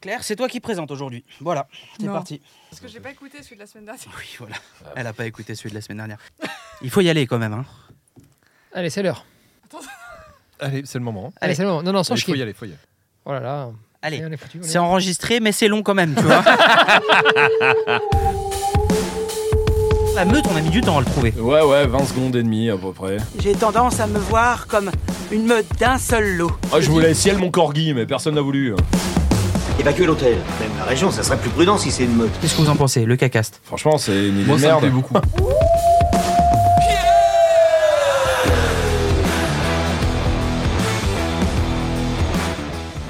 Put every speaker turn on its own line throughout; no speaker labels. Claire, c'est toi qui présente aujourd'hui. Voilà, c'est
Non.
parti.
Parce que j'ai pas écouté celui de la semaine dernière.
Oui, voilà. Elle n'a pas écouté celui de la semaine dernière. Il faut y aller quand même. Hein.
Allez, c'est l'heure.
Allez, c'est le moment.
Allez,
Allez.
c'est le moment. Non, non, sans
Il faut y
chier.
aller, faut y aller.
Oh là là.
Allez,
Et on est foutu. on est-
c'est enregistré, mais c'est long quand même, tu vois. la meute, on a mis du temps à le trouver.
Ouais, ouais, 20 secondes et demie à peu près.
J'ai tendance à me voir comme une meute d'un seul lot.
Ah, je voulais ciel mon corgi, mais personne n'a voulu.
Évacuer l'hôtel. Même la région, ça serait plus prudent si c'est une meute.
Qu'est-ce que vous en pensez, le cacaste
Franchement, c'est une idée
Moi,
de
ça me
merde.
plaît beaucoup.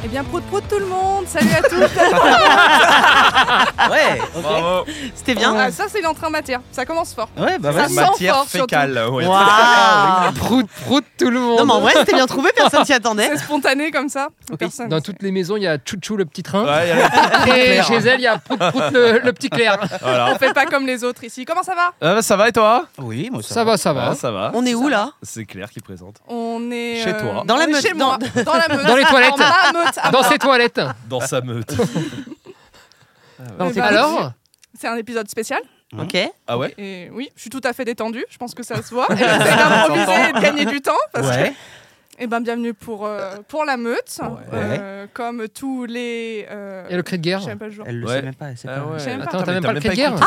Eh bien, prout prout tout le monde, salut à tous
Ah.
Ouais, ok.
Oh,
C'était bien.
Ah, Ça, c'est l'entrée en matière, ça commence fort.
Ouais, bah
Ça
vas-y.
sent fort,
ouais.
Ah, prout, prout, tout le monde.
Non, mais en vrai, c'était bien trouvé, personne s'y attendait.
C'est spontané comme ça, personne.
Dans toutes les maisons, il y a Chouchou le petit train.
Ouais, il y a-
Et chez elle, il y a Prout, Prout le, le petit clair.
voilà.
On fait pas comme les autres ici. Comment ça va
Euh, ça va et toi
Oui, moi ça,
Ça va, ça va.
Ouais, Ah, ça va.
On est où là
C'est Claire qui présente.
On est. euh,
Chez toi.
Dans la
on est
meute,
Chez moi. Dans la meute.
Dans les toilettes.
En bas, meute, à
Dans
bas.
ses toilettes.
Dans sa meute.
Eh ben,
Alors
C'est un épisode spécial.
Ok.
Ah ouais
Et oui, je suis tout à fait détendue, je pense que ça se voit. Et J'essaie d'improviser et de gagner du temps. Parce
Ouais.
que... Et ben, bienvenue pour, euh, pour la meute. Euh, comme tous les. euh,
Il y a le cri de guerre.
Je sais même pas le jour.
Elle le
Ah Ouais.
sait même pas. elle sait pas.
J'ai même pas.
Attends, t'as même pas le cri de guerre
écouté.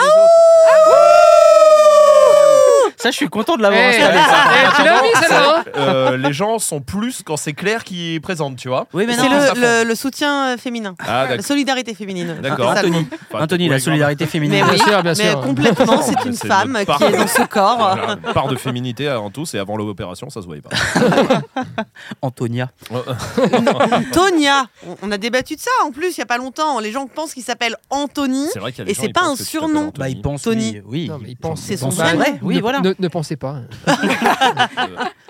Ça, je suis content de
Eh,
l'avoir
eh,
installé.
Tu l'as mis celle-là hein
Euh, Les gens sont plus quand c'est Claire qui présente, tu vois.
Oui, mais
C'est
non.
ça
le,
fond.
le- le soutien euh, féminin,
Ah,
la solidarité féminine.
D'accord.
C'est ça,
Anthony,
le mot.
Enfin,
Anthony,
ouais,
la
grave.
solidarité féminine.
Mais
Bien
oui,
sûr, bien
Mais
sûr.
complètement, c'est une
C'est
femme
notre
qui est dans ce corps.
Voilà, une part de féminité avant tous et avant l'opération, ça se voyait pas.
Antonia.
Tonia, on- on a débattu de ça en plus il y a pas longtemps. Les gens pensent qu'il s'appelle Anthony.
C'est vrai qu'il y a
Et
des
c'est
gens, ils
pas
pensent
un
que tu
surnom.
t'appelles
Bah,
Anthony.
il pense. Tony.
Tony.
Oui.
Non, mais il pense.
C'est son
Bah,
vrai,
ne-
oui, voilà.
Ne, ne pensez pas.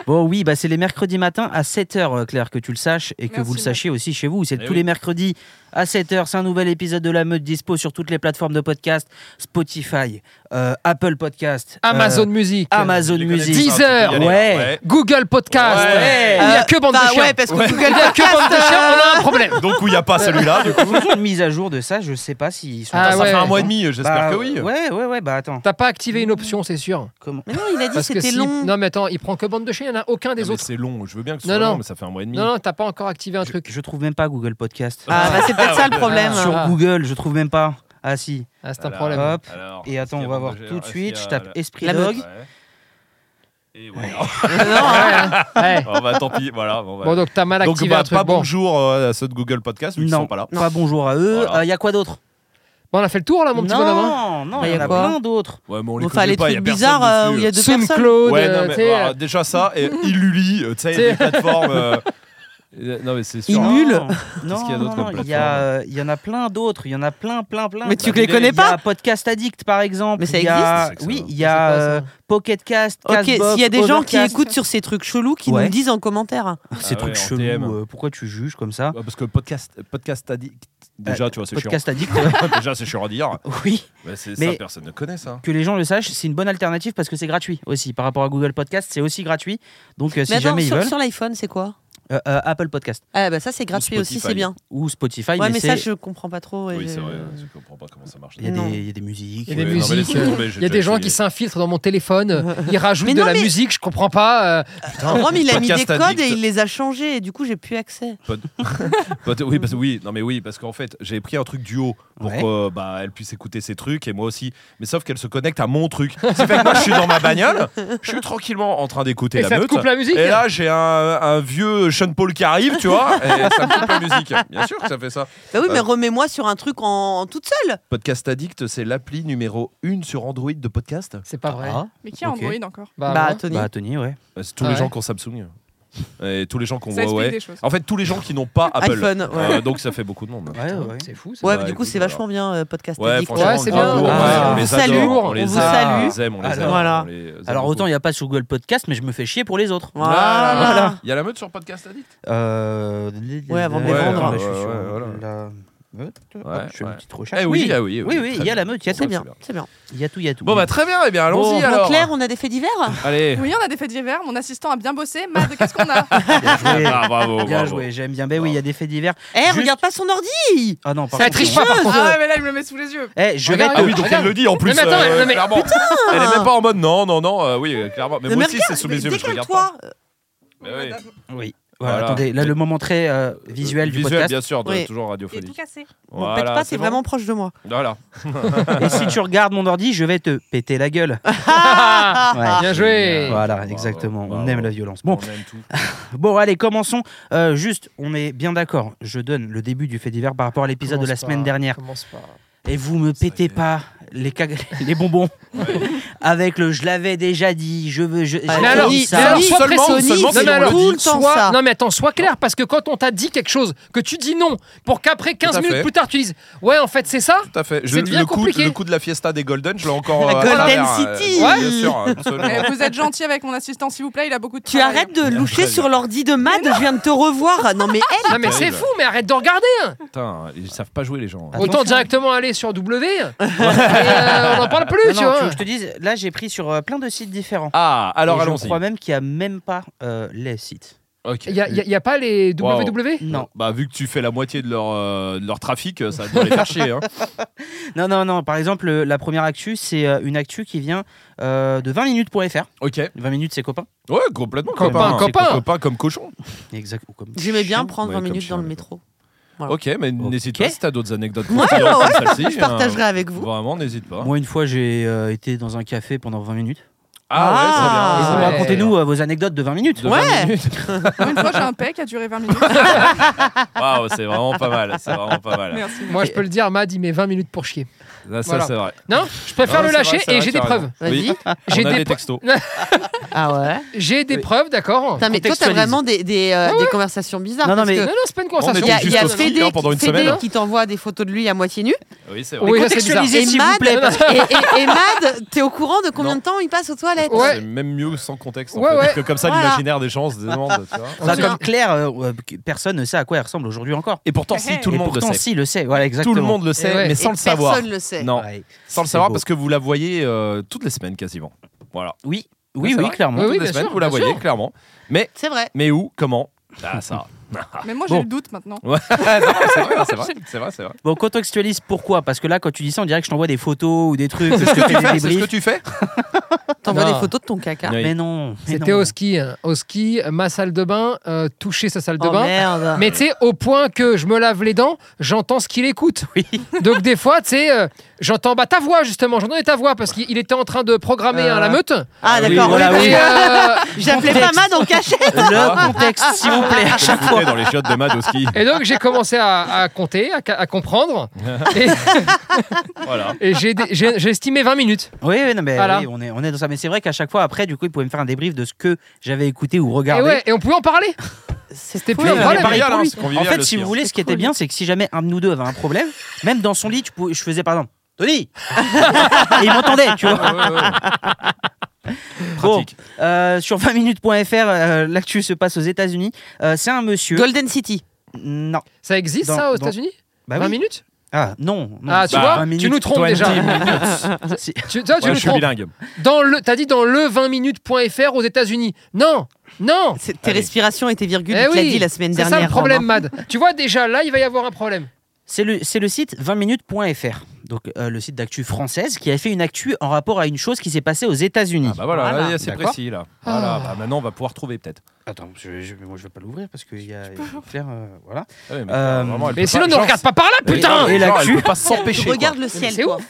Bon, oui, bah, c'est les mercredis matins à 7h, Claire, que tu le saches et que
Merci,
vous le
Matt.
sachiez aussi chez vous. C'est
Eh
tous
oui.
les mercredis à 7h. C'est un nouvel épisode de La Meute dispo sur toutes les plateformes de podcast Spotify, euh, Apple Podcast, euh,
Amazon Music.
Amazon
Tu les connais,
Music.
ça, tu peux y
Deezer,
aller. hein.
ouais.
Google Podcast.
Ouais.
Où Il n'y a
Euh,
que bande
bah
de chiens.
ouais, parce que
Ouais.
Google
Il n'y a que bande de
Podcast,
chiens,
euh,
on a un problème.
Donc où il n'y a pas celui-là, Ah, du coup.
Ils ont une mise à jour de ça, je sais pas s'ils sont.
Ah
ça
ouais.
fait un mois et demi, j'espère
Bah,
que oui.
Ouais, ouais, ouais, bah attends.
T'as pas activé une option, c'est sûr.
Comment
Mais non, il a dit
Parce que
c'était
si-
long.
Non, mais attends, il prend que bande de chiens, il n'y en a aucun
Non,
des
mais
autres.
C'est long, je veux bien que ce
Non,
soit
non.
long, mais ça fait un mois et demi.
Non, non, t'as pas encore activé un truc.
je, je trouve même pas Google Podcast.
Ah bah c'est peut-être ça le problème.
Ah.
Sur Google, je trouve même pas. Ah si.
Ah, c'est un
Alors,
problème.
Hop.
Alors,
Et attends, on
est-ce Oh, qu'il y a
va
bande
voir
de-
tout de
est-ce
suite.
qu'il y
Je
a
tape
la-
Esprit
La
Dog.
meute.
euh, Ouais. Et voilà.
Ouais.
Bon, bah, tant pis, voilà. Bon, bah.
Bon, donc t'as mal
Donc,
activé
bah,
un truc.
pas
Bon.
bonjour euh, à ceux de Google Podcast, vu qu'ils
Non,
sont pas là.
pas bonjour à eux. Il
Voilà.
y a quoi d'autre
Bon, on a fait le tour là, mon petit bonhomme.
Non, non,
Bah,
il y
y
en
a
a
quoi
plein d'autres.
Ouais, mais on les
Enfin,
connaît
les
pas, y
trucs
a
bizarres
personne
euh,
dessus.
où il y a deux personnes.
Soundcloud,
Ouais,
euh,
non, mais
t'sais,
voilà, déjà ça, et Illuli, euh, tu sais, les
T'sais.
plateformes. euh, euh, Non, mais c'est sûr.
Illuli. Nul.
Non,
Qu'est-ce qu'il y a
non,
d'autre
non,
comme
il y, a, euh, il y en a plein d'autres. Il y en a plein, plein, plein.
Mais tu
Bah,
les connais
il y a
pas
Podcast Addict, par exemple.
Mais ça
Il y a-
existe, c'est
Oui,
excellent.
il
c'est
y
quoi,
a
ça
euh, Pocket Cast,
Ok,
Castbox,
s'il y a des gens qui
Overcast.
écoutent sur ces trucs chelous, qui
Ouais.
nous disent en commentaire.
Ces
Ah
trucs
ouais, en TM.
chelous, euh, pourquoi tu juges comme ça
Ouais, Parce que podcast, podcast addict,
Euh,
déjà, tu vois, c'est
Podcast Addict,
chiant. déjà, c'est chiant à dire.
oui.
Mais c'est
Mais-
ça, personne ne connaît ça.
Que les gens le sachent, c'est une bonne alternative parce que c'est gratuit aussi. Par rapport à Google Podcast, c'est aussi gratuit. Donc euh, si
Mais attends,
jamais ils
sur,
veulent,
sur l'iPhone, c'est quoi
euh, euh, Apple Podcast
Ah bah ça c'est gratuit Ah, aussi,
Spotify.
c'est bien.
ou Spotify.
Ouais, mais ça
c'est-
je comprends pas trop. et
Oui,
je-
euh,
c'est vrai, je comprends pas comment ça marche.
il y a
Non.
des- il y a des musiques. euh,
Il y a des
Ouais, non, mais laisse
musiques, euh,
tomber, j'ai
Il y a
déjà
des gens
essayé.
qui s'infiltrent dans mon téléphone, euh, ils rajoutent
Mais
de
non,
la
mais-
musique, je comprends pas. euh,
Rome, il a mis des
Podcast
codes et
addict.
il les a changés et du coup j'ai plus accès.
Bah, t- oui, parce, oui, non mais oui, parce qu'en fait, j'ai pris un truc duo pour
Ouais.
que, bah, elle puisse écouter ses trucs et moi aussi. Mais sauf qu'elle se connecte à mon truc. C'est fait que moi, je suis dans ma bagnole, je suis tranquillement en train d'écouter
et
la
ça te
meute.
coupe la musique.
Et là, j'ai un, un vieux Sean Paul qui arrive, tu vois, et ça me coupe la musique. Bien sûr que ça fait ça.
Bah oui, mais
Euh.
remets-moi sur un truc en, en toute seule.
Podcast Addict, c'est l'appli numéro 1 sur Android de podcast.
C'est pas vrai.
Ah,
Mais qui a
Ok.
Android encore
Bah,
bah
moi.
Tony.
bah Tony, ouais.
Euh, C'est tous
Ah
les
ouais.
gens qui ont Samsung. Et tous les gens qui ont
Ça explique
Huawei.
des choses.
En fait, tous les gens qui n'ont pas Apple.
iPhone. Ouais,
Euh, donc ça fait beaucoup de monde.
Ouais, ouais.
c'est fou. ça.
bah,
ouais mais du coup
écoute,
c'est
voilà.
vachement bien euh, podcast
Ouais,
addict.
franchement,
Ouais, c'est
gros
bien.
lourd,
Ah.
on
On
les
vous salue,
adore, Ah, on
on
les
vous
aime,
salue.
on les aime, on les
Alors,
aime,
voilà.
on les aime
Alors
beaucoup.
autant il n'y a pas sur Google Podcast, mais je me fais chier pour les autres.
Voilà.
Il y a la meute sur Podcast Addict
Euh,
Ouais, avant de
les
attends,
vendre.
là, je suis
Ouais,
sur
ouais, voilà.
la- meute. Hop,
Ouais,
je fais une
ouais.
petite recherche.
Eh oui, ah oui, eh oui,
oui, oui, il
très
y a
bien.
la meute, il y a
C'est
tout.
C'est
bien,
bien, c'est bien.
Il y a tout, il y a tout.
Bon, bah très bien, eh bien, allons-y
Bon,
alors.
Claire, on a des faits divers
Allez.
Oui, on a des faits divers. Mon assistant a bien bossé. Mad, qu'est-ce qu'on a
bien joué,
Ah, bravo,
bien
bravo.
joué, j'aime bien. Ben oui, il y a des faits divers.
Eh,
Juste-
regarde pas son ordi
Ah non, par
Ça
contre,
triche pas, par contre.
Ah ouais, mais là, il me le met sous les yeux.
Eh, je vais
Regarde,
te-
Ah oui, donc elle le dit en plus.
mais attends,
euh,
non, mais-
clairement. Elle est même pas en mode non, non, non, euh, oui, euh, clairement. Mais,
Non,
moi
mais
aussi, c'est
hein. regarde,
sous mes
mais
yeux, mais je regarde pas.
décale-toi.
Mais oui.
Madame,
Oui. Voilà,
Voilà.
attendez, là, le moment très euh, visuel du
Visuel,
podcast.
bien sûr, de-
Oui.
toujours
Il est tout
radiophonique.
cassé.
M'embête pas,
c'est
t'es
bon.
vraiment proche de moi.
Voilà.
Et si tu regardes mon ordi, je vais te péter la gueule.
Ah.
Ouais.
Bien joué.
Voilà,
Bravo,
exactement. On
bravo.
aime la violence. Bon,
On aime tout.
bon, allez, commençons. Euh, juste, on est bien d'accord. Je donne le début du fait divers par rapport à l'épisode de la
Commence
semaine
pas,
dernière.
commence pas.
Et vous me pétez pas les, cag- les bonbons avec le je l'avais déjà dit, je veux. Je,
Ah,
j'ai
Mais alors,
dit
Sony,
mais alors,
Sony,
sois
seulement-
précis.
seulement
non,
si
mais
on
alors,
le
dit. Tout le temps,
sois-
ça.
non, mais attends, sois clair, parce que quand on t'a dit quelque chose, que tu dis non, pour qu'après 15
à
minutes
fait.
plus tard, tu dises Ouais, en fait, c'est ça
Tout à fait. Je,
C'est bien
le, coup,
compliqué.
le coup de la fiesta des Golden, je l'ai encore.
La
euh, à
Golden
travers, euh,
City.
Bien
Ouais.
sûr, absolument.
Eh, vous êtes gentil avec mon assistant, s'il vous plaît. Il a beaucoup de
Tu
travail.
arrêtes de loucher
très
sur l'ordi de Mad, je viens de te revoir. Non, mais elle,
Non, mais c'est
terrible.
fou, mais arrête de regarder hein.
Putain, ils savent pas jouer, les gens.
Attention.
Autant directement aller sur W, et, euh, on n'en parle
Non, non,
plus, tu
tu veux
vois.
que je te dise, là, j'ai pris sur euh, plein de sites différents.
Ah, alors
Et Je
allons-y.
crois même qu'il n'y a même pas euh, les sites.
Ok.
Il n'y a, y a- y a pas les
Wow.
WW
Non.
Bah, vu que tu fais la moitié de leur, euh, de leur trafic, ça doit les faire chier. Hein.
Non, non, non. Par exemple, le- la première actu, c'est euh, une actu qui vient euh, de 20minutes.fr.
Ok.
20 minutes, c'est copain.
Ouais, complètement.
Copain,
Copain,
copain.
C'est copain comme cochon.
Exact. ou comme
j'aimais bien
chien.
prendre
Ouais,
20
comme
minutes
chien,
dans le
d'accord.
métro.
Ok, mais n'hésite
Ok.
pas si t'as d'autres anecdotes.
Ouais, ouais,
croustillantes comme celle-ci,
Je
hein.
partagerai avec vous.
Vraiment, n'hésite pas.
Moi, une fois, j'ai euh, été dans un café pendant 20 minutes.
Ah.
ouais,
Et
très
vous
bien.
ouais.
Racontez-nous euh, vos anecdotes de 20 minutes.
De
Ouais.
20 minutes.
Une fois, j'ai un paix qui a duré 20 minutes.
Waouh, c'est vraiment pas mal. C'est vraiment pas mal.
Merci.
Moi, je peux le dire, Mad, il met 20 minutes pour chier.
Là, ça,
Voilà.
c'est vrai.
Non, je préfère le
Non, c'est
lâcher
vrai, c'est
et
vrai,
j'ai des
t'as
preuves.
raison.
Vas-y.
Oui,
J'ai
on a
des
des
po-
textos.
Ah ouais
J'ai des preuves, d'accord
Putain, mais toi, t'as
Contextualise.
vraiment des, des, euh,
Ouais, ouais.
des conversations bizarres.
Non, non,
parce
mais-
que
Non, non, c'est pas une
On
Il
conversation.
y a,
Juste
il y a
au ski,
Fédé,
hein, pendant une
Fédé
semaine.
qui t'envoie des photos de lui à moitié nu.
Oui, c'est vrai.
Oui, ça, c'est bizarre.
Contextualisez,
Et
s'il vous
Mad,
plaît. parce que-
et, et- et Mad, t'es au courant de combien
Non.
de temps il passe aux toilettes
Ouais.
C'est même mieux sans contexte. en
Ouais,
fait,
ouais.
Parce que comme ça,
Voilà.
l'imaginaire des gens se demande. tu vois.
Enfin,
Tiens.
comme Claire, euh, euh, personne ne sait à quoi elle ressemble aujourd'hui encore.
Et pourtant, si, tout le
Et
monde le
pourtant,
sait.
si, le sait. Voilà, exactement.
Tout le monde le sait,
ouais.
mais
Et
sans le savoir.
Personne le sait.
Non,
Ouais.
sans le
C'est
savoir
beau.
parce que vous la voyez euh, toutes les semaines quasiment. Voilà.
Oui, oui,
C'est
oui,
vrai
clairement.
Oui, oui,
toutes les
bien
semaines,
sûr,
vous la
bien
voyez
sûr.
clairement. Mais,
C'est vrai.
mais où Comment Ah, ça.
Mais moi, j'ai
Bon.
le doute maintenant.
Ouais, non, c'est vrai, c'est vrai, c'est vrai, c'est vrai.
Bon, contextualise pourquoi Parce que là, quand tu dis ça, on dirait que je t'envoie des photos ou des trucs. parce que tu fais des
C'est ce que
débriefs.
tu fais
T'envoies
Non.
des photos de ton caca.
Oui.
Mais non. mais
C'était
non.
au ski. hein. Au ski, ma salle de bain, euh, toucher sa salle de
Oh
bain.
merde.
Mais tu sais, au point que je me lave les dents, j'entends ce qu'il écoute.
Oui.
Donc des fois, tu sais, euh, j'entends bah, ta voix justement, j'entendais ta voix parce qu'il il était en train de programmer
Euh,
hein, la meute.
Ah
oui,
d'accord.
voilà,
oui,
oui.
Et, euh,
J'appelais pas
Contexte.
Mad en cachette.
Le contexte, s'il vous plaît, à
Je
chaque
foutais
fois.
dans les chiottes de Mad au ski.
et donc j'ai commencé à, à compter, à, ca- à comprendre. Et,
Voilà.
et j'ai des- j'ai j'ai estimé 20 minutes.
Oui, oui, non, mais
Voilà.
oui, on, est, on est dans ça. Mais c'est vrai qu'à chaque fois, après, du coup, ils pouvaient me faire un débrief de ce que j'avais écouté ou
Et,
regardé.
Eh ouais, et on pouvait en parler.
C'était
plus-
Mais
voilà,
c'est
pareil
convivial,
pour
hein,
lui.
c'est
En
convivial
fait,
aussi,
si vous
hein.
voulez, ce qui était bien, c'est que si jamais un de nous deux avait un problème, même dans son lit, je, pouvais- je faisais par exemple Tony Et il m'entendait, tu vois. Bon,
Pratique.
euh, sur 20minutes.fr, euh, l'actu se passe aux États-Unis. Euh, c'est un monsieur.
Golden City.
Non.
Ça existe
Dans-
ça aux
dans-
États-Unis
Bah
20
oui.
minutes
Ah, non. non.
Ah, tu
Bah,
vois,
20
tu nous
minutes.
trompes déjà.
20 minutes.
C'est-
Tu, toi, tu
Ouais,
nous
je suis
trompes.
bilingue.
Dans le, t'as dit dans le 20minutes.fr aux États-Unis. Non, non.
C'est- Tes
Allez.
respirations et tes virgules,
Eh
tu l'as
oui,
dit la semaine
C'est
dernière.
ça le problème,
Romain.
Mad. Tu vois déjà là, il va y avoir un problème.
C'est le, c'est le site 20minutes.fr, donc euh, le site d'actu française qui a fait une actu en rapport à une chose qui s'est passée aux États-Unis.
Ah bah voilà,
Voilà.
là, c'est
D'accord. Ah.
précis là. Voilà, bah maintenant on va pouvoir trouver peut-être.
Attends, je, je- moi je vais pas l'ouvrir parce qu'il y a Claire, euh, voilà.
Ah oui, mais
Euh,
vraiment, elle
Mais
peut
sinon,
pas-
ne
genre,
regarde pas par là,
c'est-
putain.
Et
genre,
là-dessus-
elle peut pas s'empêcher. quoi.
Regarde le ciel.
C'est
quoi.
ouf.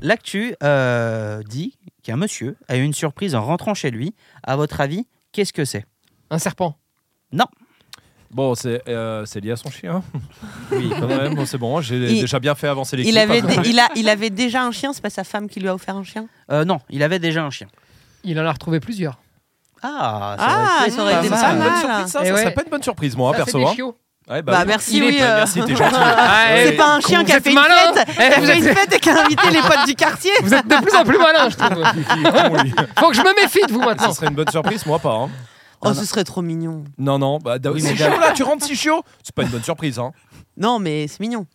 L'actu euh, dit qu'un monsieur a eu une surprise en rentrant chez lui. À votre avis, qu'est-ce que c'est
Un serpent.
Bon, c'est euh, c'est lié à son chien. Oui, quand même, bon, c'est bon. J'ai
Il-
déjà bien fait avancer l'équipe.
Il avait,
hein, vous
dé-
voyez.
il, a, il avait déjà un chien, c'est pas sa femme qui lui a offert un chien
Euh, Non, il avait déjà un chien.
Il en a retrouvé plusieurs.
Ah, ça
Ah,
aurait été-
ça aurait été
Ça,
pas
c'est une bonne
mal.
surprise, ça,
Eh
ça
ouais.
serait pas une bonne surprise, moi,
Ça, c'est
perso.
des
hein.
chiots.
Ouais, bah
Bah
oui.
merci,
Il
oui.
est-
euh,
Merci, t'es gentil.
Ah,
C'est
eh,
pas un
vous
chien qui a
êtes
fait une
malin, hein.
fête. Qui a
Eh, vous
fait une
êtes-
fête et qui a invité les potes du quartier.
Vous êtes de plus en plus malin, je trouve. Faut que je me méfie de vous maintenant.
Ça serait une bonne surprise, moi pas. hein.
Oh, ce serait trop mignon.
Non, non, bah,
Oui,
c'est
mais
chaud là, tu rentres si chaud. C'est pas une bonne surprise, hein.
Non, mais c'est mignon.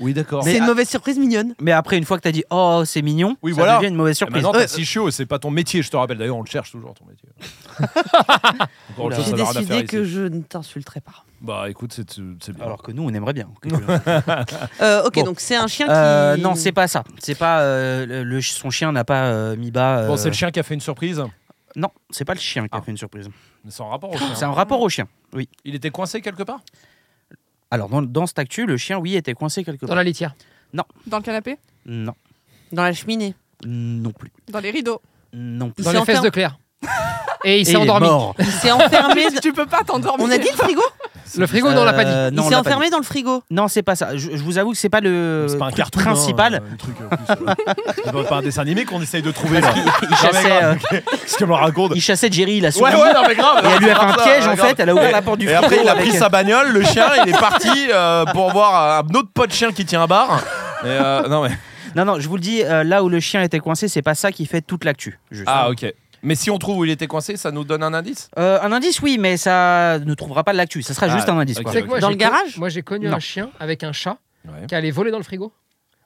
Oui, d'accord.
Mais
C'est une
à-
mauvaise surprise mignonne.
Mais après, une fois que t'as dit oh, c'est mignon,
Oui,
ça
voilà.
devient une mauvaise
Eh
Et
ben
surprise.
Maintenant,
Ouais.
t'as six chiots, c'est pas ton métier, je te rappelle. D'ailleurs, on le cherche toujours, ton métier. Encore
Oula.
une
Ça,
chose, ça
J'ai
n'a rien à faire
décidé que
ici.
je ne t'insulterai pas.
Bah, écoute, c'est c'est bien.
Alors que nous, on aimerait bien.
Euh, ok,
Bon.
donc c'est un chien
Euh,
qui.
non, c'est pas ça. C'est pas euh, le- le- son chien n'a pas euh, mis bas. euh,
Bon, c'est le chien Ah. qui a fait une surprise,
Non, c'est pas le chien qui a fait une surprise.
mais sans rapport au chien.
Ah, C'est un rapport au chien. Oui.
Il était coincé quelque part
Alors dans, dans cette actu, le chien, oui, était coincé quelque
Dans
part.
la litière.
Dans le canapé
Non,
dans la cheminée.
non plus,
Dans les rideaux
non plus.
Il
Dans
s'est
les fesses
enfermé.
de Claire. Et il
Et
s'est endormi.
mort.
Il s'est enfermé.
Tu peux pas t'endormir.
On a dit le frigo
Le frigo, non, on l'a pas dit.
Euh, non,
Il
on
s'est
l'a pas
enfermé dans le frigo.
dit. Non, c'est pas ça. Je, je vous avoue que c'est pas le
C'est pas un
truc
cartoon. hein,
principal.
euh, un truc, euh, plus, euh, c'est pas- pas un dessin animé qu'on essaye de trouver là.
Il chassait, euh,
Ce que me raconte.
il chassait Jerry, la souris.
Ouais, ouais, non, mais grave.
Et elle lui a fait un
grave,
piège en
grave.
fait, elle a ouvert la porte du
Et
frigo.
après, il a pris
avec-
sa bagnole, le chien, il est parti euh, pour voir un autre pote chien qui tient un bar. Et, euh, non, mais...
Non, non, je vous le dis, euh, là où le chien était coincé, c'est pas ça qui fait toute l'actu. juste.
Ah, ok. Mais si on trouve où il était coincé, ça nous donne un indice
Euh, un indice, oui, mais ça ne trouvera pas de l'actu. Ça sera
Ah,
juste un indice.
ok.
quoi.
Tu sais que moi,
Dans
j'ai
le
con-
garage
Moi, j'ai connu
Non.
un chien avec un chat
Ouais.
qui allait voler dans le frigo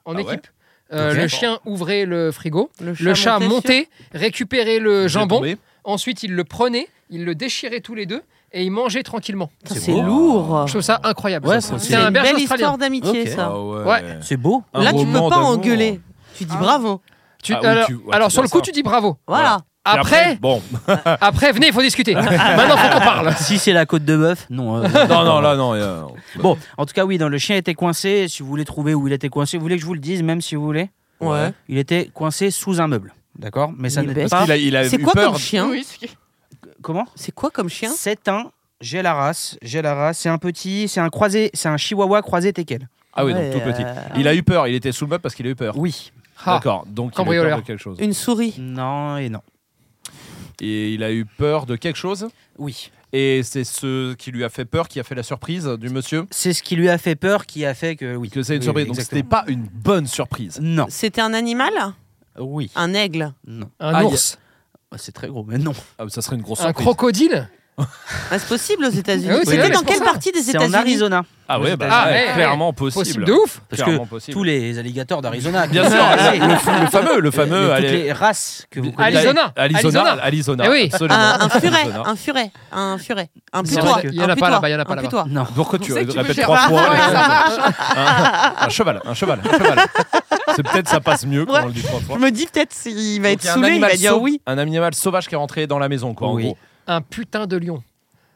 en
Ah ouais
équipe. Euh,
Ok.
Le chien ouvrait le frigo, le
a
chat montait, récupérait le jambon,
J'ai tombé.
ensuite il le prenait, il le déchirait tous les deux et ils mangeaient tranquillement.
sur- Putain, C'est lourd.
Je trouve
Ah.
ça incroyable.
Ouais,
ça.
c'est-
c'est
C'est
un
une
berger
belle
australien.
histoire d'amitié,
Ok.
ça.
Ouais.
C'est beau.
Un
Là, tu peux
roman
pas
d'amour.
engueuler. Tu dis
Ah.
bravo.
Tu-
Ah oui,
alors,
tu- ouais,
alors,
tu
sur
vois
le coup,
ça.
tu dis bravo.
Et
Voilà.
ah.
Après,
Bon.
après, venez, il faut discuter. Maintenant, faut qu'on parle.
si c'est la côte de bœuf, non. euh,
Ah. Non, non, là, non. euh,
Bon, en tout cas, oui, dans le chien était coincé. Si vous voulez trouver où il était coincé, vous voulez que je vous le dise, même si vous voulez.
Ouais.
Il était coincé sous un meuble. D'accord Mais ça
Il est
n'est
bête.
pas.
Il a, il a
Ah, C'est
eu
quoi
peur.
comme chien
Oui, c'est-
Comment
C'est quoi comme chien
C'est un. J'ai la race. J'ai la race. C'est un petit. C'est un croisé. C'est un chihuahua croisé teckel.
Ah oui, donc
Ouais,
tout petit.
euh,
Il a eu peur, il était sous le meuble parce qu'il a eu peur.
Oui.
Ah,
D'accord, donc il a eu
Cambrioleur.
peur de quelque chose.
Une souris.
Non et non.
Et il a eu peur de quelque chose
Oui.
et c'est ce qui lui a fait peur qui a fait la surprise du monsieur
C'est ce qui lui a fait peur qui a fait que oui.
que c'est une
Oui,
surprise.
oui,
donc
exactement.
c'était pas une bonne surprise.
Non.
C'était un animal
Oui.
Un aigle
Non.
un
Aïe.
ours,
Ah, C'est très gros, mais non.
Ah, ça serait une grosse
un
surprise.
crocodile.
Ah, C'est possible aux États-Unis.
Ah oui, c'est
C'était
vrai,
dans
c'est pour ça.
quelle partie des
C'est en
États-Unis
Arizona.
Ah ouais, bah,
Ah
ouais,
ouais,
clairement possible.
Possible de ouf.
Parce
Clairement
que
possible.
tous les alligators d'Arizona.
Bien sûr,
Ah,
allez,
le, le fameux, le fameux.
toutes
allez-
les races que vous connaissez.
Arizona.
Arizona,
Arizona.
Arizona,
Eh oui.
absolument.
un, un furet,
Arizona.
un furet, un furet, un
C'est
putois.
vrai que-
Il y en a
un
pas
putois,
là-bas, il y en a pas
un
là-bas.
putois.
Non.
Pourquoi
On
tu
sait que tu
répètes
peux
trois
faire-
fois
Ouais,
les
ça
mêmes
marche.
un cheval, un cheval, un cheval. C'est peut-être ça passe mieux quand
Ouais.
on le dit trois fois.
Je me dis peut-être s'il va
Donc,
être
il y a un
saoulé, il
animal
va dire
sau-
oui.
Un animal sauvage qui est rentré dans la maison, quoi,
Oui.
en gros.
Un putain de lion.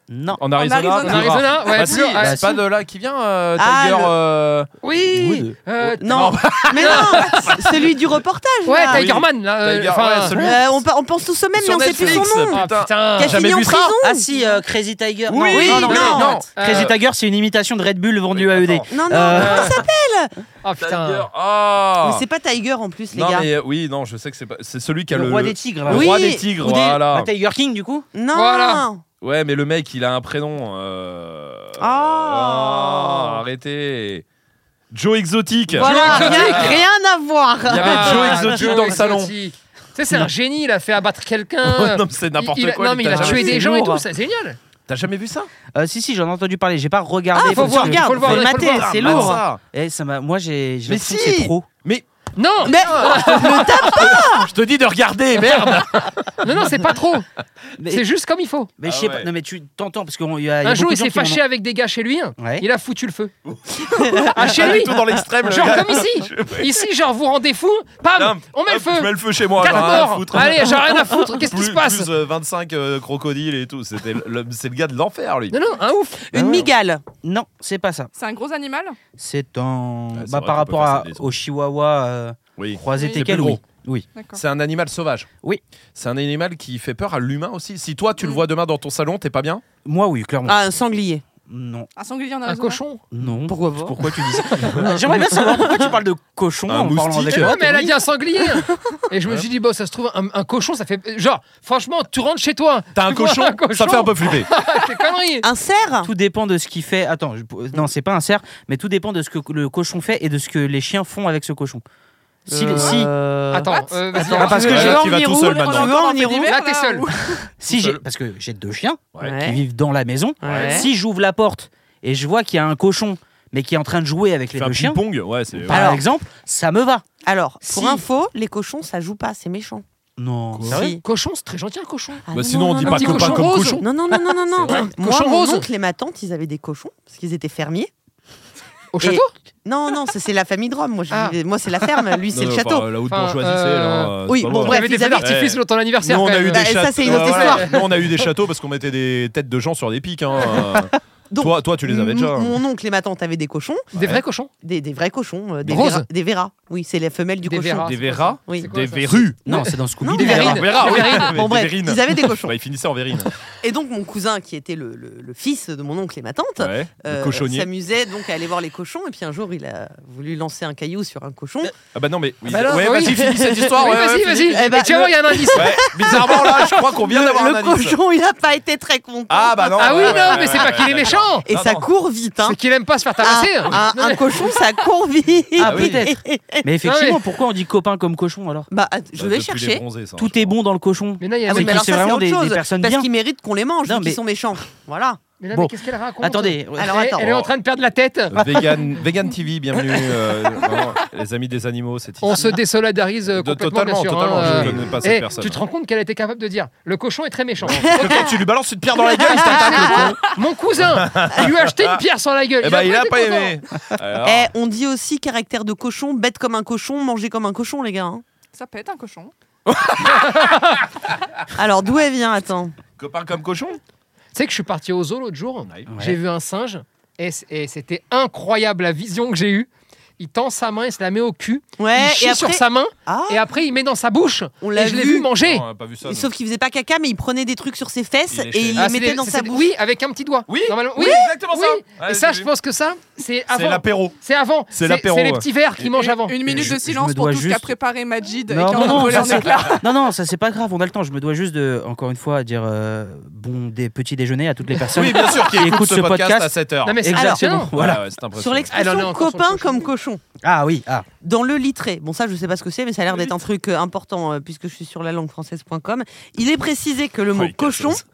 Non.
En Arizona.
Arizona.
plus
En
rare.
Arizona, hein, ouais. Euh,
Bah
plus-
si,
ouais.
c'est pas de là qui vient, euh,
Ah,
Tiger.
le-
euh,
Oui.
Euh,
Non, mais non, c- celui du reportage.
Ouais,
là.
Tiger.
Tigerman. là, euh,
Ah Tiger,
enfin,
ouais, celui-
Euh, on, pa- on pense tous au même, mais
Sur
on sait plus
Netflix.
son nom.
Ah,
Putain.
putain.
Qui a
jamais
fini en
vu ça.
prison.
Ah si, euh, Crazy Tiger.
Oui,
non, non,
non,
non,
non.
non. Crazy
Euh,
Tiger, c'est une imitation de Red Bull vendue
Oui,
à ED.
attends.
Non, non,
Euh,
comment ça s'appelle
Oh,
Ah E
Tiger.
putain.
Ah.
Mais c'est pas Tiger en plus, les
non
gars.
mais euh, oui, non, je sais que c'est pas. C'est celui qui a
Le
le,
roi des tigres. là.
le
Oui.
roi des tigres,
Ou des-
voilà.
Bah, Tiger King, du coup
Non.
Voilà.
Ouais, mais le mec, il a un prénom. euh,
Ah.
ah, Arrêtez. Joe Exotique.
Voilà,
Joe
rien,
Exotic.
rien à voir.
Il y avait
Ah,
Joe Exotic
Joe
dans le salon.
Exotic. Tu sais, c'est un génie, il a fait abattre quelqu'un.
non, mais c'est n'importe
Il- il a-
quoi.
non,
lui,
mais il a
t'as
tué
jamais-
des
C'est
gens et
lourd.
hein.
tout, c'est génial.
T'as jamais vu ça
Euh, Si, si, j'en ai entendu parler. J'ai pas regardé.
Ah, faut
parce
voir,
que-
regarde,
faut le voir,
Mais
ouais, faut le
maté,
voir. bah,
c'est
Ah,
lourd.
ça.
Eh, ça m'a. Moi, j'ai. j'ai
Mais
l'impression que
si.
C'est pro.
Non,
Mais
Je te dis de regarder, merde.
non, non, c'est pas trop.
Mais,
C'est juste comme il faut.
mais
Ah
je sais
ouais.
pas. Non, mais tu t'entends parce qu'il y a. y a
Un jour,
beaucoup
il
de gens
s'est
qui m'en
fâché avec des gars chez lui. hein.
ont- Ouais.
Il a foutu le feu. ah, chez lui
Tout dans l'extrême. le
Genre
gars.
comme ici Ici, genre, vous rendez fou
Bam.
Pam On met le
Hop, Je mets
feu
le feu chez moi.
Quatre
j'en ai rien à
morts
foutre.
Allez, j'ai rien à foutre Qu'est-ce qui
Plus-
se passe
Plus euh, 25 euh, crocodiles et tout. C'était le- le- C'est le gars de l'enfer, lui.
Non, non, un ouf
une migale.
Non, c'est pas ça.
C'est un gros animal
C'est en.
Ah, c'est
bah, par
vrai qu'on peut
rapport
faire
à,
ça, des-
au Chihuahua euh,
Oui.
croisé
Oui.
C'est
teckel,
plus
oui.
gros.
Oui.
D'accord.
C'est un animal sauvage.
Oui.
C'est un animal qui fait peur à l'humain aussi. Si toi, tu le
Mm.
vois demain dans ton salon, t'es pas bien
Moi, oui, clairement.
Ah, un sanglier.
Non,
Un sanglier en
Un
Arizona
cochon
non.
Pourquoi pas
Pourquoi tu dis ça J'aimerais bien savoir pourquoi tu parles de cochon
Un
en parlant
moustique.
avec
mais non,
moi.
mais elle a dit un sanglier Et je me suis dit, bon, ça se trouve, un, un cochon, ça fait... Genre, franchement, tu rentres chez toi
T'as un
tu vois
cochon, Ça fait un peu flipper.
T'es connerie
Un cerf
Tout dépend de ce qu'il fait. Attends, je- non, c'est pas un cerf, mais tout dépend de ce que le cochon fait et de ce que les chiens font avec ce cochon. Si, si,
Euh, Attends, euh, vas-y.
Ah, parce que
Ouais,
j'ai-
là,
veux
tu
en
vas
venir
tout
où
seul
On est
maintenant.
Tu veux en
Encore un
venir
peu
où
d'hiver,
Là, t'es seul.
où-
si j'ai,
seul.
parce que j'ai deux chiens
Ouais.
qui vivent dans la maison.
Ouais.
Si j'ouvre la porte et je vois qu'il y a un cochon mais qui est en train de jouer avec les
Faire un
deux
ping
chiens,
pong, ouais, Bah, c'est.
par
Alors.
exemple, ça me va.
Alors,
Si.
pour info, les cochons, ça joue pas, c'est méchant.
Non.
Quoi
Si.
Cochon, c'est très gentil, un cochon.
Ah,
Bah,
non,
sinon, on
non,
dit
non,
pas
non.
copain
cochon
comme
rose.
cochon.
Non, non, non, non, non, non.
vrai.
Moi,
Cochon
mon
rose.
oncle et ma tante, ils avaient des cochons, parce qu'ils étaient fermiers.
Au
Et-
château
Non, non, ça, c'est la famille de Rome. Moi, je
Ah.
vivais- moi c'est la ferme, lui, c'est
Non,
le
non,
château.
enfin, La haute
Enfin,
bourgeoisie,
euh,
c'est. là, c'est
oui,
pas
bon,
loin.
Il y
bref,
avait des
ils
feux
avaient-
d'artifice lors de ton anniversaire.
Nous, on
quand
a
même.
eu
Bah,
des
ça,
châteaux.
c'est une autre
Ouais, voilà.
histoire.
Nous, on a eu des châteaux parce qu'on mettait des têtes de gens sur des pics. hein. Euh,
Donc,
toi, toi, tu les avais déjà.
Mon,
hein.
mon oncle et ma tante avaient des cochons,
Des vrais cochons.
des, des vrais cochons, euh, des,
Rose.
verras- des verras. Oui, c'est les femelles du
Des
cochon.
verras.
Des verras,
Oui.
C'est quoi,
des
ça
verrues.
Non, c'est dans
Non,
Scooby.
des
les verras.
verrines.
Verras, oui. Ah, Des
Bon, bref,
verrines.
ils avaient des cochons.
Bah, il finissait en verrine.
Et donc, mon cousin, qui était le, le- le fils de mon oncle et ma tante,
Ouais. Le
euh,
cochonnier.
s'amusait donc à aller voir les cochons. Et puis un jour, il a voulu lancer un caillou sur un cochon.
Ah bah non, mais. oui.
Bah alors,
ouais,
oui.
vas-y, finis cette histoire.
Oui,
ouais,
vas-y,
ouais,
vas-y.
Eh ben,
Et tu vas voir, il y a un indice.
Ouais, bizarrement, là, je crois qu'on vient d'avoir un
le
indice.
cochon, il n'a pas été très content.
Ah bah non.
Ah oui,
ouais, ouais,
non, mais
ouais,
c'est
ouais,
pas qu'il est
ouais,
méchant.
et
non,
ça
non.
court vite. Hein.
C'est qu'il aime pas se faire
Un,
tabasser.
un- un cochon, ça court vite.
Ah,
Ah oui.
peut-être. Mais effectivement, pourquoi on dit copain comme cochon alors
Bah, att- je
Bah,
vais
depuis les
chercher.
bronzés, ça, je
Tout est
crois.
bon dans le cochon.
Mais non, il y a
Ah
un
oui,
C'est
mais
que
alors
c'est
ça, c'est
vraiment
autre
des-
chose.
des personnes
parce
bien.
qu'ils méritent qu'on les mange,
Non,
vu
mais-
qu'ils sont méchants. Voilà.
Mais non,
Bon.
mais qu'est-ce qu'elle raconte
Attendez. ouais.
Alors
Elle-
attends.
Elle est en train de perdre la tête.
Euh, Vegan, Vegan TV, bienvenue. euh, vraiment, les amis des animaux, c'est
On se désolidarise euh,
De-
complètement, bien
totalement,
sûr.
totalement,
hein,
je
euh,
ne connais pas
eh,
cette personne.
tu te rends compte qu'elle a été capable de dire le cochon est très méchant.
Parce que quand Ah, tu lui balances une pierre dans la gueule, il t'attaque le con.
Mon cousin il lui a acheté une pierre sur la gueule.
Eh ben, il a
été
pas
content.
aimé. Alors,
Eh, on dit aussi caractère de cochon, bête comme un cochon, manger comme un cochon, les gars. hein.
Ça pète un cochon.
Alors d'où elle vient Attends.
Copain comme cochon
Tu sais que je suis parti au zoo l'autre jour.
Ouais.
J'ai vu un singe et c- et c'était incroyable la vision que j'ai eue. Il tend sa main, il se la met au cul,
Ouais.
il chie
et
sur
après,
sa main
ah,
et après il met dans sa bouche.
on
Et
l'a
je l'ai vu
vu.
manger.
Non, on a pas vu ça. non.
Sauf qu'il faisait pas caca, mais il prenait des trucs sur ses fesses
Il léchait.
et il
Ah,
les
c'est
mettait
des-
dans
c'est
sa
des-
bouche.
Oui, avec un petit doigt.
Oui,
Normalement,
oui, exactement ça.
oui.
Ouais,
et ça,
j'ai
je
vu.
pense que ça, c'est
C'est
avant.
l'apéro.
C'est avant.
C'est l'apéro,
C'est les
ouais.
petits verres qu'ils mangent
Une-
avant.
Une minute
Je-
de
je me
silence pour
dois
tout ce qu'a
juste-
préparé Majid
Non,
et qui a
non, non,
envolé
ça,
en
c'est-
éclats.
Non, non, ça c'est pas grave, on a le temps. Je me dois juste de, encore une fois, dire euh, bon des petits déjeuners à toutes les personnes.
Oui, bien sûr,
Qui
qui écoute
écoute
ce
ce
podcast
podcast.
à 7h.
Non, mais c'est
Exactement.
impressionnant.
Voilà.
c'est impressionnant.
Sur
Elle en est
l'expression
encore sur le
copain
cochon.
comme cochon,
Ah oui, ah.
dans le littré, bon ça je sais pas ce que c'est, mais ça a l'air d'être un truc euh, important euh, puisque je suis sur la langue française.com, il est précisé que le mot
Oui, quelle
cochon
sauce.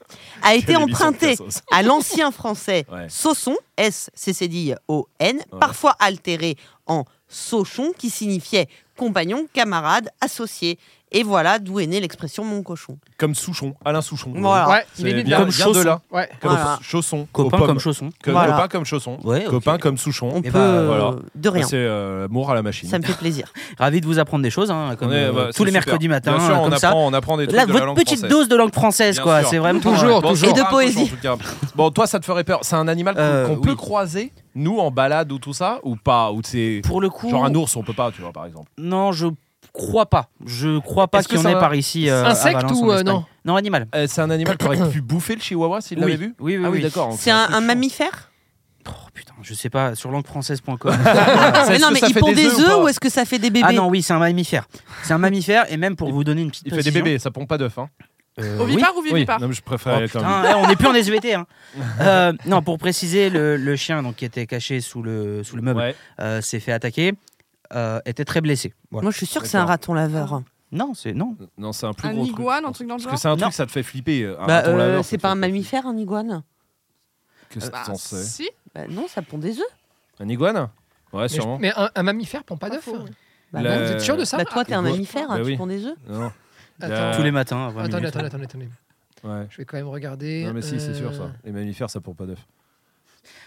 a été
Quelle émission
emprunté
de sauce.
à l'ancien français
Ouais.
sauson, S-C-C-D-I-O-N, parfois altéré en sauchon, qui signifiait compagnon, camarade, associé. Et voilà d'où est née l'expression mon cochon.
Comme Souchon, Alain Souchon.
Voilà.
Ouais,
Ah, C'est
il est né de là.
bien, comme de là.
Ouais.
Comme
Voilà.
chausson.
Copain
aux pommes.
comme chausson.
Que-
Voilà.
Copain comme chausson.
Ouais, ok.
Copain comme Souchon.
On
Eh
peut
ben,
euh,
voilà.
de rien.
C'est euh, l'amour à la machine.
Ça me fait plaisir.
Ravi de vous apprendre des choses, hein, comme
On est,
euh,
bah,
tous les
c'est
mercredis
super.
matins,
Bien sûr,
euh,
on
comme ça.
apprend, on apprend des trucs
Là,
de la
votre
langue
petite
française.
dose de langue française,
Bien
quoi.
sûr.
C'est vraiment euh,
Toujours,
Bon,
toujours.
Et de
Alain
poésie.
Cochon, en tout cas. Bon, toi, ça te ferait peur. C'est un animal qu'on
Euh,
qu'on peut
oui.
croiser, nous, en balade ou tout ça, ou pas Ou c'est
Pour le coup,
genre un ours, on peut pas, tu vois, par exemple.
non, je crois pas. Je crois pas
Est-ce que
qu'il y en
ça
ait
va-
par ici. euh, à
Insecte
Valence,
ou,
en
euh,
Espagne.
non
Non, animal.
Euh, c'est un animal qui aurait pu bouffer le chihuahua s'il
oui.
l'avait vu
Oui, oui,
Ah oui,
oui.
d'accord. donc
C'est un,
truc
un
chaud.
mammifère
Oh, putain, je sais pas, sur languefrançaise.com.
Est-ce
Mais Non,
que
mais
Ah, ça
il
fait
pond des
ou
œufs
pas
ou est-ce que ça fait des bébés
ah non, oui, c'est un mammifère. C'est un mammifère, et même pour
Il-
vous donner une petite.
Il fait des
précision,
bébés, ça pompe pas d'œufs. Hein.
euh, oui.
Ovipare ou vivipare
non, mais je
Oh,
préfère quand
putain,
même.
eh, on n'est plus en SVT. hein. Euh, non, pour préciser, le, le chien donc, qui était caché sous le, sous le meuble
Ouais.
euh, s'est fait attaquer, euh, était très blessé. Voilà.
Moi je suis sûr que c'est un
D'accord.
raton laveur.
Non, c'est non.
Non, c'est un plus
Un
gros truc.
iguane, un truc dans le
Parce
genre
que c'est un
Non.
truc, ça te fait flipper. un
Bah,
raton
euh,
laveur, ça
c'est
te
pas
fait
un
flipper.
mammifère, un iguane
Qu'est-ce que
Bah,
t'en sais
si.
Bah Non, ça pond des œufs.
Un iguane Ouais,
Mais, je-
sûrement. Ah,
mais un, un mammifère pond pas d'œuf.
faux.
La-
Bah, non.
hein. Ah Vous êtes sûr de ça
Bah, toi, t'es un
Bah,
mammifère, hein,
oui.
tu ponds des œufs.
Non.
Attends.
Euh,
Tous les matins. à 20
Attendez,
minutes.
attendez, attendez, attendez.
Ouais.
Je vais quand même regarder.
Non, mais si, c'est
euh,
sûr ça. Les mammifères, ça pompe pas d'œufs.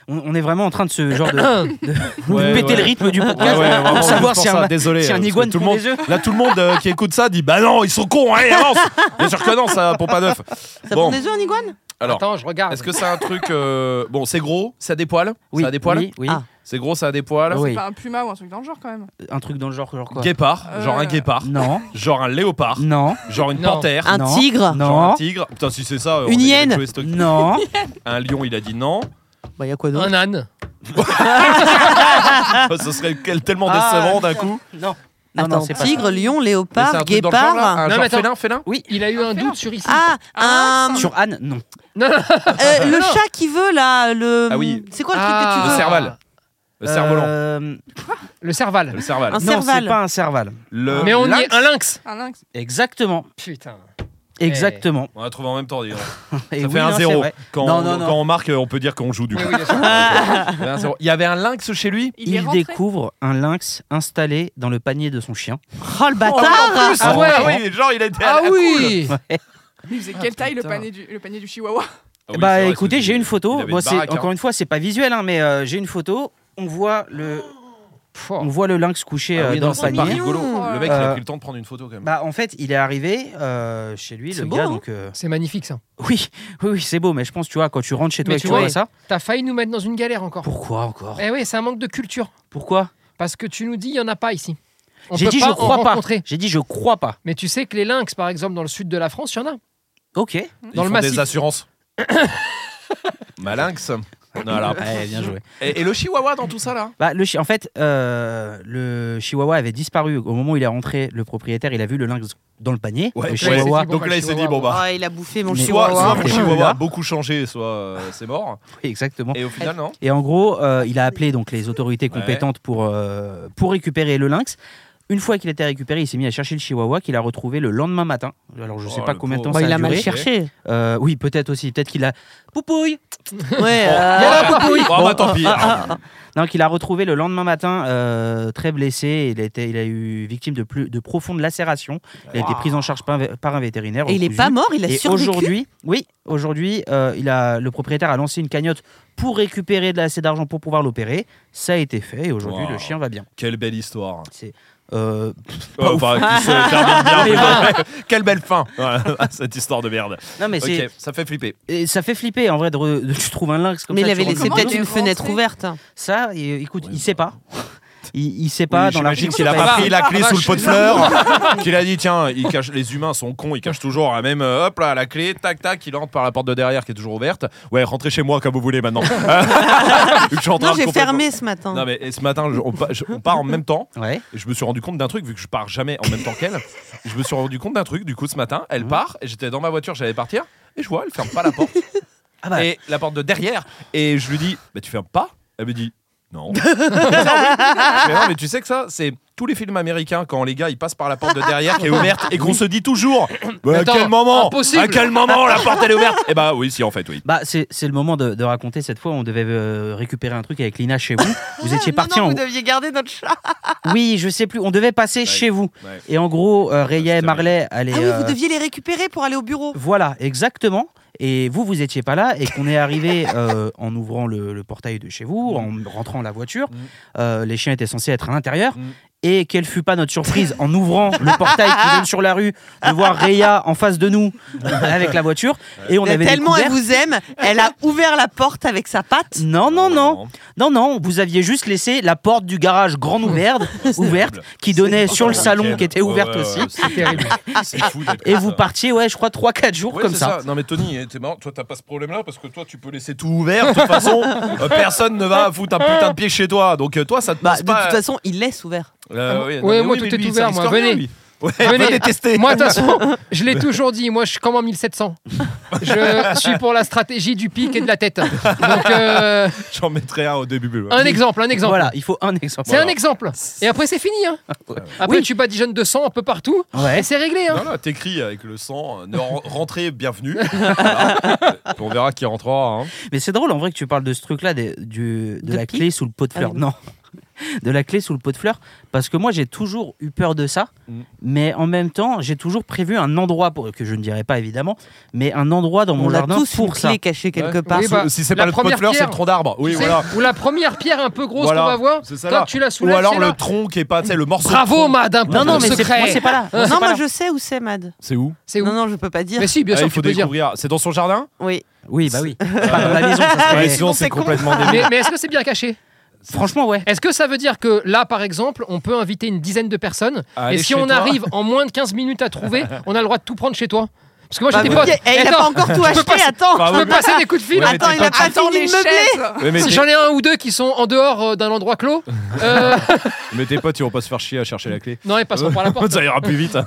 On, on est vraiment en train de ce genre de, de- de
Ouais,
péter
ouais.
le rythme du
Ouais, ouais,
podcast
vraiment,
pour
juste
savoir
pour
si
ça,
un,
désolé,
si un
parce que
iguane
tout le
pond
monde,
des œufs.
Là, tout le monde euh, qui écoute ça dit Bah non, ils sont cons, allez, avance Bien sûr que non, ça pompe pas d'œuf.
Ça
Bon.
pond des œufs, un iguane
Alors,
Attends, je regarde.
est-ce que c'est un truc. euh, Bon, c'est gros, ça a des poils
Oui,
Ça a des poils
oui, oui.
Ah.
C'est gros, ça a des poils
Oui.
C'est pas un puma ou un truc dans le genre quand même.
Un truc dans le genre, genre quoi
Guépard,
Euh,
genre un guépard,
Non,
genre un léopard,
non,
genre une
Non.
panthère,
Un
Non.
tigre
Non.
genre un tigre. Putain, si c'est ça, on
Une
est
hyène.
tous les stocks.
non.
Un lion, il a dit non.
Bah, y a quoi d'autre
Un âne.
Ah, Ce serait quel- tellement
Ah,
décevant d'un coup.
Non, non, non,
Attends,
c'est pas
tigre, lion,
Mais c'est un
léopard,
truc dans le genre, là,
guépard. euh,
un
Non,
Ah, genre
mais attends.
félin, félin
Il a eu un
fait
doute sur ici.
Ah, un.
ça. Sur Anne, non.
euh, le
Non.
chat qui veut, là. Le...
Ah oui.
C'est quoi le
Ah.
truc que
Le
tu veux
cerval. Le cerf-volant.
Euh,
Le cerval.
Le cerval.
Un
non,
cerval.
c'est pas un cerval.
Le
Mais on y
lynx.
est. Un lynx.
Un lynx.
Exactement.
Putain.
Exactement.
On a trouvé en même temps, dis donc.
Et
Ça
oui,
fait
non,
un
c'est
zéro.
vrai.
Quand,
Non,
on-
non, non.
quand on marque, on peut dire qu'on joue du coup.
Oui, oui, bien sûr. Ah
Il y avait un zéro. Il y avait un lynx chez lui
Il,
Il,
est rentré.
découvre un lynx installé dans le panier de son chien.
Ah
Oh le bâtard
Ah ouais,
oui, genre il a été. à
Ah
la cool.
oui
Il faisait quelle taille le
putain.
panier, du, le panier du chihuahua
Ah oui, c'est
bah
vrai,
écoutez,
parce que
j'ai une
il
photo.
avait
Bon,
une
c'est-
baraque, hein.
encore une fois, c'est pas visuel, hein, mais euh, j'ai une photo. On voit le,
Pff,
on voit le lynx couché
Ah oui,
euh, dans
non,
le
c'est pas
panier.
rigolo. Le mec, il
Euh,
a pris le temps de prendre une photo quand même.
Bah en fait, il est arrivé euh, chez lui,
C'est
le
beau,
gars.
hein.
donc euh,
C'est magnifique ça.
oui, oui, oui, c'est beau. Mais je pense, tu vois, quand tu rentres chez toi
Mais
et que
tu
tu vois
vois-
ça,
T'as failli nous mettre dans une galère encore.
pourquoi encore
Eh oui, c'est un manque de culture.
Pourquoi
Parce que tu nous dis, il n'y en a pas ici. On
J'ai
peut
dit
pas
je
en
crois pas.
rencontrer.
J'ai dit je crois pas.
Mais tu sais que les lynx, par exemple, dans le sud de la France, il y en a.
Ok.
Ils
dans le
font
massif.
des assurances. Ma lynx. Voilà.
Ouais, bien joué.
Et, et le chihuahua dans tout ça là
Bah, le chi- en fait, euh, le chihuahua avait disparu. Au moment où il est rentré, le propriétaire, il a vu le lynx dans le panier.
Ouais,
le
ouais.
chihuahua.
Bon,
Donc
bah,
là,
le
il s'est dit
chihuahua.
bon bah.
Ah, il a bouffé mon
Mais-
Soit, soit
chihuahua.
mon chihuahua a beaucoup changé, soit euh, c'est mort.
Oui, exactement.
Et au final, non
Et en gros, euh, il a appelé donc les autorités
Ouais.
compétentes pour, euh, pour récupérer le lynx. Une fois qu'il était récupéré, il s'est mis à chercher le chihuahua qu'il a retrouvé le lendemain matin. Alors je sais
Oh,
pas
le
combien de temps ça
pauvre. Bah,
a,
il a mal
duré.
cher-
cherché.
Euh, oui, peut-être aussi. Peut-être qu'il a poupouille. Oh.
Ouais. euh,
Bon, bah tant pis. alors.
Non, qu'il a retrouvé le lendemain matin euh, très blessé. Il a, été, il a eu victime de, plus, de profondes lacérations. Il a été
Wow.
pris en charge par, un- par un vétérinaire.
Et il est
recousu.
pas mort, il a
Et
survécu.
aujourd'hui, oui, aujourd'hui, euh, il a le propriétaire a lancé une cagnotte pour récupérer de, assez d'argent pour pouvoir l'opérer. Ça a été fait et aujourd'hui
Wow.
le chien va bien.
Quelle belle histoire.
Euh,
Ouais, enfin, Oh, bah, qui se
Ah,
termine bien, mais bon, Quelle belle fin voilà, à cette histoire de merde.
non mais c'est
Ok, ça fait flipper.
et ça fait flipper en vrai de, re- de- tu trouves un lynx comme
Mais
ça.
il
tu
avait laissé
rentres
Comment
peut-être
il est
une fenêtre
rentré
ouverte.
Ça, et, euh, écoute,
Ouais, bah.
il sait pas. Il, il sait pas
Oui,
dans la
J'imagine
rue,
qu'il
on
a
sait
pas
pas.
pris la clé
Ah,
sous le
vache.
pot de fleurs, qu'il a dit tiens, il cache, les humains sont cons, ils cachent toujours la même, euh, hop là, la clé, tac tac, il entre par la porte de derrière qui est toujours ouverte. Ouais, rentrez chez moi comme vous voulez maintenant. Je suis en train
Non,
de
j'ai
complètement-
fermé ce matin.
Non mais et ce matin, je- on, pa- je- on part en même temps.
Ouais.
Et je me suis rendu compte d'un truc, vu que je pars jamais en même temps qu'elle. Je me suis rendu compte d'un truc, du coup, ce matin, elle part, et j'étais dans ma voiture, j'allais partir, et je vois, elle ferme pas la porte.
Ah bah.
Et la porte de derrière. Et je lui dis, bah tu fermes pas Elle me dit, non. Je fais, non, mais tu sais que ça, c'est tous les films américains, quand les gars, ils passent par la porte de derrière qui est ouverte, et qu'on se dit toujours, bah, à
Attends,
quel moment
impossible.
À quel moment la porte elle est ouverte Et bah oui, si, en fait, oui.
Bah c'est c'est le moment de, de raconter cette fois où on devait euh, récupérer un truc avec Lina chez vous. Vous étiez
Ah, Non,
parti
non,
en
vous deviez garder notre chat.
Oui, je sais plus. On devait passer chez vous.
ouais.
Et en gros, euh, Raya
c'est
et Marley allaient.
Ah oui,
euh,
vous deviez les récupérer pour aller au bureau.
Voilà, exactement. Et vous, vous étiez pas là et qu'on est arrivé euh, en ouvrant le, le portail de chez vous, en rentrant la voiture.
Mm.
Euh, les chiens étaient censés être à l'intérieur.
Mm.
Et quelle fut pas notre surprise en ouvrant le portail qui donne sur la rue, de voir Réa en face de nous euh, avec la voiture. Et on
Mais
avait
tellement
découvert...
elle vous aime, elle a ouvert la porte avec sa patte.
Non, non, non, non, non, vous aviez juste laissé la porte du garage grande ouverte, ouverte qui donnait sur le salon, qui était ouverte aussi.
C'est
terrible.
C'est fou d'être
Et
comme
vous
ça.
partiez, ouais, je crois, 3-4 jours
Ouais,
comme
c'est
ça.
Non mais Tony, eh, t'es marrant, toi t'as pas ce problème-là parce que toi tu peux laisser tout ouvert. De toute façon, euh, personne ne va foutre un putain de pied chez toi. Donc euh, toi ça te
Bah,
passe
de
pas.
toute façon, il laisse ouvert.
Euh,
Ouais,
non, mais
moi,
oui,
tout
mais
est
lui, ça
ouvert,
risque
moi.
rien,
Venez.
lui. Ouais,
Venez.
venez tester.
Moi, de toute façon, je l'ai toujours dit, moi, je suis comme en 1700. Je suis pour la stratégie du pic et de la tête. Donc, euh,
J'en mettrai un au début. ouais.
un exemple, un exemple.
Voilà, il faut un exemple.
C'est un exemple. Et après, c'est fini.
Ah
Hein. Après,
Oui.
tu badigeonnes de sang un peu partout.
Ouais.
Et c'est réglé. Hein.
Non, non, t'écris avec le sang. euh, Ne ren- rentrez, bienvenue. Voilà. Euh, On verra qui rentrera. hein.
Mais c'est drôle en vrai que tu parles de ce truc-là, des- du- de,
De
la
pique
clé sous le pot de
Ah
fleurs.
oui.
Non, de la clé sous le pot de fleurs, parce que moi j'ai toujours eu peur de ça,
Mm.
mais en même temps j'ai toujours prévu un endroit pour que je ne dirais pas évidemment, mais un endroit dans mon
On a
jardin
tous une
pour ça.
clé cachée quelque
Ouais.
part.
Oui, bah,
Si c'est
la
pas le pot de
première
fleur, c'est
pierre.
le tronc d'arbre. Oui,
Tu sais,
voilà.
Ou la première pierre un peu grosse
Voilà.
qu'on va voir.
C'est ça,
Quand
là.
tu la soulèves,
Ou alors
c'est
le
là.
tronc qui est pas, tu sais, le morceau. de
Bravo,
tronc.
Mad, hein, pour
Non, non,
ton
mais c'est
secret.
moi, c'est pas là.
non,
C'est pas
moi
là.
je sais où c'est, Mad.
C'est où
C'est où
Non, non, je peux pas dire.
Mais si, bien
Ah,
sûr,
Il
tu
faut
peux dire. Ah,
découvrir. C'est dans son jardin.
Oui.
Oui, bah oui. Pas dans la maison, ça serait-
Ouais, sinon, c'est
c'est con.
complètement débile.
Mais, mais est-ce que c'est bien caché
Franchement, ouais.
Est-ce que ça veut dire que là, par exemple, on peut inviter une dizaine de personnes
Allez
et si
chez
on
toi.
arrive en moins de 15 minutes à trouver, on a le droit de tout prendre chez toi Parce que moi,
Bah,
j'étais
oui,
pote.
eh, il a
Attends,
pas encore tout
je peux
acheté,
passer-
attends.
Bah,
Je peux passer des coups de fil.
Ouais, mais
attends,
t'es
il a
pas-
pas
Attends
fini
les
de meubler.
chaises
Ouais, mais
Si
t'es-
j'en ai un ou deux qui sont en dehors euh, d'un endroit clos, euh,
Mais tes potes, ils vont pas se faire chier à chercher la clé.
non, ils passeront par la porte.
Ça ira plus vite.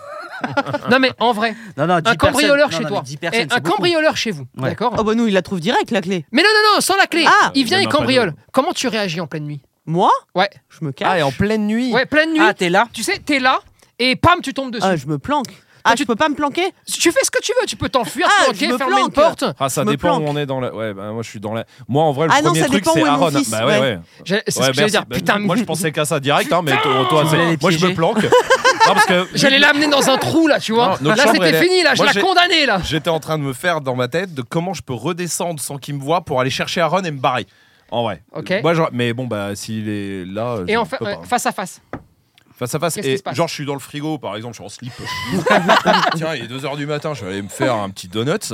Non, mais en vrai,
Non, non,
un
10
cambrioleur
personnes- non,
chez
non,
toi.
mais 10
Eh,
personnes,
un
c'est beaucoup.
cambrioleur chez vous,
Ouais.
d'accord
Oh bah nous, il la trouve direct la clé.
Mais non, non, non, sans la clé.
Ah.
il vient
Même
et
un panneau.
cambriole. Comment tu réagis en pleine nuit
Moi
Ouais.
Je me cache.
en pleine nuit.
Ouais, pleine nuit.
Ah, t'es là
Tu sais, t'es là et pam, tu tombes dessus.
Ah, je me planque. Ah,
tu-
tu peux pas me planquer
Tu fais ce que tu veux, tu peux t'enfuir,
Ah,
planquer,
je me
fermer une
planque.
porte.
Ah, ça
Je me
dépend où
planque.
on est dans la. Ouais, bah, moi je suis dans la. Moi en vrai, le
Ah non,
premier
ça
truc
dépend où
c'est
est mon
Aaron.
fils,
Bah ouais,
ouais.
ouais.
J'ai- C'est
Ouais,
ce que j'allais
merci.
dire.
Bah,
Putain,
moi je pensais qu'à ça direct, hein, mais toi, toi,
Tu
c'est-
voulais les
moi je me
piéger.
planque. Non, parce que
J'allais l'amener dans un trou là, tu vois.
Non, notre
là
chambre, elle
c'était
est-
fini, là, je
Moi,
la
j'ai-
condamnée là.
J'étais en train de me faire dans ma tête de comment je peux redescendre sans qu'il me voie pour aller chercher Aaron et me barrer. En vrai.
Ok.
Moi, genre- mais bon, bah, s'il est là. je
Et en
peux
fa-
pas.
ouais, face à face.
Face à face.
qu'est-ce qui
Et
se passe
genre, je suis dans le frigo, par exemple, je suis en slip. Tiens, il est 2h du matin, je vais aller me faire un petit donut. Ce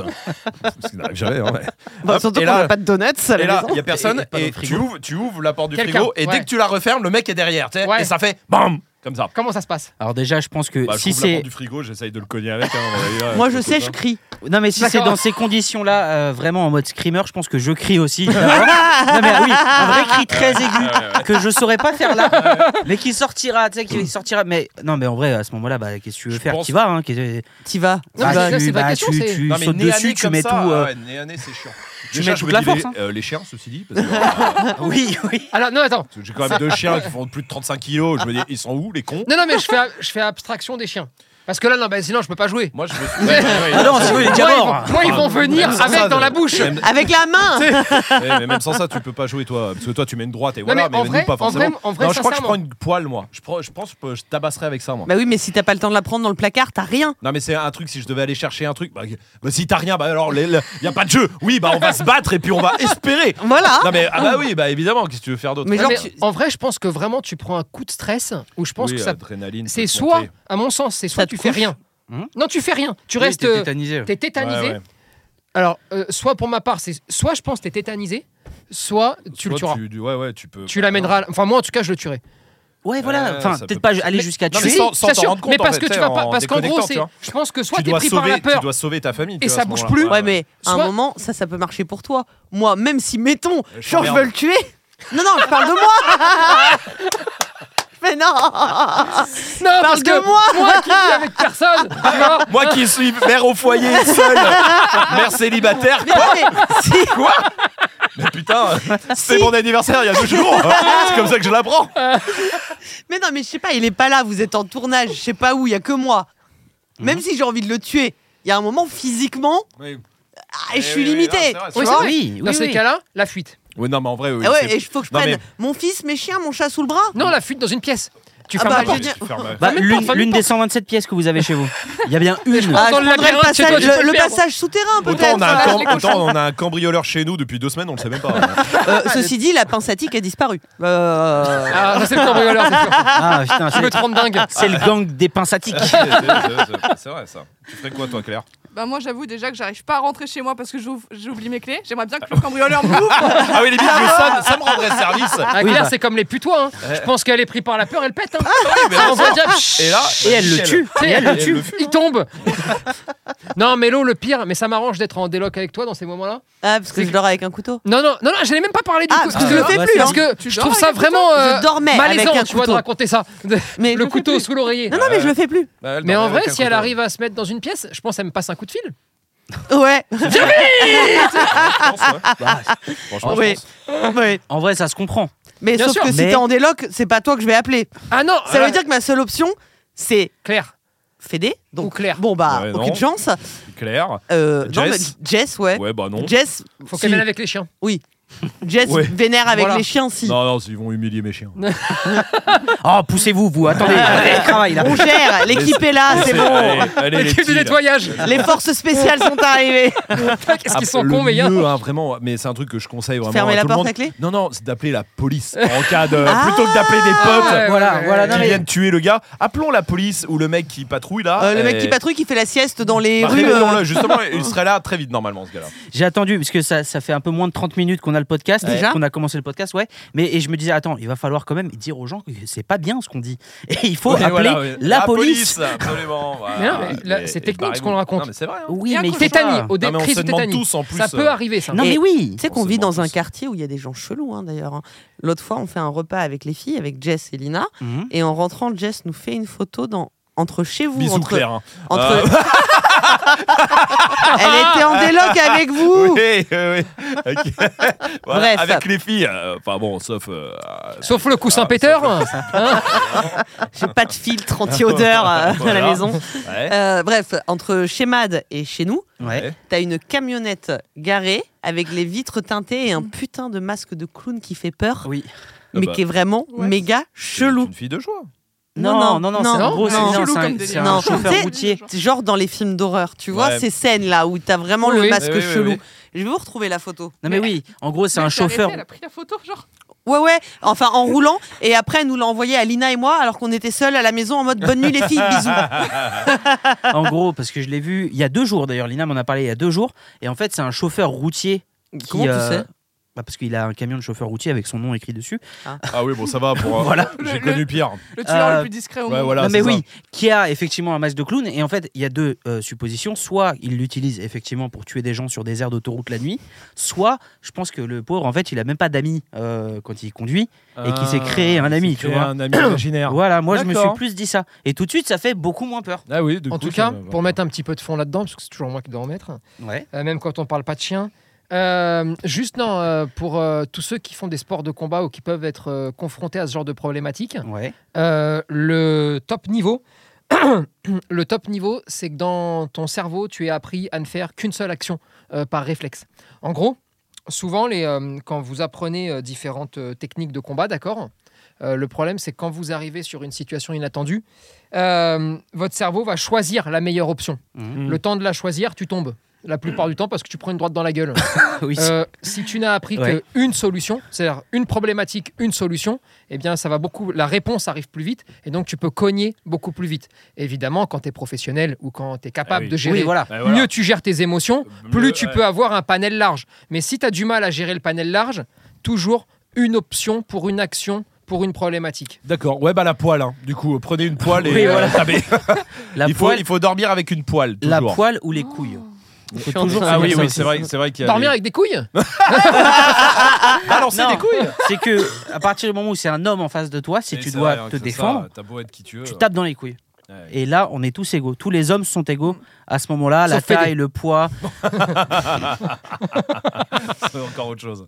qui n'arrive jamais, hein, mais-
Bah,
Hop,
Surtout
et
qu'on
là-
n'a pas de donuts à la
Et là, il
maison.
n'y a personne.
pas
Et,
dans le
tu,
frigo.
ouvres, tu ouvres la porte du
Quelqu'un,
frigo. Et
ouais.
dès que tu la refermes, le mec est derrière. tu sais,
Ouais.
Et ça fait BAM Comme ça.
Comment ça se passe
Alors déjà, je pense que
Bah,
si
je ouvre la
c'est
porte du frigo, j'essaye de le cogner avec. hein, mais là,
Moi, je
peux
sais,
pas.
je crie.
non mais si c'est
D'accord.
dans ces conditions-là, euh, vraiment en mode screamer, je pense que je crie aussi. non mais oui, un
Ah,
vrai cri très aigu que je saurais pas faire là, mais qui sortira, tu sais, qui sortira. Mais non mais en vrai, à ce moment-là, bah, qu'est-ce que tu veux
Je
faire
pense-
Tu vas, hein qu'est-ce-
T'y vas.
Non,
Bah,
mais c'est-
tu-
c'est pas
bah,
la question,
tu-
c'est-
Tu
Non, mais
sautes
nez à
dessus,
nez
tu
comme
mets tout.
ça, ah
euh,
ouais, nez à nez, c'est chiant.
tu
Déjà,
mets
je
toute
me
la
dis
force,
Les,
hein.
euh, les chiens, ceci dit. Parce que, euh,
Oui, oui.
Alors non, attends.
parce que j'ai quand même deux chiens qui font plus de 35 kilos. Je me dis, ils sont où, les cons
Non, non, mais je fais, je fais abstraction des chiens. Parce que là, non, bah, sinon je peux pas jouer.
Moi, je me suis. Ouais, ouais, ouais,
Ah non,
ouais,
c'est
ouais.
oui, les
moi, ils
d'abord.
vont, moi, ils vont venir
Même sans
avec
ça,
dans
de-
la bouche.
Même,
Avec la main
eh, mais même sans ça, tu peux pas jouer, toi. Parce que toi, tu mets une droite et
Non,
voilà,
mais en
nous,
vrai,
pas
en vrai,
forcément.
en vrai,
non, je crois que je
sincèrement.
prends une poêle, moi. Je, prends- je pense que je tabasserai avec ça, moi.
Bah oui, mais si t'as pas le temps de la prendre dans le placard, t'as rien.
Non mais c'est un truc si je devais aller chercher un truc bah, bah, si t'as rien bah alors il y a pas de jeu oui bah on va se battre et puis on va espérer
Voilà.
non mais ah bah oui bah évidemment qu'est-ce que tu veux faire d'autre
Mais
Non,
genre,
Ah, mais
tu-
En vrai, je pense que vraiment tu prends un coup de stress où je pense
Oui,
que ça.
adrénaline
C'est
peut te Hum
soit,
monter.
à mon sens, c'est soit
Ça te
tu fais
couche
rien.
Hmm
Non, tu fais rien. Tu restes.
Oui, t'es
euh,
tétanisé.
T'es tétanisé.
Ouais, ouais.
Alors, euh, soit pour ma part, c'est soit je pense t'es tétanisé, soit tu le
Soit
tueras.
tu, ouais ouais tu peux
Tu l'amèneras. Enfin, moi, en tout cas, je le tuerai.
Ouais, voilà.
Ouais,
enfin,
ça
peut-être
peut-
pas aller
Mais-
jusqu'à
Non, mais
tuer.
sans- sans
bien
t'en
sûr,
rendre compte,
mais
en
parce
fait,
que tu
tu
vas
sais,
pas.
en
Parce qu'en gros,
déconnectant,
c'est.
tu vois.
Je pense que soit
tu
t'es
dois
pris par la
sauver tu
peur.
dois sauver ta famille
Et
tu vois,
ça
à ce
bouge
moment-là.
plus.
Ouais, mais à
Soit-
un moment, ça, ça peut marcher pour toi. Moi, même si, mettons,
Euh, je
genre, je
t'emmerde.
veux le tuer. Non, non, je parle de moi. Mais non.
Non, parce
Parle de
que
moi.
moi qui vis avec personne, tu vois,
moi qui suis mère au foyer seule mère célibataire
Mais non, mais si,
mais putain c'est mon anniversaire il y a deux jours c'est comme ça que je l'apprends
mais non, mais je sais pas, il est pas là. Vous êtes en tournage. Je sais pas où. Il y a que moi. Même si j'ai envie de le tuer, il y a un moment physiquement,
oui
ah,
Eh
je suis
oui, oui,
limitée.
non, c'est vrai, c'est
tu
vrai.
vois
Oui,
Oui,
dans
oui,
ces
oui.
cas-là, la fuite.
oui non mais en vrai oui,
Ah ouais,
c'est-
et il faut que je
Non,
prenne
mais-
mon fils, mes chiens, mon chat sous le bras.
Non, la fuite dans une pièce. Tu
Ah
fermes
bah,
la
je veux
porte.
dire-
tu fermes la-
Bah,
Ferme une
l'une
porte, ferme une
l'une des 127 pièces que vous avez chez vous. Il y a bien une.
Ah, je
Dans le
prendrais le
labyrinthe, chez
passage,
toi, tu peux
le,
le
le
faire.
passage souterrain
Autant
peut-être.
on, a
Voilà.
un cam- autant on a un cambrioleur chez nous depuis deux semaines, on le sait même pas.
Euh, ceci dit, la pince à tic a disparu. Euh,
Ah, ça, c'est le cambrioleur, c'est sûr.
Ah putain,
Tu
c'est
me te rends dingue.
c'est le gang des pinsatiques.
c'est vrai ça. Tu ferais quoi toi Claire
Bah moi j'avoue déjà que j'arrive pas à rentrer chez moi parce que j'ouvre- j'ai oublié mes clés. J'aimerais bien que le cambrioleur m'ouvre.
Ah oui les bijoux ça, ça me rendrait service.
Ah,
Oui,
Claire,
bah.
c'est comme les putois. Hein. Je pense qu'elle est prise par la peur, elle pète. Hein. On va dire, pfff,
Et là,
Et elle le tue.
tu sais,
Et elle le tue.
Il tombe. non, mais l'eau, le pire, mais ça m'arrange d'être en déloc avec toi dans ces moments-là.
Ah, parce que je dors avec un couteau.
Non, non, non, non, j'allais même pas parler du
Ah,
coup-
parce que je le fais
bah,
plus.
parce
hein.
que
Tu
je
dors
trouve
avec
ça
un
vraiment euh,
Je dormais
malaisant,
avec un
tu vois, de
couteau.
raconter ça.
Mais je
le
fais
couteau
plus.
sous l'oreiller.
Non, non, mais je le fais plus.
Bah,
Mais en vrai, si elle arrive à se mettre dans une pièce, je pense qu'elle me passe un coup de fil.
Ouais.
Franchement,
Oui.
je pense.
Ouais.
En vrai, ça se comprend.
Mais
Bien
sauf
sûr.
que si
Mais-
t'es en déloc, c'est pas toi que je vais appeler.
Ah non
Ça
alors,
veut dire que ma seule option, c'est
Claire.
Fédé.
Ou
Donc,
Claire.
bon, bah,
Ouais, non.
aucune chance.
Claire.
Euh, non,
Jess.
mais Jess, ouais.
Ouais bah non.
Jess,
Faut
si.
qu'elle vienne avec les chiens.
Jess
Ouais.
vénère avec
Voilà.
les chiens, si.
Non non, ils vont humilier mes chiens.
Oh, poussez-vous, vous. Attendez, attendez, travail là.
On gère, l'équipe est là, c'est bon.
Allez, allez, les
L'équipe
petits,
du
là.
nettoyage.
Les forces spéciales sont arrivées.
Qu'est-ce qu'ils
Ah,
sont
le
cons, mais il y a-
mieux, hein, vraiment, mais c'est un truc que je conseille vraiment
Fermer
à
la
tout le
porte
monde.
à clé
Non, non, c'est d'appeler la police en cas de.
Ah.
plutôt que d'appeler des potes
Ouais,
Voilà,
ouais,
voilà.
ouais.
Non,
qui
mais-
viennent tuer le gars. Appelons la police ou le mec qui patrouille là.
Euh, le mec
et-
qui patrouille, qui fait la sieste dans les
Bah,
rues. euh,
réveillons-le, justement, il serait là très vite normalement ce gars-là.
J'ai attendu, parce que ça, ça fait un peu moins de 30 minutes qu'on a le podcast,
Ouais. Déjà
qu'on a commencé le podcast, ouais. Mais et je me disais, attends, il va falloir quand même dire aux gens que c'est pas bien ce qu'on dit. Et il faut
Ouais,
appeler
voilà, ouais.
la, police.
absolument.
Mais non, mais là, c'est technique, ce qu'on raconte.
Non, mais c'est vrai. hein.
Oui,
Et un
mais il
coup
faut
de
pas-
Tétanie, au dé-
Non, mais on
crise
se
de
demande
tétanie.
tous, en plus,
Ça
euh,
peut arriver, ça.
Non, mais
Et-
oui.
Tu sais
On
qu'on
se
vit
demande
dans un
tous.
quartier où il y a des gens chelous, hein, d'ailleurs. hein. L'autre fois, on fait un repas avec les filles, avec Jess et Lina.
Mhm.
Et en rentrant, Jess nous fait une photo dans entre chez vous,
Bisous
entre,
Claire. hein.
entre,
Euh,
Elle était en déloc avec vous.
Oui, oui, oui. Ok. Voilà,
Bref.
Avec les filles. euh, Enfin bon, sauf. euh, euh,
Sauf le coussin hein, péteur.
J'ai pas de filtre anti-odeur euh, à la
Voilà.
maison.
ouais.
Euh, bref, entre chez Mad et chez nous,
Ouais.
t'as une camionnette garée avec les vitres teintées et un putain de masque de clown qui fait peur,
Oui.
mais
bah.
qui est vraiment
Ouais.
méga
C'est
chelou.
Une fille de joie.
Non, non, non, c'est en gros, c'est
non.
non,
Chelou
c'est
comme
un,
délire.
c'est un
Non.
chauffeur
C'est-
routier.
C'est Genre dans les films d'horreur, tu vois,
Ouais.
ces scènes-là où t'as vraiment
Oui,
le
oui.
masque
Oui, oui,
chelou.
oui.
Je vais vous retrouver la photo.
Non, mais oui, en gros, c'est un chauffeur.
Elle a pris la photo, genre.
Ouais, ouais, enfin en roulant, et après elle nous l'a envoyé à Lina et moi alors qu'on était seuls à la maison en mode bonne nuit les filles, bisous.
En gros, parce que je l'ai vu il y a deux jours d'ailleurs, Lina m'en a parlé il y a deux jours. Et en fait, c'est un chauffeur routier qui.
Comment tu
euh,
sais
bah, Parce qu'il a un camion de chauffeur routier avec son nom écrit dessus.
Ah oui, bon, ça va. Pour, euh,
Voilà.
J'ai
Le-
connu
le-
pire.
Le tueur
Euh,
le plus discret au
Ouais,
monde.
voilà,
non, mais
c'est ça.
oui, qui a effectivement un masque de clown. Et en fait, il y a deux euh, suppositions. Soit il l'utilise effectivement pour tuer des gens sur des aires d'autoroute la nuit. Soit je pense que le pauvre, en fait, il a même pas d'amis euh, quand il conduit. Et qui s'est
Euh,
créé un
Ah,
ami,
il s'est
tu
créé
vois.
Un ami
Ah.
imaginaire.
Voilà, moi je me suis
D'accord.
plus dit ça. Et tout de suite, ça fait beaucoup moins peur.
Ah oui, du
En
coup,
tout cas,
ça me-
pour mettre un petit peu de fond là-dedans, parce que c'est toujours moi qui dois en mettre,
Ouais.
euh, même quand on parle pas de chien. Euh, juste non, euh, pour euh, tous ceux qui font des sports de combat ou qui peuvent être euh, confrontés à ce genre de problématique,
Ah.
Ouais.
euh, le top niveau, le top niveau, c'est que dans ton cerveau, tu es appris à ne faire qu'une seule action euh, par réflexe. En gros, souvent, les, euh, quand vous apprenez euh, différentes euh, techniques de combat, d'accord euh, le problème, c'est quand vous arrivez sur une situation inattendue, euh, votre cerveau va choisir la meilleure option.
Mmh.
Mhm.
Le temps de la choisir, tu tombes. La plupart du temps, parce que tu prends une droite dans la gueule.
Ah Oui.
Euh, si tu n'as appris
Ouais.
qu'une solution, c'est-à-dire une problématique, une solution, eh bien, ça va beaucoup. La réponse arrive plus vite et donc tu peux cogner beaucoup plus vite. Évidemment, quand tu es professionnel ou quand tu es capable
Ah oui.
de gérer,
Oui, voilà.
Ouais, voilà. Euh,
mieux tu gères tes émotions, plus
Mieux,
tu
ouais.
peux avoir un panel large. Mais si tu as du mal à gérer le panel large, toujours une option pour une action, pour une problématique.
D'accord, ouais, bah la poêle, hein. du coup, euh, prenez une poêle et.
Oui, voilà.
euh, tapez.
La
il, faut,
poêle,
il faut dormir avec une poêle, toujours.
la poêle ou les couilles. Il faut toujours
Ah
se
oui,
dire ça
oui,
aussi.
c'est vrai, c'est vrai qu'il y a.
Dormir
des-
avec des couilles
Balancer
Ah, Non.
Ah, des couilles
C'est que à partir du moment où c'est un homme en face de toi, si
Mais
tu
c'est
dois
vrai, hein,
te
que ça,
défendre,
T'as beau être qui tu veux.
tu tapes dans les couilles.
Ouais.
Et là, on est tous égaux. Tous les hommes sont égaux à ce moment-là. La
Sauf Fédé.
taille, le poids.
C'est euh, encore autre chose.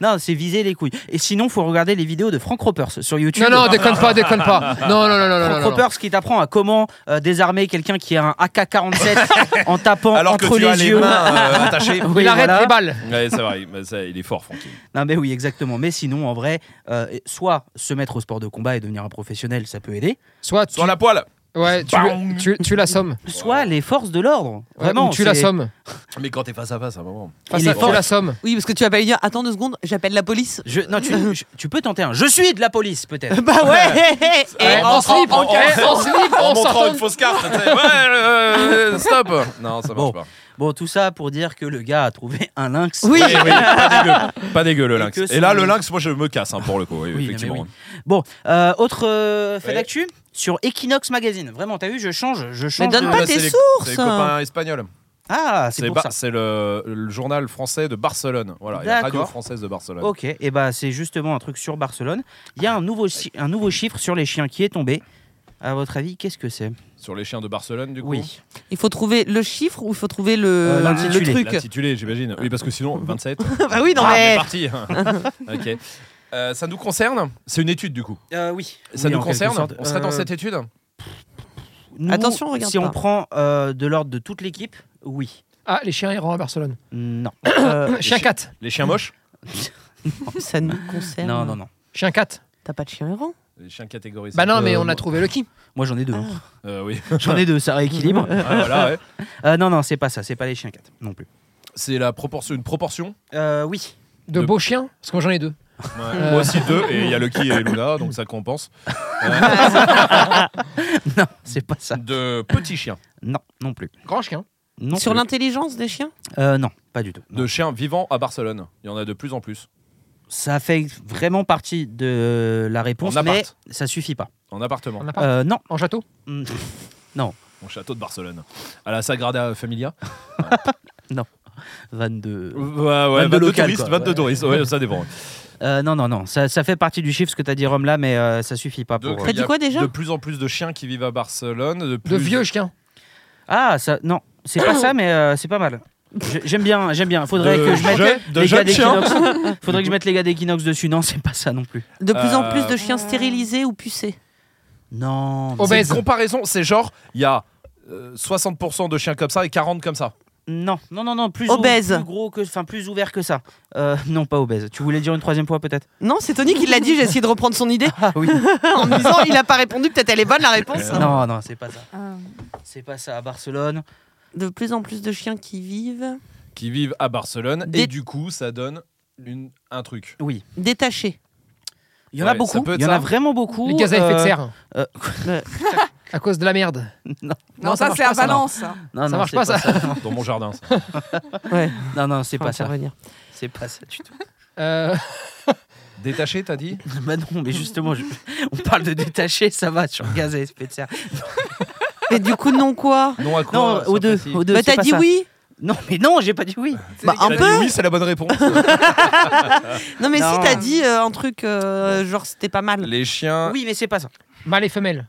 Non, c'est viser les couilles. Et sinon, faut regarder les vidéos de Frank Ropers sur YouTube.
Non, non, déconne pas, déconne pas. Non, non, non, non, non,
Frank
non, non.
Ropers qui t'apprend à comment euh, désarmer quelqu'un qui a un AK-47 en tapant
Alors
entre
que tu
les
as les
yeux.
mains euh, attachées.
Oui,
Il arrête
voilà.
les balles.
Ouais, c'est vrai, mais ça, il est fort, Francky.
Non mais oui, exactement. Mais sinon, en vrai, euh, soit se mettre au sport de combat et devenir un professionnel, ça peut aider.
Soit tu,
Sur la poêle
ouais, tu,
Bang.
tu, tu l'assommes.
Soit les forces de l'ordre.
Ouais,
Vraiment,
ou tu
c'est-
l'assommes.
Mais quand t'es face à face, à un moment.
Face
Il
à
est
tu
fort.
l'assommes.
Oui parce que tu vas pas lui dire attends deux secondes, j'appelle la police.
Je- non, tu, je- tu peux tenter un. Je suis de la police, peut-être.
Bah ouais
Eh,
Et
en slip,
en-
en, eh, en slip, en
En montrant
sortant.
une fausse carte, tu sais, ouais, euh, stop Non, ça marche
Bon.
pas.
Bon, tout ça pour dire que le gars a trouvé un lynx.
Oui.
Oui, oui, pas dégueu. Pas dégueu, le
Et
lynx.
que
Et là,
son-
le lynx, moi, je me casse, hein, pour le coup, oui,
Oui, mais
effectivement.
oui. Bon, euh, autre euh, fait
Ouais.
d'actu sur Equinox Magazine. Vraiment, t'as vu, je change, je change.
Mais donne
de-
pas
Là,
tes
c'est les-
sources.
C'est les copains espagnols.
Ah, c'est
C'est
pour
ba-
ça.
c'est le, le journal français de Barcelone. Voilà, et la radio
D'accord.
française de Barcelone.
Ok, et bah c'est justement un truc sur Barcelone. Il y a un nouveau, chi- un nouveau chiffre sur les chiens qui est tombé. À votre avis, qu'est-ce que c'est
Sur les chiens de Barcelone, du coup.
Oui.
Il faut trouver le chiffre ou il faut trouver le,
Euh,
le
l'intitulé,
truc
L'intitulé, j'imagine. Oui, parce que sinon, 27.
Bah oui, non
Ah,
mais...
c'est parti. ok. Euh, ça nous concerne C'est une étude, du coup.
Euh, oui.
Ça
Oui,
nous
en quelque
concerne
sorte.
On serait dans
Euh,
cette étude
nous,
Attention, regarde
Si
pas.
on prend euh, de l'ordre de toute l'équipe, oui.
Ah, les chiens errants à Barcelone.
Non.
Ah,
Euh,
Chien 4.
Ah, Les chiens moches
Ça nous concerne.
Non, non, non.
Chien 4.
Ah
T'as pas de chien errant
Les chiens catégorisés.
Bah non, mais
Euh,
on
moi-
a trouvé le qui.
Moi j'en ai deux. hein.
Euh, oui.
J'en ai deux, ça rééquilibre.
Ouais, voilà, ouais.
Euh, non, non, c'est pas ça, c'est pas les chiens 4 non plus.
C'est la proportion, une proportion.
Euh, oui.
De
De-
beaux chiens Parce que moi j'en ai deux. Euh.
Moi aussi deux, et il y a Lucky et Luna, donc ça compense.
Non, c'est pas ça.
De petits chiens.
Non, non plus.
Grand chien.
Non
Sur
plus.
l'intelligence des chiens
Euh, non, pas du tout. Non.
De chiens vivants à Barcelone. Il y en a de plus en plus.
Ça fait vraiment partie de la réponse,
En appart.
mais ça suffit pas.
En appartement.
En appart.
Euh, non.
En château.
Mm.
Mon château de Barcelone. À la Sagrada Familia.
22.
ouais,
22
22
local,
touristes.
quoi.
22
Ouais.
touristes. Ouais, ça dépend.
Euh, non, non, non. Ça, ça fait partie du chiffre ce que t'as dit, Rome, là, mais euh, ça suffit pas
Donc,
pour.
T'as
il y
dit
a
quoi déjà
De plus en plus de chiens qui vivent à Barcelone. De, plus...
De vieux chiens.
Ah, ça. Non. C'est pas ça, mais euh, c'est pas mal. Je- J'aime bien, j'aime bien. Faudrait
De
que je mette
jeunes- de
les gars
jeunes chiens.
d'Equinox. Faudrait que je mette les gars d'Equinox dessus. Non, c'est pas ça non plus.
De plus en plus
Euh,
de chiens stérilisés ou pucés.
Non.
Oh,
mais-
bah-
C'est
Obèse.
une comparaison, c'est genre, il y a euh, 60% de chiens comme ça et 40 comme ça.
Non, non, non, non. Plus ou-
Obèse.
plus gros que, enfin plus ouvert que ça. Euh, non, pas obèse. Tu voulais dire une troisième fois peut-être.
Non, c'est Tony qui l'a dit, j'ai essayé de reprendre son idée
Ah oui.
en me disant il n'a pas répondu, peut-être elle est bonne la réponse.
non, non, c'est pas ça.
Ah.
C'est pas ça à Barcelone.
De plus en plus de chiens qui vivent
Qui vivent à Barcelone
Des-
et du coup, ça donne une, un truc.
Oui.
détachés.
Il y en a
Ouais, ça
beaucoup.
peut être
Il y en a
ça.
vraiment beaucoup.
Les gaz à effet de
Euh,
serre.
euh,
à cause de la merde.
Non,
Non, ça
ça,
marche
c'est
pas,
à
ça, non.
Valence.
Non,
Ça
non,
marche
c'est
pas, ça.
Dans mon jardin, ça.
Ouais,
Non, non, c'est
enfin,
pas
ça
ça.
va venir.
C'est pas ça du tout.
Euh,
Détaché, t'as dit
Bah non, mais justement, je- on parle de détaché, ça va sur gaz à effet de serre.
Mais du coup, non quoi
Non, à quoi
Non,
ça
aux deux.
précise
Aux deux
Bah,
c'est
t'as
pas
dit
ça.
oui
Non, mais non, j'ai pas dit oui.
Bah,
T'as
un
dit
peu
oui, c'est la bonne réponse.
Non, mais
Non.
si, t'as dit euh, un truc euh, genre c'était pas mal.
Les
Ah.
chiens.
Oui, mais c'est pas ça.
mâles et femelles.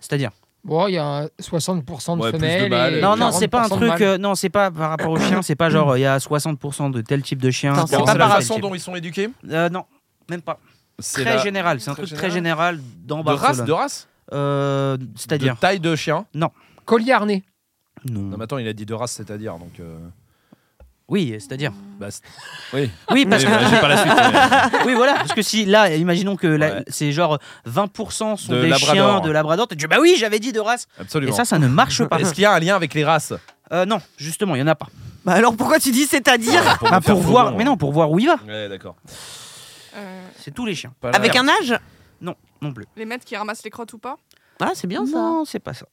C'est-à dire
Bon, il y a 60% de
Ouais, plus de
femelles.
mâles euh,
et
et
Non, non, c'est pas un
40% de
truc.
mâles.
euh, non, c'est pas par rapport aux chiens. C'est pas genre euh, il y a 60% de tel type de chien.
Non,
Alors,
pas
c'est la
par
façon Ah, dont ils sont éduqués
Euh, non, même pas.
C'est
Très
la-
général. C'est un
très
truc très général dans
De race,
Barcelone.
de race
Euh,
De
C'est-à-dire
taille de chien
Collier harnais.
Non,
Non.
mais attends, il a dit de race, c'est-à-dire. Donc. euh,
Oui, c'est-à-dire.
bah, c'est- oui,
Oui, parce
Oui, bah,
que.
j'ai pas la suite.
Oui, voilà. Parce que si là, imaginons que la-
Ouais.
c'est genre 20% sont
De
des chiens
Labrador.
de Labrador. Tu dis bah oui, j'avais dit de race.
mais Absolument.
Et ça, ça ne marche pas.
Est-ce qu'il y a un lien avec les races
Euh, non, justement, il y en a pas.
Bah alors pourquoi tu dis c'est-à-dire
hein, Pour,
Ah,
me faire
pour voir.
faux,
Mais
moi.
non, pour voir où il va.
Ouais, d'accord.
Euh,
C'est tous les chiens.
Pas la-
Avec un âge
Non plus.
les maîtres qui ramassent les crottes ou pas
Ah, c'est bien ça.
Non, c'est pas ça.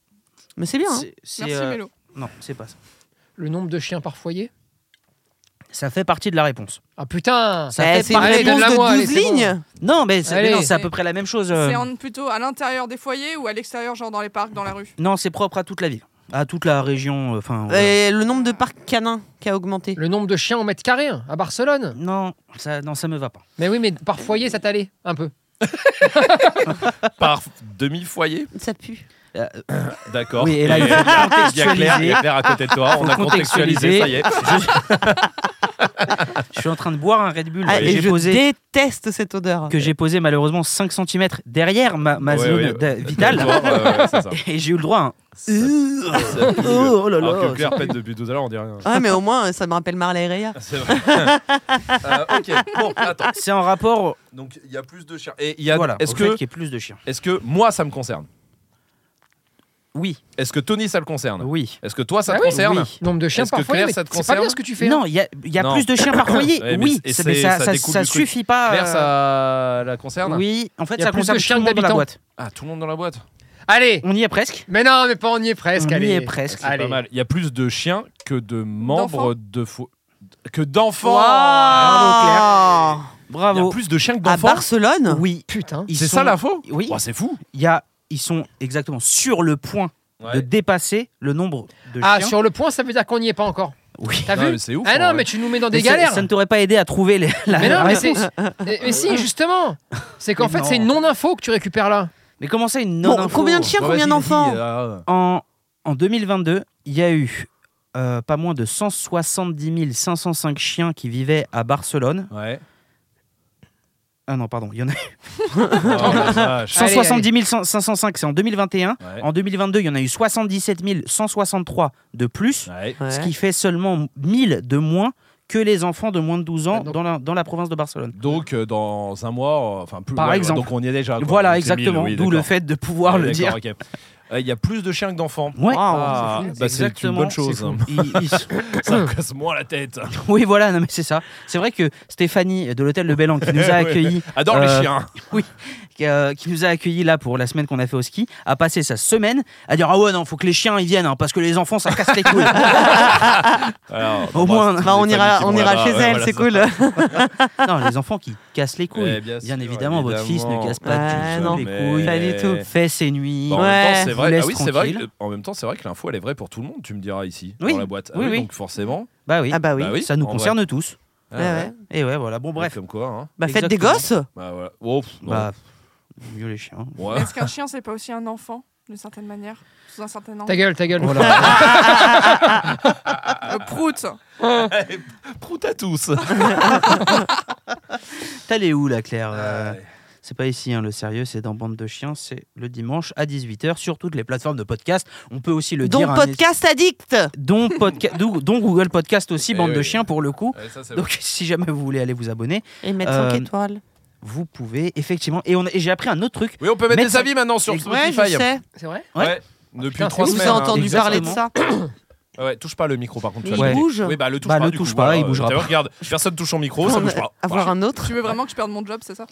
Mais c'est bien. hein.
C'est- c'est,
Merci
euh,
Mélo.
Non, c'est pas ça.
Le nombre de chiens par foyer.
Ça fait partie de la réponse.
Ah putain
Ça
Eh,
fait
c'est une
pareil,
réponse
donne-la moi,
de
allez,
12
c'est bon.
lignes.
Non, mais c'est, mais
Allez.
non, c'est à peu près la même chose. euh.
C'est en- plutôt à l'intérieur des foyers ou à l'extérieur, genre dans les parcs, dans la rue
Non, c'est propre à toute la ville, à toute la région. euh, Enfin. voilà.
Et le nombre de parcs canins qui a augmenté.
Le nombre de chiens en mètre carré hein, à Barcelone.
euh, Non, ça, non, ça me va pas.
Mais oui, mais par foyer, ça t'allait un peu.
Par demi-foyer
Ça pue.
D'accord.
Oui, et là, il faut
Il y a Claire, il
contextualiser.
y a Claire à côté de toi. On a contextualisé, ça y est.
Je suis en train de boire un Red Bull
Ah,
que
et
j'ai
je
posé.
déteste cette odeur.
que j'ai posé malheureusement 5 cm derrière ma, ma
Ouais,
zone
ouais,
d'a-
ouais.
vitale
Toi, ouais, ouais, c'est ça.
et j'ai eu le droit hein. à un
Euh,
Ça pue.
Oh là là,
Alors que
ça
Claire pète depuis tout à l'heure, on dit rien.
Ouais, mais au moins euh, ça me rappelle Marley et Rhea.
C'est vrai. Euh, ok, bon, attends.
c'est en rapport
Donc, il y a plus de chiens. Et il y a.
voilà,
Est-ce
au fait
que,
qu'il y ait plus de chiens
est que moi, ça me concerne
oui
Est-ce que Tony, ça le concerne
oui
Est-ce que toi, ça
Ah
te
oui.
concerne
Oui.
Nombre de chiens
Est-ce
par
que
foyer.
Claire,
mais
ça te
c'est pas
concerne
bien ce que tu fais. hein.
non il y a, il y a
Non.
plus de chiens par foyer
Ouais, mais
oui
c'est-
c'est-
et
mais
c'est-
ça,
ça
ça,
découle
ça
du truc.
suffit pas
Claire,
euh,
ça la concerne
oui en fait
Il y a
ça
plus de
concerne
chiens
tout le
que
monde dans la
d'habitants.
boîte
Ah, tout le monde dans la boîte
hein. Allez
on y est presque
Mais non, mais pas on y est presque.
on y
allez.
est presque
C'est
Allez.
pas mal. Il y a plus de chiens que de
D'enfants.
membres de fo- que d'enfants.
Bravo,
Waouh
Il y a
bravo
plus de chiens que
À
d'enfants.
Ah, Barcelone
oui
Putain.
ils
C'est
sont-
ça l'info
oui
Oh, C'est fou.
il y a ils sont exactement sur le point de dépasser le nombre de
Ah,
chiens
sur le point, ça veut dire qu'on n'y est pas encore.
oui
T'as
Non,
vu
mais c'est ouf.
Ah
en
non,
vrai.
mais tu nous mets dans des
Mais ça-
galères.
ça ne t'aurait pas aidé à trouver les, la,
Mais non,
la
mais c'est.
réponse.
Mais mais si, justement C'est qu'en
Mais
fait, c'est une
non.
non-info que tu récupères là.
Mais comment ça, une
Bon,
non
combien de chiens,
Bah,
combien
vas-y,
d'enfants
vas-y, euh,
en, en 2022, il y a eu euh, pas moins de 170 505 chiens qui vivaient à Barcelone.
Ouais.
Ah non, pardon, il y en a
Oh, la vache.
Allez,
170 505, c'est en 2021.
Ouais.
En 2022, il y en a eu 77 163 de plus,
Ouais.
Ouais.
ce qui fait seulement 1000 de moins que les enfants de moins de 12 ans
Ah, donc-
dans, la, dans la province de Barcelone.
Donc euh, dans un mois, euh, enfin plus.
Par
ouais,
exemple.
Donc on y est déjà. quoi.
Voilà,
Donc, c'est
exactement,
mille, oui,
d'où le
d'accord.
fait de pouvoir
Ouais,
le dire.
d'accord, ok. Euh, Il y a plus de chiens que d'enfants.
Ah, Ouais.
Ah,
c'est fou.
bah, c'est une
Exactement,
bonne
c'est
chose.
fou. Ils- ils sont-
Ça casse moins la tête.
Oui, voilà, non, mais c'est ça. C'est vrai que Stéphanie de l'hôtel Le Bel An qui nous a
Ouais.
accueillis,
Adore
Euh,
les chiens.
qui, euh, qui nous a accueillis là pour la semaine qu'on a fait au ski, a passé sa semaine à dire ah ouais non, faut que les chiens ils viennent hein, parce que les enfants ça casse les couilles.
Alors,
au
bon, bah,
moins,
c'est toutes
Bah, on
les familles
ira,
qui
on
vont
ira
là-bas,
chez
ouais,
elle,
voilà,
c'est
ça.
cool.
non, les enfants qui cassent les couilles.
Eh
bien
bien sûr,
évidemment, votre fils ne
évidemment. Ah,
casse pas
Ouais,
du tout
non.
les
Mais-
couilles.
Pas du tout.
Fait ses nuits.
Bah, en
Ouais.
même temps, c'est
Vous
vrai.
laisse
Ah oui, c'est vrai.
tranquille.
que- En même temps, c'est vrai que l'info elle est vraie pour tout le monde. Tu me diras ici
Oui.
dans la boîte. Ah
Oui, oui.
Donc forcément.
Bah oui.
Ah bah oui.
Bah oui.
ça nous
en
concerne tous.
vrai.
Ouais,
Ah,
ouais.
Et ouais, voilà. Bon bref.
Comme quoi. hein.
Bah faites des
Exactement.
gosses
Bah voilà. Oh, pff, non.
Bah mieux les chiens.
Ouais.
Est-ce qu'un chien, c'est pas aussi un enfant d'une certaine manière, sous un certain
Ta
angle.
gueule, ta gueule.
Euh, prout
Prout à tous.
T'allais où là, Claire
Ah
Euh, C'est pas ici, hein, le sérieux, c'est dans Bande de Chiens, c'est le dimanche à 18h sur toutes les plateformes de podcast. On peut aussi le dire.
Dont
un-
podcast addict.
dont, podca- dou- dont Google Podcast aussi,
Eh
Bande de
oui.
Chiens pour le coup.
Ouais, ça, c'est
Donc si jamais vous voulez aller vous abonner,
Et mettre
Euh,
5 étoiles.
vous pouvez effectivement. Et, on- et j'ai appris un autre truc.
Oui, on peut mettre
Mettre-
des avis maintenant sur
Ouais,
Spotify.
je sais.
C'est vrai
Ouais.
Ouais. Depuis
Putain,
trois
Vous
semaines.
avez entendu
hein.
parler de
Exactement.
ça.
Ah Ouais, ouais, touche pas le micro par contre.
Mais
tu
il
vois.
bouge.
Oui, bah le touche
Bah,
pas.
le
du
touche
coup,
pas,
voilà,
il bougera
t'as
pas.
vu, Regarde, personne touche son micro, ça
On-
bouge pas.
Avoir un autre.
Tu veux vraiment que je perde mon job, c'est ça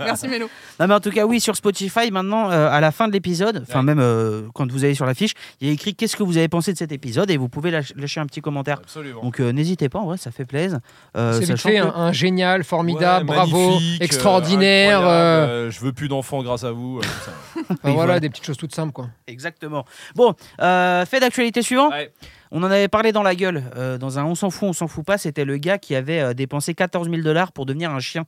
Merci Mélo.
Non mais en tout cas oui sur Spotify maintenant euh, à la fin de l'épisode, enfin
Ouais.
même euh, quand vous allez sur la fiche, il y a écrit qu'est-ce que vous avez pensé de cet épisode et vous pouvez lâ- lâcher un petit commentaire.
Absolument.
Donc euh, n'hésitez pas en vrai ça fait plaisir. Euh,
C'est vite
sachant
fait hein.
que-
un, un génial, formidable,
Ouais,
bravo,
magnifique, euh,
extraordinaire.
incroyable,
euh,
euh, je veux plus d'enfants grâce à vous. euh, tout ça.
enfin,
voilà.
voilà, des petites choses toutes simples quoi.
Exactement. Bon, euh, fait d'actualité suivant.
Ouais.
On en avait parlé dans la gueule. euh, dans un on s'en fout, on s'en fout pas. C'était le gars qui avait euh, dépensé 14 000 dollars pour devenir un chien.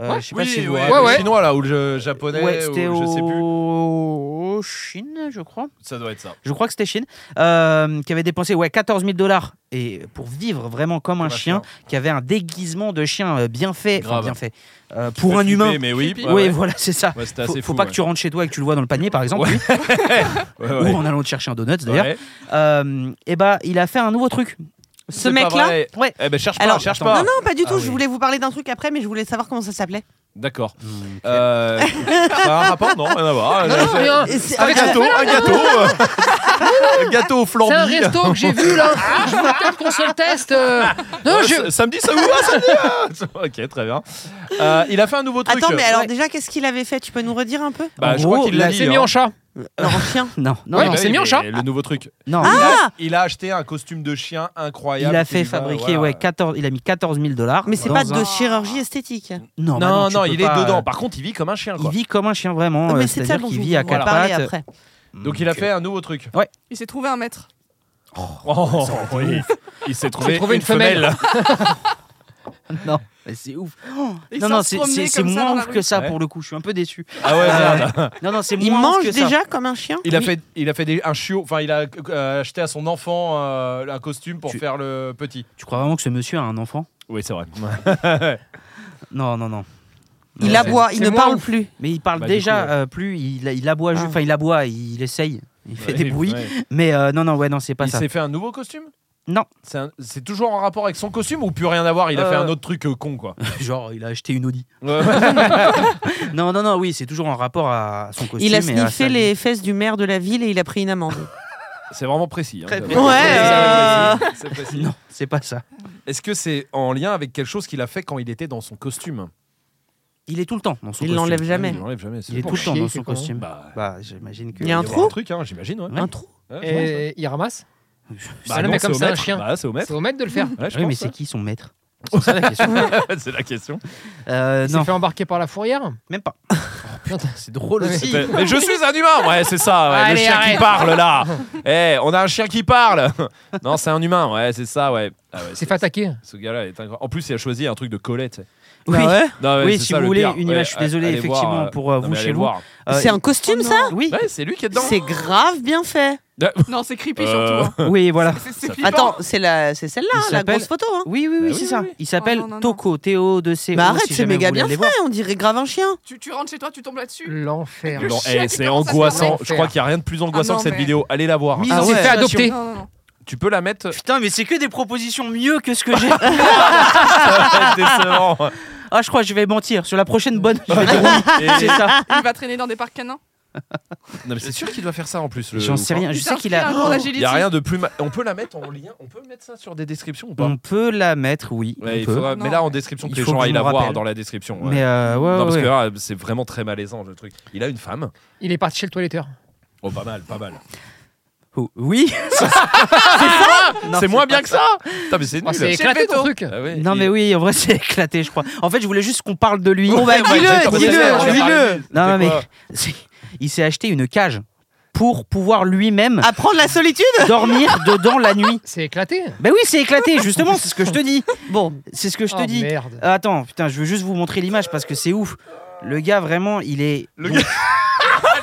Euh,
Ouais.
je sais pas
Oui,
si vous.
ouais,
vous
Ah, le
ouais.
chinois là, ou le japonais,
rappelez. Ouais, c'était
ou je sais plus.
au... au Chine, je crois.
Ça doit être ça.
Je crois que c'était Chine, euh, qui avait dépensé ouais 14 000 dollars et pour vivre vraiment comme un
Comme un
chien, qui avait un déguisement de chien euh, bien fait, enfin,
Grave.
bien fait euh, pour
Fait
un
flipper,
humain.
Mais oui, bah
Oui,
ouais, ouais.
voilà, c'est ça.
Ouais, c'était
faut
assez
faut
fou,
pas
ouais.
que tu rentres chez toi et que tu le vois dans le panier, par exemple,
Ouais,
ou
ouais.
en allant te chercher un donut d'ailleurs.
Ouais.
et bah, il a fait un nouveau truc.
Ce
C'est pas
mec-là.
vrai.
Ouais.
Eh ben cherche pas,
Alors,
cherche
attends.
pas.
Non, non, pas du
Ah
tout.
oui.
Je voulais vous parler d'un truc après, mais je voulais savoir comment ça s'appelait.
D'accord.
Hmm,
Euh, ça a un rapport Non, rien à voir.
Non, non, rien.
Et c'est-
Un Ah, gâteau, un gâteau. euh, un gâteau au
C'est un
flambi.
resto que j'ai vu là.
Ah.
Je voulais peut-être qu'on se le teste. euh. Non,
Euh,
je-
s- Samedi, ça vous va samedi euh Ok, très bien. Euh, il a fait un nouveau truc.
Attends, mais alors
Ouais.
déjà, qu'est-ce qu'il avait fait Tu peux nous redire un peu
Bah,
En
je crois
gros,
qu'il l'a
il
dit.
Ah, c'est mis en
hein.
chat.
Non, en chien.
Euh, Non, non,
Ouais,
non,
Bah
c'est
oui,
mis en
mais
chat.
Le nouveau truc.
non.
Il a-
Ah
il a acheté un costume de chien incroyable.
Il a fait
qu'il va-
fabriquer,
voilà.
ouais, 14, il a mis 14 000 dollars.
Mais c'est
dans
pas
un-
de chirurgie esthétique.
Non, bah
Non,
tu
non,
peux
il
pas,
est
euh,
dedans. Par contre, il vit comme un chien,
Il
quoi.
vit comme un chien vraiment, euh,
mais c'est de ça
c'est-à-dire
dont
qu'il
je
vit à
voulais
quatre
vous parler
pattes.
après.
Donc, il a fait un nouveau truc.
Il s'est trouvé un maître.
Oh, oui. Il s'est trouvé,
trouvé
une
une femelle.
femelle.
Non, mais c'est ouf.
Oh,
Il
non,
sort
non,
se
c'est-
promener
c'est c'est
comme ça
moins
dans la
ouf
rue.
que ça
Ouais.
pour le coup. Je suis un peu déçu. Euh,
Ah ouais, merde.
Non, non, c'est
Il
moins ouf
mange
que ça.
déjà comme un chien
Il a
Oui.
fait, il a fait des- un chiot. Enfin, il a euh, acheté à son enfant euh, un costume pour
Tu-
faire le petit.
Tu crois vraiment que ce monsieur a un enfant
Oui, c'est vrai.
Non, non, non.
Il
Ouais.
aboie, il
c'est
ne
moins
parle
ouf.
plus.
Mais il parle
Bah, du
déjà
coup,
euh, plus. Il, il aboie, ju-
Ah.
enfin, il aboie, il essaye. Il fait des bruits. Mais euh, non, non, ouais, non, c'est pas
Il
ça.
s'est fait un nouveau costume.
Non.
C'est un- c'est toujours en rapport avec son costume ou plus rien à voir. Il a
Euh.
fait un autre truc euh, con, quoi.
Genre, il a acheté une Audi.
Ouais.
Non, non, non, oui, c'est toujours en rapport à son costume.
Il a
et à sa
sniffé
vie.
les fesses du maire de la ville et il a pris une amende.
c'est vraiment précis. hein.
Très
C'est
précis.
vraiment
Ouais,
précis.
euh.
C'est précis.
Non, c'est pas ça.
Est-ce que c'est en lien avec quelque chose qu'il a fait quand il était dans son costume
Il est tout le temps dans son
Il
costume.
l'enlève jamais.
Il l'enlève jamais. c'est
Il est
pour
tout le temps
chier,
dans son
c'est con.
costume.
Bah,
Bah, j'imagine que.
Il y a un
Il y
trou
aura un truc, hein, j'imagine. ouais.
Ouais.
Un trou
Ouais, je pense, ouais.
Et il ramasse.
Bah
le
non,
mec comme
au
ça, un
maître.
chien.
Bah, c'est au maître.
C'est au maître de le faire.
Ouais, je
Oui, mais
pense,
c'est
ouais.
qui son maître
Oh.
C'est ça la question.
C'est la question.
Euh,
Il s'est
non,
fait embarquer par la fourrière.
même pas.
Oh,
Bah
Putain.
C'est drôle
Ouais.
aussi.
Mais mais je suis un humain Ouais, c'est ça, ouais,
Allez,
le chien
arrête.
qui parle là Eh, on a un chien qui parle Non, c'est un humain, ouais, c'est ça, ouais. Ah ouais,
Il s'est fait attaquer.
Ce gars-là, il est incroyable. En plus, il a choisi un truc de Colette.
Oui.
Bah ouais.
Non, Ah ouais,
Oui,
c'est
si
ça,
vous
le
voulez
pire.
une
Ouais,
image, je suis
allez
désolé,
voir,
effectivement,
euh,
pour euh,
non,
vous
mais allez
chez vous.
voir.
Euh,
C'est un costume ça
Oui,
Ouais, c'est lui qui est dedans.
C'est grave bien fait.
Non, c'est creepy
Euh,
surtout. hein.
oui, voilà.
C'est- C'est flippant.
Attends, c'est la, c'est celle-là,
Il
hein, la
s'appelle-
grosse photo. Hein.
Oui, oui, oui,
Bah
c'est
oui,
ça.
oui.
Il s'appelle
Oh, non, non, non.
Toko, Théo de CO.
Bah arrête, c'est méga bien fait. On dirait grave un chien.
Tu, tu rentres chez toi, tu tombes là-dessus.
L'enfer.
Non,
chien
eh,
qui
c'est
commence à se
angoissant.
faire
Je crois qu'il n'y a rien de plus angoissant
Ah non,
que cette
mais-
vidéo. Allez la voir. Ah,
Ah
Il s'est
ouais.
fait adopter.
Non, non, non.
Tu peux la mettre.
Putain, mais c'est que des propositions mieux que ce que j'ai.
Décevant.
ah, je crois que je vais mentir. Sur la prochaine bonne, je vais dire oui.
Et-
C'est ça.
Il va traîner dans des parcs canins.
Non, mais c'est sûr qu'il doit faire ça en plus. le-
J'en sais rien. Je
Il
sais qu'il a.
s'inscrit à un cours
Il
d'agility.
n'y a rien de plus. ma- On peut la mettre en lien. On peut mettre ça sur des descriptions ou pas
On peut la mettre, oui.
Ouais,
Mm. on
il
peut.
faudra-
Non.
Mais là, en description,
Il
que les
faut
gens
que je
aillent
me
la voir
rappelle.
dans la description. ouais.
Mais euh, ouais,
non, parce
ouais.
que là, c'est vraiment très malaisant le truc. Il a une femme.
Il est parti chez le toiletteur.
Oh, pas mal, pas mal.
Oh, Oui. Non,
c'est moins
pas
bien que ça Putain, mais c'est
Oh,
nul.
c'est
Chez
éclaté ton
Beto.
truc.
Ah ouais,
Non,
il-
mais oui, en vrai, c'est éclaté, je crois. En fait, je voulais juste qu'on parle de lui.
Bon bah
Oh, Ouais,
dis-le,
j'attendais ça,
dis-le,
j'allais parler
dis-le.
de
Non,
lui. C'était
mais
quoi
c'est- il s'est acheté une cage pour pouvoir lui-même
Apprendre la solitude
dormir dedans la nuit.
C'est éclaté.
Ben oui, c'est éclaté, justement, c'est ce que je te dis.
Bon,
C'est ce que je te
Oh,
dis.
Ah,
Merde.
Euh, Attends, putain, je veux juste vous montrer l'image parce que c'est ouf. Le gars, vraiment, il est.
Le gars-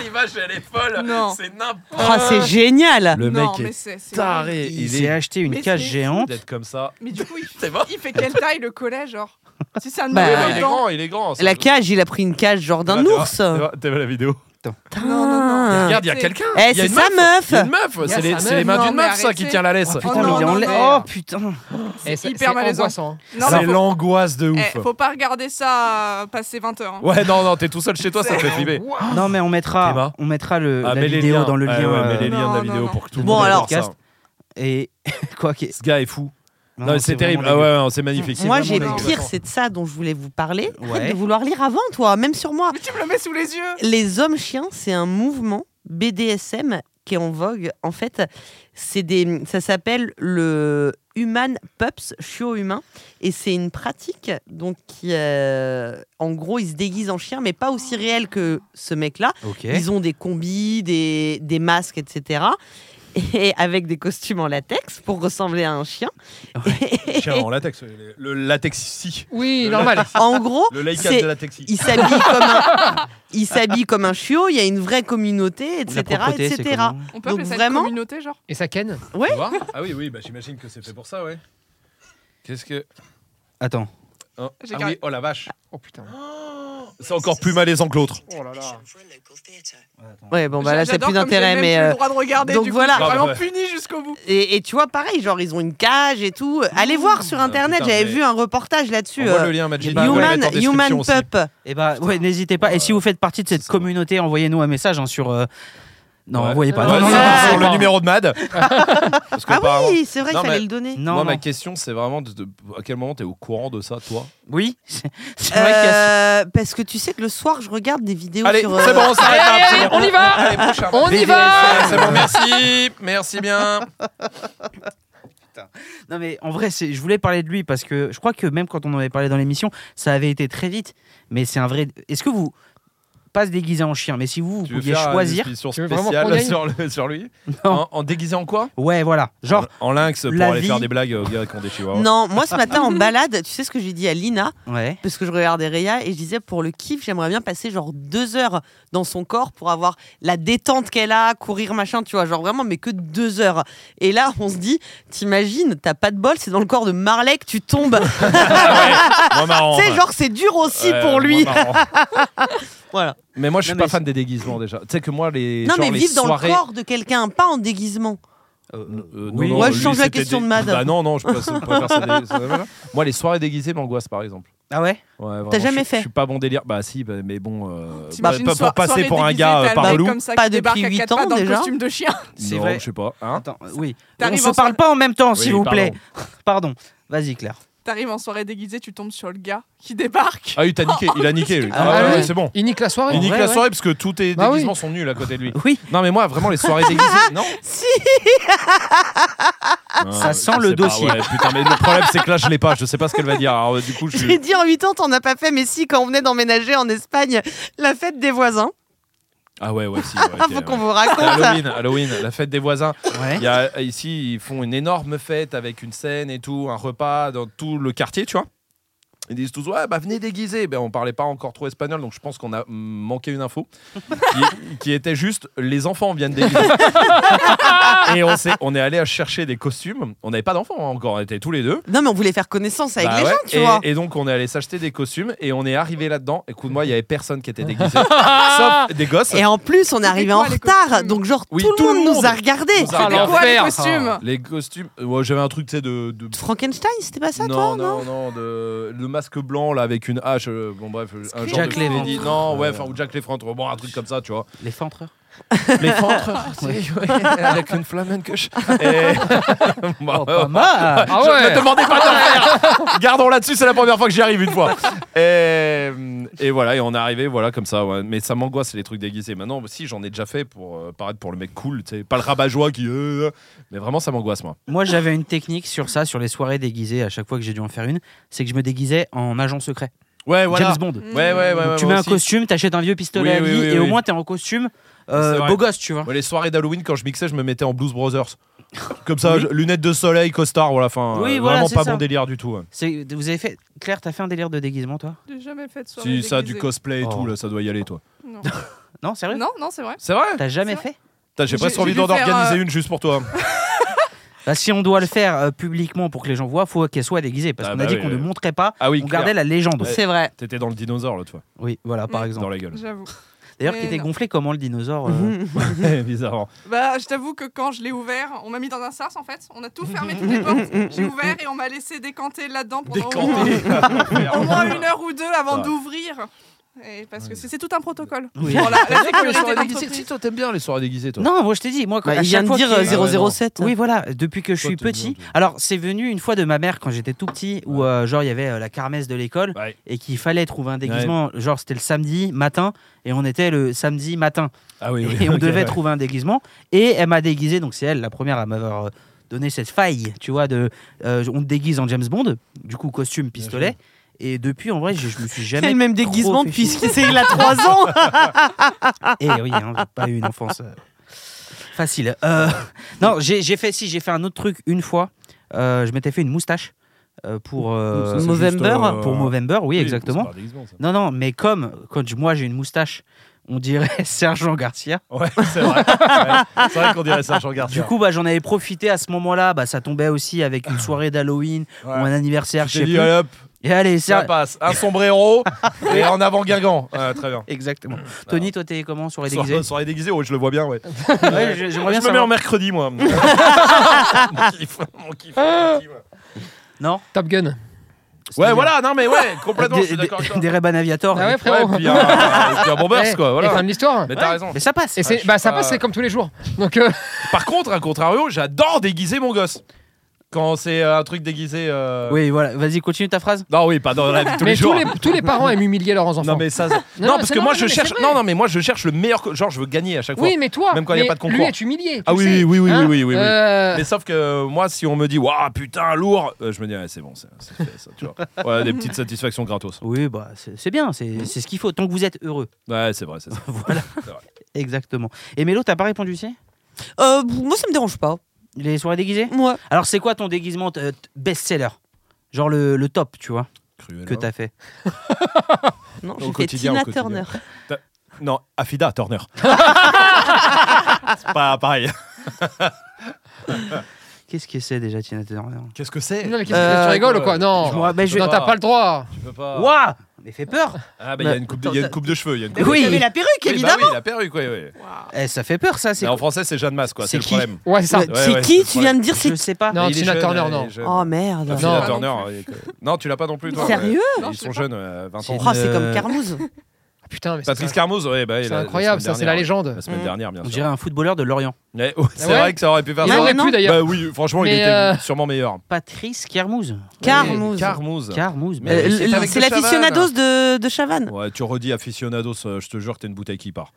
l'image, elle est folle.
Non.
C'est
Euh.
n'importe
Ah, c'est génial
Le
non,
mec
mais
est
c'est c'est horrible.
taré.
Il
Il
s'est
est
acheté une
Mais
cage
c'est-
géante.
d'être comme
Ah,
ça. Eh
Mais du coup, il fait,
C'est mort.
il fait quelle taille le collet, genre Si c'est un
Bah,
nouvel
Ah, il est
enfant.
grand, il est grand. ça.
La cage, il a pris une cage genre d'un
Bah,
ours
tu vois- tu vois- T'as vu la vidéo
Non, non, non.
Putain.
Regarde, il y a
C'est-
quelqu'un.
Eh,
Il y a
Ah.
une
c'est sa meuf
Il y a Une meuf,
Il y a
c'est les,
sa
c'est
meuf.
les mains
Non,
d'une
mais
meuf, ça,
arrêtez.
qui tient la laisse.
Oh,
Oh
putain, mais
non,
il est
non,
en l'air.
mais-
Oh putain.
Et
C'est
ça-
hyper malaisant.
angoissant. hein.
Non,
c'est
faut-
l'angoisse de
eh,
ouf.
faut pas regarder ça euh, passer 20 heures. hein.
Ouais, non, non, t'es tout seul chez toi, ça
C'est-
te fait flipper.
Non, mais on mettra,
Emma.
on mettra le, la
Ah, mets les
vidéo
liens.
dans le
Ah,
lien.
ouais, mets les
euh,
liens de
Non,
la
non,
vidéo
non.
pour que tout le
Bon,
monde
alors.
regarde ça. hein.
Et quoi qu'il.
Ce gars est fou. Non, mais c'est terrible. Ah
vraiment
ouais,
dégueu.
ouais, non, c'est magnifique.
Moi,
vraiment
j'ai
dégueu.
pire, c'est de ça dont je voulais vous parler. Arrête
Ouais.
de vouloir lire avant, toi, même sur moi.
Mais tu me le mets sous les yeux.
Les hommes chiens, c'est un mouvement BDSM qui est en vogue. En fait, c'est des, ça s'appelle le Human Pups, chiot humain, et c'est une pratique donc qui, euh, en gros, ils se déguisent en chien, mais pas aussi réel que ce mec-là.
Ok.
Ils ont des combis, des, des masques, etc. Et avec des costumes en latex pour ressembler à un chien.
Tiens, en latex. Le le latex ici.
Oui, normal.
En gros,
Le laïcat
c'est-
de latex ici.
il s'habille comme un, il s'habille comme un chiot. Il y a une vraie communauté,
La
etc.,
propreté, c'est
etc.
comment
On peut
Donc
appeler ça
vraiment-
une communauté, genre
Et ça ken
Tu vois Ah oui, oui, bah, j'imagine que c'est fait pour ça, ouais. Qu'est-ce que.
Attends.
Oh,
J'ai
ah
gar-
oui, oh la vache.
Oh putain.
Ah, C'est encore plus malaisant que l'autre.
Oh là là.
Ouais, bon, bah là, c'est
J'adore
plus
comme j'ai
d'intérêt,
même
mais.
plus
euh,
le droit de regarder.
donc
du coup,
voilà.
je suis
Ah,
vraiment
bah
puni jusqu'au bout.
Et, et tu vois, pareil, genre, ils ont une cage et tout. Allez voir sur
Ah,
Internet,
putain,
j'avais
mais-
vu un reportage là-dessus.
Envoie
euh,
le lien, Magic.
Bah, on va
Human, human
Pup.
Pup.
Eh
Et
ben,
bah, ouais, n'hésitez pas. Et si vous faites partie de cette
Ça va.
communauté, envoyez-nous un message hein, sur. euh, Non,
Ouais.
envoyez pas. Non,
Ouais,
non,
c'est
non,
sur
non,
le
non.
numéro de Mad. Parce que
Ah
apparemment-
oui, c'est vrai, il
Non,
fallait
mais-
le donner.
Non,
Moi, ma
non.
question, c'est vraiment de, de- à quel moment t'es au courant de ça, toi
Oui, c'est c'est vrai qu'il y a.
Euh, parce que tu sais que le soir, je regarde des vidéos
Allez,
sur. euh,
c'est bon, on s'arrête là.
Allez, allez,
c'est bon.
on y va
Allez, prochain.
On y va
C'est bon, merci, merci bien.
Non mais en vrai, c'est- je voulais parler de lui parce que je crois que même quand on en avait parlé dans l'émission, ça avait été très vite. Mais c'est un vrai. Est-ce que vous pas se déguiser en chien, mais si vous, vous
Tu veux
pouviez
faire euh,
choisir,
une exposition
Tu veux vraiment qu'on
spéciale
gagne
sur, le- sur lui
Non.
en, en déguisé en quoi
ouais, voilà, genre
En en lynx pour
la
aller
vie.
faire des blagues aux gars qui ont des chihuahuas.
Non, moi ce matin en balade, tu sais ce que j'ai dit à Lina,
ouais,
parce que je regardais Réa et je disais pour le kiff, j'aimerais bien passer genre deux heures dans son corps pour avoir la détente qu'elle a, courir machin, tu vois, genre vraiment, mais que deux heures. Et là, on se dit, t'imagines, t'as pas de bol, c'est dans le corps de Marley que tu tombes.
Ah ouais, moins marrant.
tu sais, genre c'est dur aussi
Ouais,
pour
moins
lui.
marrant.
voilà.
Mais moi, je suis
Non,
pas
mais
fan des déguisements déjà. Tu sais que moi, les.
Non,
genre,
mais
les
vivre dans
soirées-
le corps de quelqu'un, pas en déguisement.
Euh,
Oui.
Moi, je
lui,
change la
c'était
question de Mad.
Bah non, non, je passe- je préfère ça dé- ça- voilà. Moi, les soirées déguisées m'angoissent, par exemple.
ah ouais,
Ouais, vraiment,
T'as jamais
je-
fait
Je suis pas bon délire. Bah si, bah, mais bon. euh,
T'imagines
bah,
une
pas
soir-
pour passer
soirée
pour un
déguisée,
gars
t'as
euh,
le
par
mec
loup.
Comme ça,
Pas
qui débarque
depuis
à
huit
quatre pattes
ans,
dans le
déjà.
costume de chien.
c'est
Non,
vrai.
Je sais pas. Hein
Attends, euh, oui, on
T'arrives
se
en
parle
soirée-
pas en même temps, s'il
Oui,
vous
pardon.
plaît. Pardon, vas-y Claire.
T'arrives en soirée déguisée, tu tombes sur le gars qui débarque.
Ah oui, t'as niqué. Il a niqué. lui.
Ah
Ah ouais,
oui.
ouais, c'est bon.
Il nique la soirée.
Il nique
vrai,
la
ouais.
soirée parce que tous tes
Bah oui.
déguisements sont nuls à côté de lui.
Oui,
Non, mais moi, vraiment, les soirées déguisées. Non
Si
Euh,
Ça sent
je
le
sais pas,
dossier.
ouais, putain, mais le problème, c'est que là, je l'ai pas. Je sais pas ce qu'elle va dire. Alors, euh, du coup, je
J'ai
suis.
dit en 8 ans, t'en as pas fait, mais si, quand on venait d'emménager en Espagne, la fête des voisins,
Ah ouais, ouais, si. ouais, ok,
faut
ouais. Bah,
qu'on vous raconte.
Halloween, Halloween, la fête des voisins.
ouais.
Il y a, ici, ils font une énorme fête avec une scène et tout, un repas dans tout le quartier, tu vois. Ils disent tous ouais bah venez déguiser. Ben on parlait pas encore trop espagnol donc je pense qu'on a mm, manqué une info qui, qui était juste les enfants viennent déguiser. et on s'est on est allé à chercher des costumes. On n'avait pas d'enfants hein, encore, on était tous les deux.
Non, mais on voulait faire connaissance avec
Bah
les
ouais.
gens, tu
et,
vois.
et donc on est allé s'acheter des costumes et on est arrivé là-dedans. Écoute-moi, il y avait personne qui était déguisé sauf des gosses.
Et en plus, on est arrivé en
quoi, les
retard,
costumes
donc genre
Oui,
tout, le monde nous a regardés.
nous a
Ah,
regardés.
Quoi, le
l'enfer.
costume
Les costumes, euh, ouais, j'avais un truc tu sais de, de
Frankenstein, c'était pas ça,
non,
toi
non, non, de- le masque blanc là avec une hache. euh, bon, bref, euh, un genre
Jack
de
Léventre.
comédie. Non, ouais, enfin, ou Jack Léventre, bon, un truc comme ça, tu vois.
Les fentreurs.
Les fentres,
Ah,
avec une flamencoche. Et... Bah,
Oh,
ouais,
pas mal.
Ah
je
ouais.
me demandais pas d'en faire. Gardons là-dessus, c'est la première fois que j'y arrive une fois. Et, euh, et voilà, et on est arrivé, voilà, comme ça. ouais. Mais ça m'angoisse les trucs déguisés. Maintenant, si j'en ai déjà fait pour euh, paraître pour le mec cool, tu sais, pas le rabat-joie qui. euh, mais vraiment, ça m'angoisse moi.
Moi, j'avais une technique sur ça, sur les soirées déguisées. À chaque fois que j'ai dû en faire une, c'est que je me déguisais en agent secret,
Ouais, voilà.
James Bond.
Ouais, ouais, ouais.
Donc,
ouais,
tu
moi
mets un
aussi.
costume, t'achètes un vieux pistolet à
Oui, oui,
billes,
oui,
et au
oui.
moins t'es en costume, euh,
C'est vrai.
beau gosse, tu vois.
Ouais, les soirées d'Halloween, quand je mixais, je me mettais en Blues Brothers. Comme ça,
Oui.
je- lunettes de soleil, costard, voilà, fin.
Oui,
euh,
voilà,
vraiment
c'est
pas
ça.
bon délire du tout. hein. ouais.
C'est- Vous avez fait Claire, t'as fait un délire de déguisement toi
J'ai jamais fait de soirée
Si ça,
déguisée.
du cosplay et
Oh.
tout, là, ça doit y aller, toi.
Non.
Non, sérieux
Non, non, c'est vrai.
C'est vrai
T'as jamais
C'est
fait
Putain, J'ai
J'ai-
presque
j'ai
envie
dû
d'en
faire,
organiser
euh,
une juste pour toi.
Bah, Si on doit le faire euh, publiquement pour que les gens voient, faut qu'elle soit déguisée. Parce
Ah
qu'on
bah
a dit
oui,
qu'on ne
oui.
montrait pas,
Ah oui,
on
clair.
gardait la légende.
C'est vrai.
T'étais dans le dinosaure l'autre fois,
Oui, voilà, par
Mm.
exemple.
dans la gueule.
J'avoue.
D'ailleurs,
Mais
qui était
non. Mm.
gonflé comment le dinosaure euh,
Bizarrement.
Bah, je t'avoue que quand je l'ai ouvert, on m'a mis dans un sas en fait. On a tout fermé, toutes les portes. J'ai ouvert et on m'a laissé décanter là-dedans
Oh.
pendant au moins, au moins une heure ou deux avant
Ouais.
d'ouvrir. Et parce que c'est c'est tout un protocole.
Oui.
Pour
Ah,
la, la
Les
sécurité
soirées déguisées. Si,
d'entreprise.
toi, t'aimes bien les soirées déguisées, toi.
Non, moi je t'ai dit, moi, quand- à
il vient
chaque
de
fois
dire
qu'il-
euh,
Ah ouais, non.
007.
Oui, voilà, depuis que je
Toi,
suis
t'es bien,
petit.
toi.
Alors, c'est venu une fois de ma mère quand j'étais tout petit, où euh, genre il y avait euh, la carmesse de l'école
Ouais.
et qu'il fallait trouver un déguisement. Genre, c'était le samedi matin et on était le samedi matin
Ah oui, oui.
et on
ok,
devait
ouais.
trouver un déguisement. Et elle m'a déguisé, donc c'est elle la première à m'avoir euh, donné cette faille, tu vois, de euh, on te déguise en James Bond, du coup, costume, pistolet. Et depuis, en vrai, je, je me suis jamais.
le même
trop
déguisement
fait
depuis
chier.
c'est il a 3 ans.
Eh oui, hein, j'ai pas eu une enfance euh, facile. Euh, non, j'ai j'ai fait si j'ai fait un autre truc une fois. Euh, je m'étais fait une moustache euh, pour euh,
Ça, c'est
Movember,
juste, euh,
pour Movember, oui,
oui,
exactement.
c'est pas un déguisement, ça.
Non, non, mais comme quand je- moi j'ai une moustache, on dirait Sergent Garcia.
Ouais, c'est vrai. Ouais. C'est vrai qu'on dirait ça, je regarde.
Du coup, bah, j'en avais profité à ce moment-là. Bah, ça tombait aussi avec
Ah.
une soirée d'Halloween ou un anniversaire, je sais
dit,
plus.
allez, hop,
Et allez,
ça
Sergent.
passe. Un sombrero et en avant Guingamp. Ouais, très bien.
Exactement. Tony, toi, t'es comment sur les
Soir-
déguisés
Mmh, Soirée déguisée, ouais, je le vois bien, ouais.
Ouais, j'ai- j'aimerais bien
je me mets
savoir.
en mercredi, moi. mon kiff, mon kiff, mon kiff.
Non
Top Gun.
Ouais, voilà, non, mais ouais, complètement, je
Des,
suis d'accord avec
des,
toi.
des Ray-Ban Aviator.
Ah ouais,
Ouais,
frérot.
puis un, et puis un bombers,
Eh,
quoi,
et
voilà.
fin de l'histoire.
Mais t'as raison.
Mais ça passe.
Et c'est,
Ah, je
bah,
sais
ça
pas.
passe, c'est comme tous les jours. Donc, euh,
Par contre, à contrario, j'adore déguiser mon gosse. Quand c'est euh, un truc déguisé. euh,
Oui, voilà. Vas-y, continue ta phrase.
Non, oui, pas dans la vie de tous
mais
les
tous
jours.
les, tous les parents aiment humilier leurs enfants.
Non, mais ça. c'est-
non,
Non, parce
c'est
que moi,
normal,
je
mais
cherche.
c'est vrai.
Non, non, mais moi, je cherche le meilleur. co- Genre, je veux gagner à chaque fois.
Oui, mais toi,
Même quand il y a
mais
pas de concours.
Lui est humilié. tu
Ah oui,
sais.
oui, oui,
Hein
oui, oui, oui.
Euh,
Mais sauf que euh, moi, si on me dit, waouh, putain, lourd, euh, je me dis, ouais, c'est bon, c'est c'est fait, ça, tu vois. Ouais, des petites satisfactions gratos.
Oui, bah, c'est c'est bien, c'est c'est ce qu'il faut, tant que vous êtes heureux.
Ouais, c'est vrai, c'est ça.
voilà.
C'est vrai.
Exactement. Et Mélo, t'as pas répondu, si
Euh, moi ça me dérange pas.
Les soirées déguisées
Moi
Alors, c'est quoi ton déguisement euh, t- best-seller Genre le, le top, tu vois,
Cruel.
que t'as fait.
non,
Au
j'ai fait
quotidien, au
Tina
quotidien.
Turner.
Non, Afida Turner. c'est pas pareil.
Qu'est-ce que c'est déjà, Tina Turner
Qu'est-ce que c'est
Non, mais qu'est-ce que tu rigoles ou quoi Non,
je me rappelle, je-
non, t'as pas le droit.
Tu peux pas.
Waouh Mais fait peur
Ah, bah, il y a
Mais-
une coupe de, il y a une coupe de cheveux. il Y a une coupe de-
Oui.
mais la perruque
Oui, bah
évidemment.
oui, la perruque, oui, oui.
Waouh.
Eh, ça fait peur, ça, c'est
Mais en français, c'est Jeanne Masse, quoi.
C'est
C'est le
qui
problème.
Ouais, c'est ça.
Ouais,
c'est
ouais,
qui
c'est
Tu
vrai.
viens de dire c'est
Je sais pas.
Non,
Il est
Tina
jeune,
Turner,
euh, il est
non.
jeune.
Oh merde.
Afida
Non.
Turner. euh, Non, tu l'as pas non plus, toi. ouais.
Sérieux
Non,
Ils
je
sont
l'ai
jeunes, euh, 20 ans.
C'est-
Oh, c'est
Euh,
comme Carmouze.
Ah, Putain, mais c'est
Patrice Carmouze, ouais, bah,
c'est
la- la
incroyable, ça,
semaine
c'est la
dernière.
légende.
La semaine
Mm.
dernière, bien
On
sûr.
dirait un foot footballeur de Lorient.
Ouais, ouais, c'est
Ah ouais
vrai que ça aurait pu faire
Il
Il
ça.
Non,
aurait
non.
pu d'ailleurs.
Bah oui, franchement, il
Mais,
était
euh,
sûrement meilleur.
Patrice Euh, Carmouze.
Carmouze. Euh,
Carmouze.
Carmouze,
Mais
mais.
oui.
Le-
c'est
le-
avec
C'est
le
l'aficionados de, de Chavannes.
Ouais, tu redis aficionados, euh, je te jure que t'es une bouteille qui part.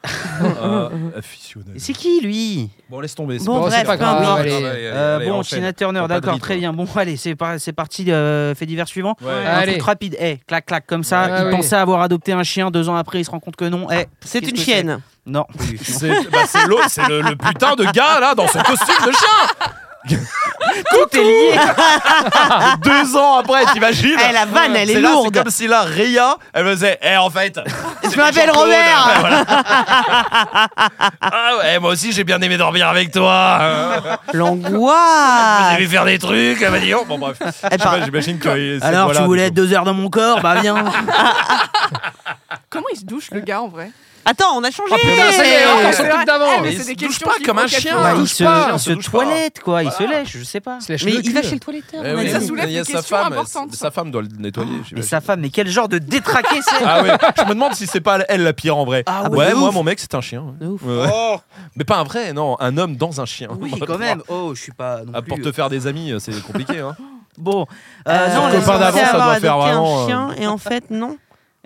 Euh, aficionados.
C'est qui, lui
Bon, laisse tomber.
Bon,
Bon,
bref,
c'est pas
peu
grave.
importe.
allez.
Euh, Bon, Tina Turner,
T'as pas de hein.
d'accord,
vie,
très
toi.
bien. Bon, allez, c'est par- c'est parti, euh, fait divers suivant.
Ouais. Ah,
Un
Allez.
truc rapide, eh, clac clac comme ça.
Ouais,
il
ouais.
pensait avoir adopté un chien, deux ans après il se rend compte que non. Eh,
C'est
qu'est-ce
une
que
chienne.
Non. plus.
C'est bah, c'est l'autre- c'est le, le putain de gars là dans son costume de chien.
Tout est lié.
Deux ans après, t'imagines
Eh, la vanne, elle est
C'est là,
lourde.
C'est comme si là, Ria, elle me disait, eh en fait. c'est
Je m'appelle
Jean-Claude. hein.
Robert.
Voilà. ah ouais, moi aussi j'ai bien aimé dormir avec toi. Euh, J'ai
L'angoisse.
vu faire des trucs. Elle m'a dit, oh, bon bref. Je sais pas, J'imagine que. euh, cette
Alors
voix-là,
tu voulais
du coup.
deux heures dans mon corps, bah viens.
Comment il se douche le gars en vrai
Attends, on a
Ah,
changé.
putain, ça y est, encore son
C'est
truc
vrai.
d'avant.
Eh, mais
Il
c'est des
se douche
questions
pas
qui
comme
font
un
quel
chien.
point-
Bah,
on
il
touche
se,
pas, on
il
se
se
touche pas.
toilette quoi, il se lèche, je sais pas.
C'est la
Mais
chenille cul.
il va chez le toiletteur.
Eh
on a
oui,
dit.
Ça
mais
soulève
il y a
des
sa
questions
femme,
importantes,
Sa femme doit le nettoyer.
Mais
j'imagine.
sa femme, mais quel genre de détraqué c'est
Ah ouais, je me demande si c'est pas elle la pire en vrai.
Ah ouais,
ouais,
de
moi
ouf.
mon mec c'est un chien. ouais.
De ouf.
Ouais. Mais pas un vrai, non, un homme dans un chien.
Oui, quand même. Oh, je suis pas non
Ah,
plus.
pour te faire des amis, c'est compliqué. Hein.
Bon, euh,
Euh,
non,
Son
on
le-
copain
pensait
d'avant, ça
avoir
doit faire
adopté
vraiment, euh,
un chien et en fait non.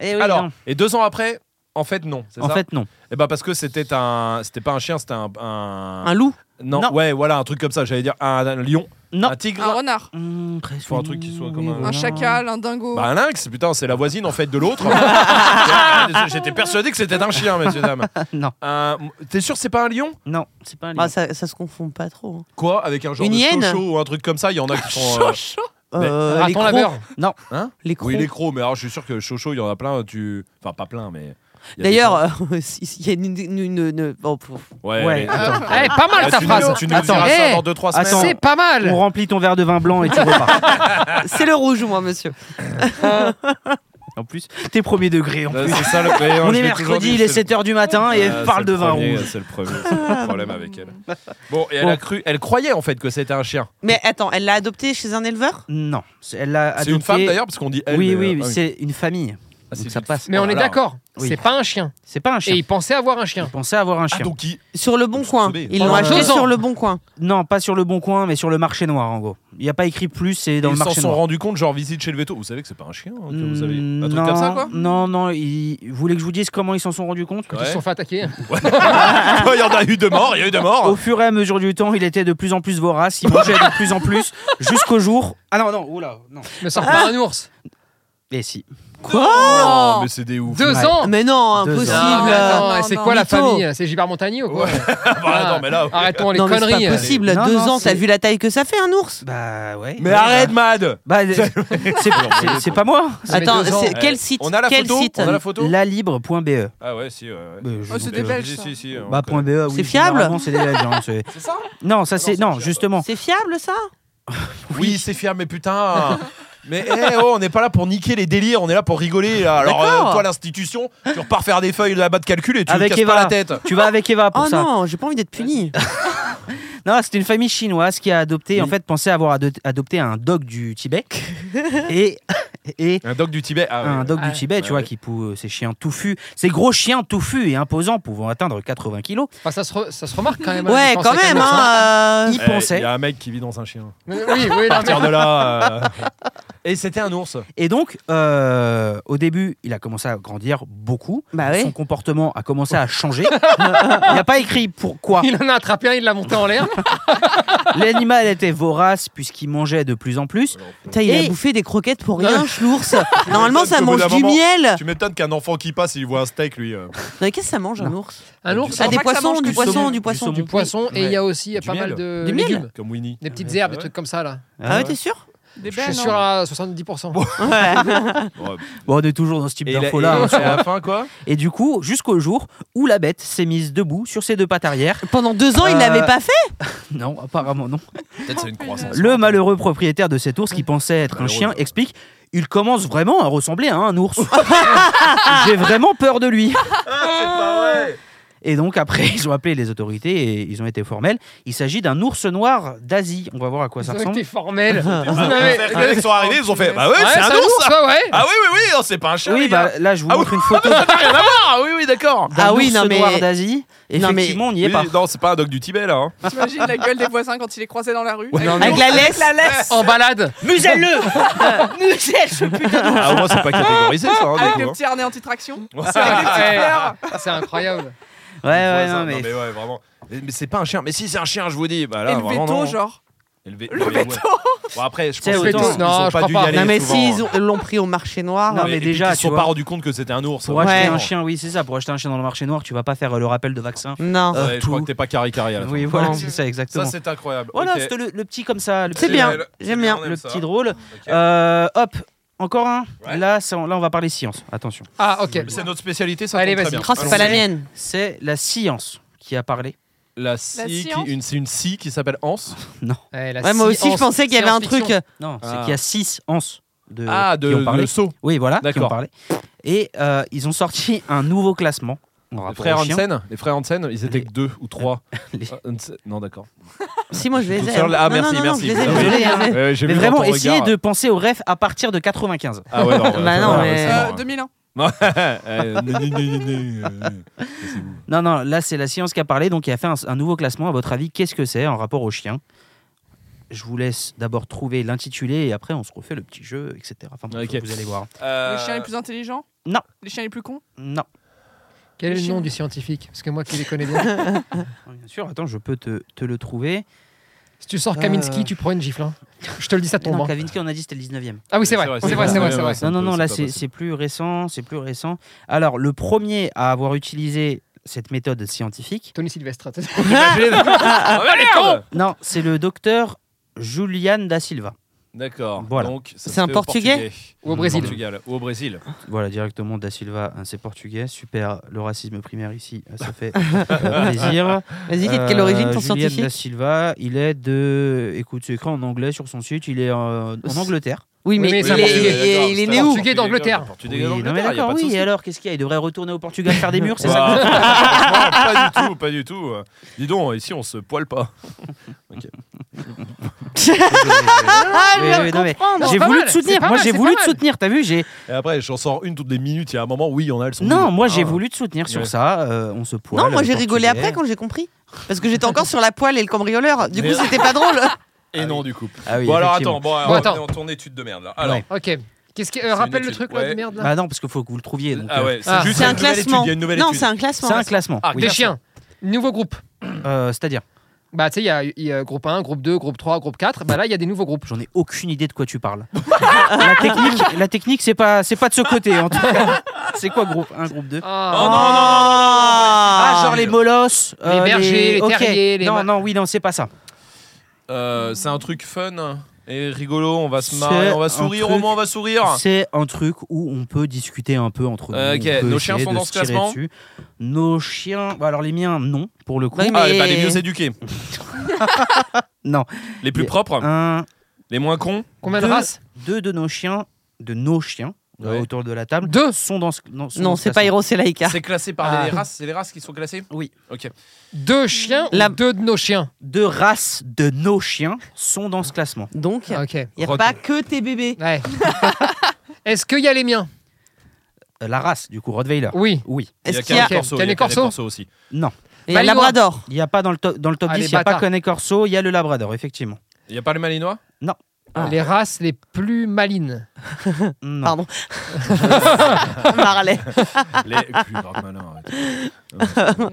eh oui,
Alors,
non.
et deux ans après, en fait non. c'est
en
ça
fait non.
Eh ben parce que c'était un, c'était pas un chien, c'était un, un...
Un loup.
Non,
Non.
ouais, voilà, un truc comme ça. J'allais dire un, un lion,
Non.
un tigre,
Un renard,
Mmh,
Hum, presque.
Faut un truc qui soit comme un-
un
voilà.
chacal, un dingo.
bah, un lynx. Putain, c'est la voisine en fait de l'autre. J'étais persuadé que c'était un chien, messieurs dames.
Non.
Un- T'es sûr que c'est pas un lion
Non, c'est pas un
Bah,
lion.
ça, ça se confond pas trop. hein.
Quoi, avec un genre
Une
de
hyène
chocho ou un truc comme ça Il y en a qui sont. euh,
Chaud, chaud.
Mais-
Euh, les
Raton
crocs.
laveur.
Les
Oui,
crocs.
les crocs, mais alors je suis sûr que Chocho, il y en a plein, tu... Enfin, pas plein, mais... Il y a des
D'ailleurs, euh, il y a une. une- une- une- bon, pff,
gens- ouais.
ouais.
allez.
attends.
Eh, pas mal
Ah,
ta
tu nous-
phrase.
Tu nous diras ça
eh,
dans 2-3 semaines.
attends.
c'est pas
On
mal.
remplit ton verre de vin blanc et tu repars.
c'est le rouge, moi, monsieur.
En plus, t'es premier degré. en
Ouais,
plus.
Euh, c'est ça, le- ouais,
On
je
est
l'ai toujours
mercredi,
dit,
il est
c'est-
7h du matin et
Ah,
elle parle
c'est
de
le
vin
premier,
rouge.
C'est le premier c'est le problème avec elle. Bon, et elle a cru, elle croyait en fait que c'était un chien.
Mais attends, elle l'a adopté chez un éleveur
Non, Ah, c'est- elle l'a
C'est une
adopté-
femme d'ailleurs, parce qu'on dit elle.
Oui,
mais-
oui,
ah
c'est une famille.
Ah, c'est
Donc ça
une-
passe.
Mais on est
Alors,
d'accord,
oui.
c'est pas un chien.
C'est pas un
Et
chien.
il pensait avoir un
Je
chien.
pensais avoir un
Ah,
chien.
donc il-
Sur le bon coin.
Soupçonné.
Ils l'ont
Pendant
acheté
deux ans.
sur le bon coin.
Non, pas sur le bon coin, mais sur le marché noir en gros. Il n'y a pas écrit plus, c'est dans
ils
le
s'en
marché
sont
noir.
rendus compte, genre visite chez le veto. Vous savez que c'est pas un chien, hein, que vous savez.
Mm,
Un truc
non,
comme ça, quoi.
Non, non, ils- vous voulez que je vous dise comment ils s'en sont rendus compte
Quand ils
Ouais.
se sont fait attaquer.
il y en a eu deux morts, il y a eu deux
Au
morts.
fur et à mesure du temps, il était de plus en plus vorace, il mangeait de plus en plus, jusqu'au jour. Ah non, non, oula, non.
Me sort pas un ours.
Et si.
Oh, mais c'est des ouf.
Oh. Deux
Ouais.
ans.
Mais non,
Deux ans.
impossible.
Non, mais attends,
Non,
c'est
non,
quoi la
mytho.
famille C'est Gilbert Montagny ou quoi
Ah, bah, non, mais là.
Arrêtons les
non, mais
conneries.
c'est pas possible.
Allez.
deux
Non, non,
ans, t'as
c'est-
vu la taille que ça fait un ours
Bah ouais.
Mais arrête, Mad
Bah, euh, c'est- c'est c'est pas moi.
Ça fait
Attends,
deux ans.
c'est- quel site
On a la
Quel
photo
site
On a la photo
Lalibre.be.
Ah ouais, si. ouais, ouais.
Euh, je-
Oh, c'est des
euh,
Belges,
Si,
ça.
si, si, hein, on
Bah,
connaît.
point .be, oui,
C'est fiable
généralement, c'est des Belges, hein, c'est-
C'est ça Ah
Non, ça c'est.
non,
Non,
c'est
justement.
C'est fiable ça
Oui, c'est fier, mais putain Mais eh, oh, on n'est pas là pour niquer les délires, on est là pour rigoler. là. Alors,
D'accord.
euh, toi, l'institution, tu repars faire des feuilles là-bas de calcul et tu
Avec
me casses
Eva.
pas la tête.
Tu vas avec Eva pour
Oh
ça.
non, j'ai pas envie d'être puni.
Non, c'était une famille chinoise qui a adopté, en
Oui.
fait, pensait avoir ado- adopté un dog du Tibet. et. et
Un doc du Tibet. Ah, ouais.
un dog
Ah,
du Tibet,
ouais,
tu vois,
ouais.
qui pou- euh, ces chiens touffus, ces gros chiens touffus et imposants pouvant atteindre 80 kilos,
Enfin, ça, se re- ça se remarque quand même. hein, la
Ouais,
différence
quand
avec un
même.
ours,
Hein,
ils
Eh,
pensaient.
Il y a un mec qui vit dans un chien.
Mais Oui, oui,
À
non,
partir de là. euh, Et c'était un ours.
Et donc, euh, au début, il a commencé à grandir beaucoup.
Bah
Son
oui.
comportement a commencé à changer. il n'y a pas écrit pourquoi.
Il en a attrapé un, il l'a monté en l'air.
L'animal était vorace puisqu'il mangeait de plus en plus.
Putain, il a
Et-
bouffé des croquettes pour rien, l'ours. Normalement,
m'étonnes
ça
qu'au bout
mange
d'un
du
moment-
miel. Non,
Tu m'étonnes qu'un enfant qui passe, il voit un steak, lui. euh.
mais Qu'est-ce que ça mange un ours
Un ours,
Ah, des
pas que ça
poissons,
mange
du
du
poisson,
saumon,
du
du
poisson.
saumon.
du poisson, et il y a aussi il y a
Du
pas
miel.
mal de
Du miel
légumes.
Comme Winnie.
Des petites herbes,
Ah
des
ouais.
trucs comme ça là.
Ah ouais,
Hein.
t'es sûr
Des
Je suis
belles. hein.
sûr à 70%.
Ouais.
Bon,
Bon, on est toujours dans ce type
et la-
d'info
et-
là. hein.
et à la fin, quoi
Et du coup, jusqu'au jour où la bête s'est mise debout sur ses deux pattes arrière.
Pendant deux ans, il l'avait
Euh,
pas fait.
Non, apparemment non.
Peut-être c'est une croissance.
Le malheureux propriétaire de cet ours qui pensait être un
Malheureux,
chien
ouais.
explique Il commence vraiment à ressembler à un ours. J'ai vraiment peur de lui. Et donc après, ils ont appelé les autorités et ils ont été formels. Il s'agit d'un ours noir d'Asie. On va voir à quoi ça
Ça
ressemble.
t'es formel. Vous
Ah,
avez-
les mecs sont arrivés, ils ont fait Bah ouais,
Ouais,
c'est un ours
ouais, ouais.
Ah oui, oui, oui, non, c'est pas un chien.
Oui,
les gars.
bah là, je vous
Ah
montre une photo d'un
Ah oui, oui, d'accord.
Ah oui,
ours
non, mais-
noir d'Asie.
Non, mais-
Effectivement, on n'y est
Oui,
pas.
Non, c'est pas un doc du Tibet là. hein.
T'imagines la gueule des voisins quand il est croisé dans la rue
Ouais, non, mais-
Avec la laisse.
En balade.
Muselle-le Muselle ce putain de-
Ah, au moins, c'est pas catégorisé ça. hein, du
Avec
coup,
le
hein.
petit harnais anti-traction
Ouais,
Ouais,
ouais,
C'est incroyable.
Ouais, ouais, non,
ça,
mais.
ouais, vraiment. Mais, mais c'est pas un chien. Mais si, c'est un chien, je vous dis. Bah là,
et le
vraiment. non.
veto, genre.
Et le,
Le veto
Bon, après, je
C'est
pense que
autant-
ils
Non,
ont
je
pas
crois
dû y
pas.
aller.
Non, mais
souvent,
si,
hein.
ils ont- l'ont pris au marché noir.
Non,
Et
mais
puis
déjà,
qu'ils se sont
tu
pas
vois.
rendus compte que c'était un ours. hein.
Pour
ouais.
acheter
Ouais.
un chien, oui, c'est ça. Pour acheter un chien dans le marché noir, tu vas pas faire euh, le rappel de vaccin.
Non.
Ouais,
Euh,
je crois
tout.
que t'es pas caricari à la fin.
Oui, voilà,
Non.
c'est ça, exactement.
Ça, c'est incroyable.
Voilà,
Ok.
c'était le, le petit comme ça. le
C'est
petit-
bien,
euh,
Génial.
j'aime bien.
on aime
Le
ça.
petit drôle.
Ok.
Euh, hop, encore un.
Ouais.
Là, ça, on- là, on va parler science. Attention.
Ah, ok.
C'est notre spécialité, ça.
Allez,
tombe
vas-y.
très bien.
Oh, c'est pas la
Allons-y.
mienne.
C'est la science qui a parlé.
La scie,
science.
qui- une- c'est une scie qui s'appelle Hans.
Ouais, la
Ouais, moi aussi, je
science-
pensais qu'il y avait un truc.
science-fiction.
Non, c'est
Ah.
qu'il y a six ans de
Ah, de
qui ont parlé.
le saut.
Oui, voilà, qui
D'accord.
ont parlé. Et euh, ils ont sorti un nouveau classement. en rapport
Les frères
aux chiens.
Hansen, les frères Hansen, ils étaient
Les-
que deux ou trois.
Les-
Ah, Hansen- Non, d'accord.
Si, moi, je les
Toute
ai.
seule- Ah,
Non, non,
merci,
non,
merci.
je les ai,
Ah,
oui.
désolé, hein.
Ouais, ouais, j'ai
Mais
vu dans
vraiment,
ton
essayez
regard.
de penser aux rêves à partir de 95.
Ah ouais, non.
Bah non, mais-
Euh, 2001.
Non, non, là, c'est la science qui a parlé, donc il a fait un, un nouveau classement. À votre avis, qu'est-ce que c'est en rapport aux chiens Je vous laisse d'abord trouver l'intitulé et après, on se refait le petit jeu, etc. Enfin, bref,
Ok.
vous allez voir.
Euh,
Les chiens les plus intelligents
non.
Les chiens les plus cons
Non.
Quel est le nom du scientifique Parce que moi qui les connais bien.
Bien sûr, attends, je peux te, te le trouver.
Si tu sors Kaminski,
Euh.
tu prends une gifle. hein. Je te le dis, ça tombe.
Non,
hein.
Kavinsky, on a dit c'était le 19e.
Ah oui, c'est vrai. C'est vrai, c'est vrai, c'est vrai.
Non, non, non, là,
pas
c'est
possible.
c'est plus récent, c'est plus récent. Alors, le premier à avoir utilisé cette méthode scientifique,
Tony Sylvestre.
Ah, merde
non, c'est le docteur Julian Da Silva.
D'accord.
Voilà.
Donc, ça se
C'est un
fait au
Portugais
Ou au Brésil.
Portugal. Ou au Brésil.
Voilà, directement, Da Silva, hein, c'est portugais. Super, le racisme primaire ici, euh, ça fait euh, plaisir.
Vas-y, dis de quelle origine
Euh, Julian
ton
Da
scientifique
Silva, il est de. Écoute, c'est écrit en anglais sur son site, il est euh, en Angleterre.
Oui, mais,
mais
il,
c'est un
est,
Portugais,
il est- il est né où
Portugais d'Angleterre.
Portugais
Oui, non, mais
d'Angleterre, il y a
d'accord,
pas de
oui,
souci.
et alors, qu'est-ce qu'il y a Il devrait retourner au Portugal faire des murs, c'est
Bah,
ça
franchement, pas du tout, pas du tout. Dis donc, ici on se poile pas.
Ah,
Oui, oui, non, mais J'ai
pas
voulu
mal,
te
c'est
soutenir,
pas
moi
mal,
j'ai
c'est
voulu
pas
te
mal.
soutenir, t'as vu j'ai...
Et après, j'en sors une toutes les minutes. Il y a un moment, oui, on a le son.
Non,
du-
moi
Ah.
j'ai voulu te soutenir sur
Ouais.
ça, euh, on se poile.
Non, moi
le
j'ai rigolé
Portugais.
après quand j'ai compris. Parce que j'étais encore sur la poêle et le cambrioleur. Du coup,
Mais-
c'était pas drôle.
Et non, du coup.
Ah oui,
Bon, alors
effectivement.
attends, bon, alors,
Bon,
on
attends.
est en tournée étude de merde là. Alors,
Ouais.
Ok. Qu'est-ce qui euh,
C'est une
rappelle le
étude,
truc là de
ouais.
merde là
Ah non, parce qu'il faut que vous le trouviez. donc,
ah
euh,
ouais, c'est
Ah.
juste
C'est
une
un
nouvelle étude,
classement.
Il y a une nouvelle
Non,
étude.
c'est un classement.
C'est un classement.
Ah,
oui.
Des chiens. Nouveau groupe.
Euh, C'est-à-dire,
Bah tu sais il y a- il y, a groupe 1, groupe 2, groupe 3, groupe 4. Bah là il y a des nouveaux groupes.
j'en ai aucune idée de quoi tu parles. la technique, la technique, c'est pas, c'est pas de ce côté en tout cas. C'est quoi groupe 1, groupe 2
Oh,
Ah.
Ah,
Ah,
genre les molosses, euh,
bergers, les
ok.
terriers, les
Non,
ma-
non, oui, non, c'est pas ça.
Euh, c'est un truc fun et rigolo. On va se
C'est
marrer, on va
un
sourire.
truc-
Au moins, on va sourire.
C'est un truc où on peut discuter un peu entre nous.
Euh, ok,
on peut
nos
essayer
chiens sont
de
dans
se
ce
tirer
classement
dessus. Nos chiens, bah, alors les miens, non, pour le coup.
Oui, mais-
Ah, et bah, les mieux éduqués.
Non. Ah.
Les plus
Mais-
propres,
Un,
les moins cons.
Combien de
Deux.
races
deux de nos chiens, de nos chiens, euh,
Ouais.
autour de la table,
Deux.
sont dans ce. Non, sont
Non,
dans ce
c'est pas
classement.
Hero, c'est Laïka.
C'est classé par
Ah.
les races. C'est les races qui sont classées.
Oui.
Ok.
Deux chiens
La-
ou deux de nos chiens
Deux races de nos chiens sont dans ce classement.
Donc, il
Ok.
n'y a
Rotten.
pas que tes bébés.
Ouais. Est-ce qu'il y a les miens
Euh, la race, du coup, Rottweiler.
Oui.
Oui.
Est-ce
qu'un
qu'il y a,
Canet Corso,
Il y a
Canet Corso
Corso aussi.
Non.
il y a
Malinois.
Labrador
Il n'y a pas dans le, top- dans le top
Ah,
10,
les
il n'y a pas
bâtards.
Canet Corso, il y a le Labrador, effectivement.
Il n'y a pas le malinois
Ah.
Les races les plus malines.
Non.
Ah,
Pardon. Marley.
Les plus malin, arrête.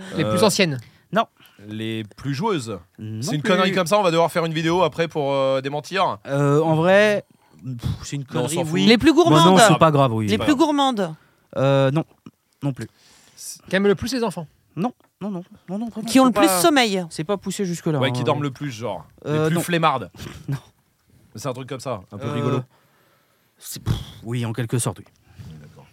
Les
Euh,
plus anciennes.
Les plus joueuses.
Non
C'est une
plus.
connerie comme ça, on va devoir faire une vidéo après pour euh, démentir.
Euh, en vrai, pff, c'est une
Non, on
connerie.
s'en fout.
oui.
Les plus
Bon, non,
gourmandes.
c'est pas grave, oui.
les
pas
plus gourmandes.
Euh, non, non plus.
Qui aiment le plus les enfants.
Non, non, non, non. vraiment,
Qui ont
c'est
le plus
pas-
sommeil.
C'est pas poussé jusque-là. hein.
Ouais, qui dorment le plus, genre.
Euh,
les plus
non.
flemmardes.
Non.
C'est un truc comme ça, un peu
Euh,
rigolo.
c'est- pff, Oui, en quelque sorte, oui.
d'accord.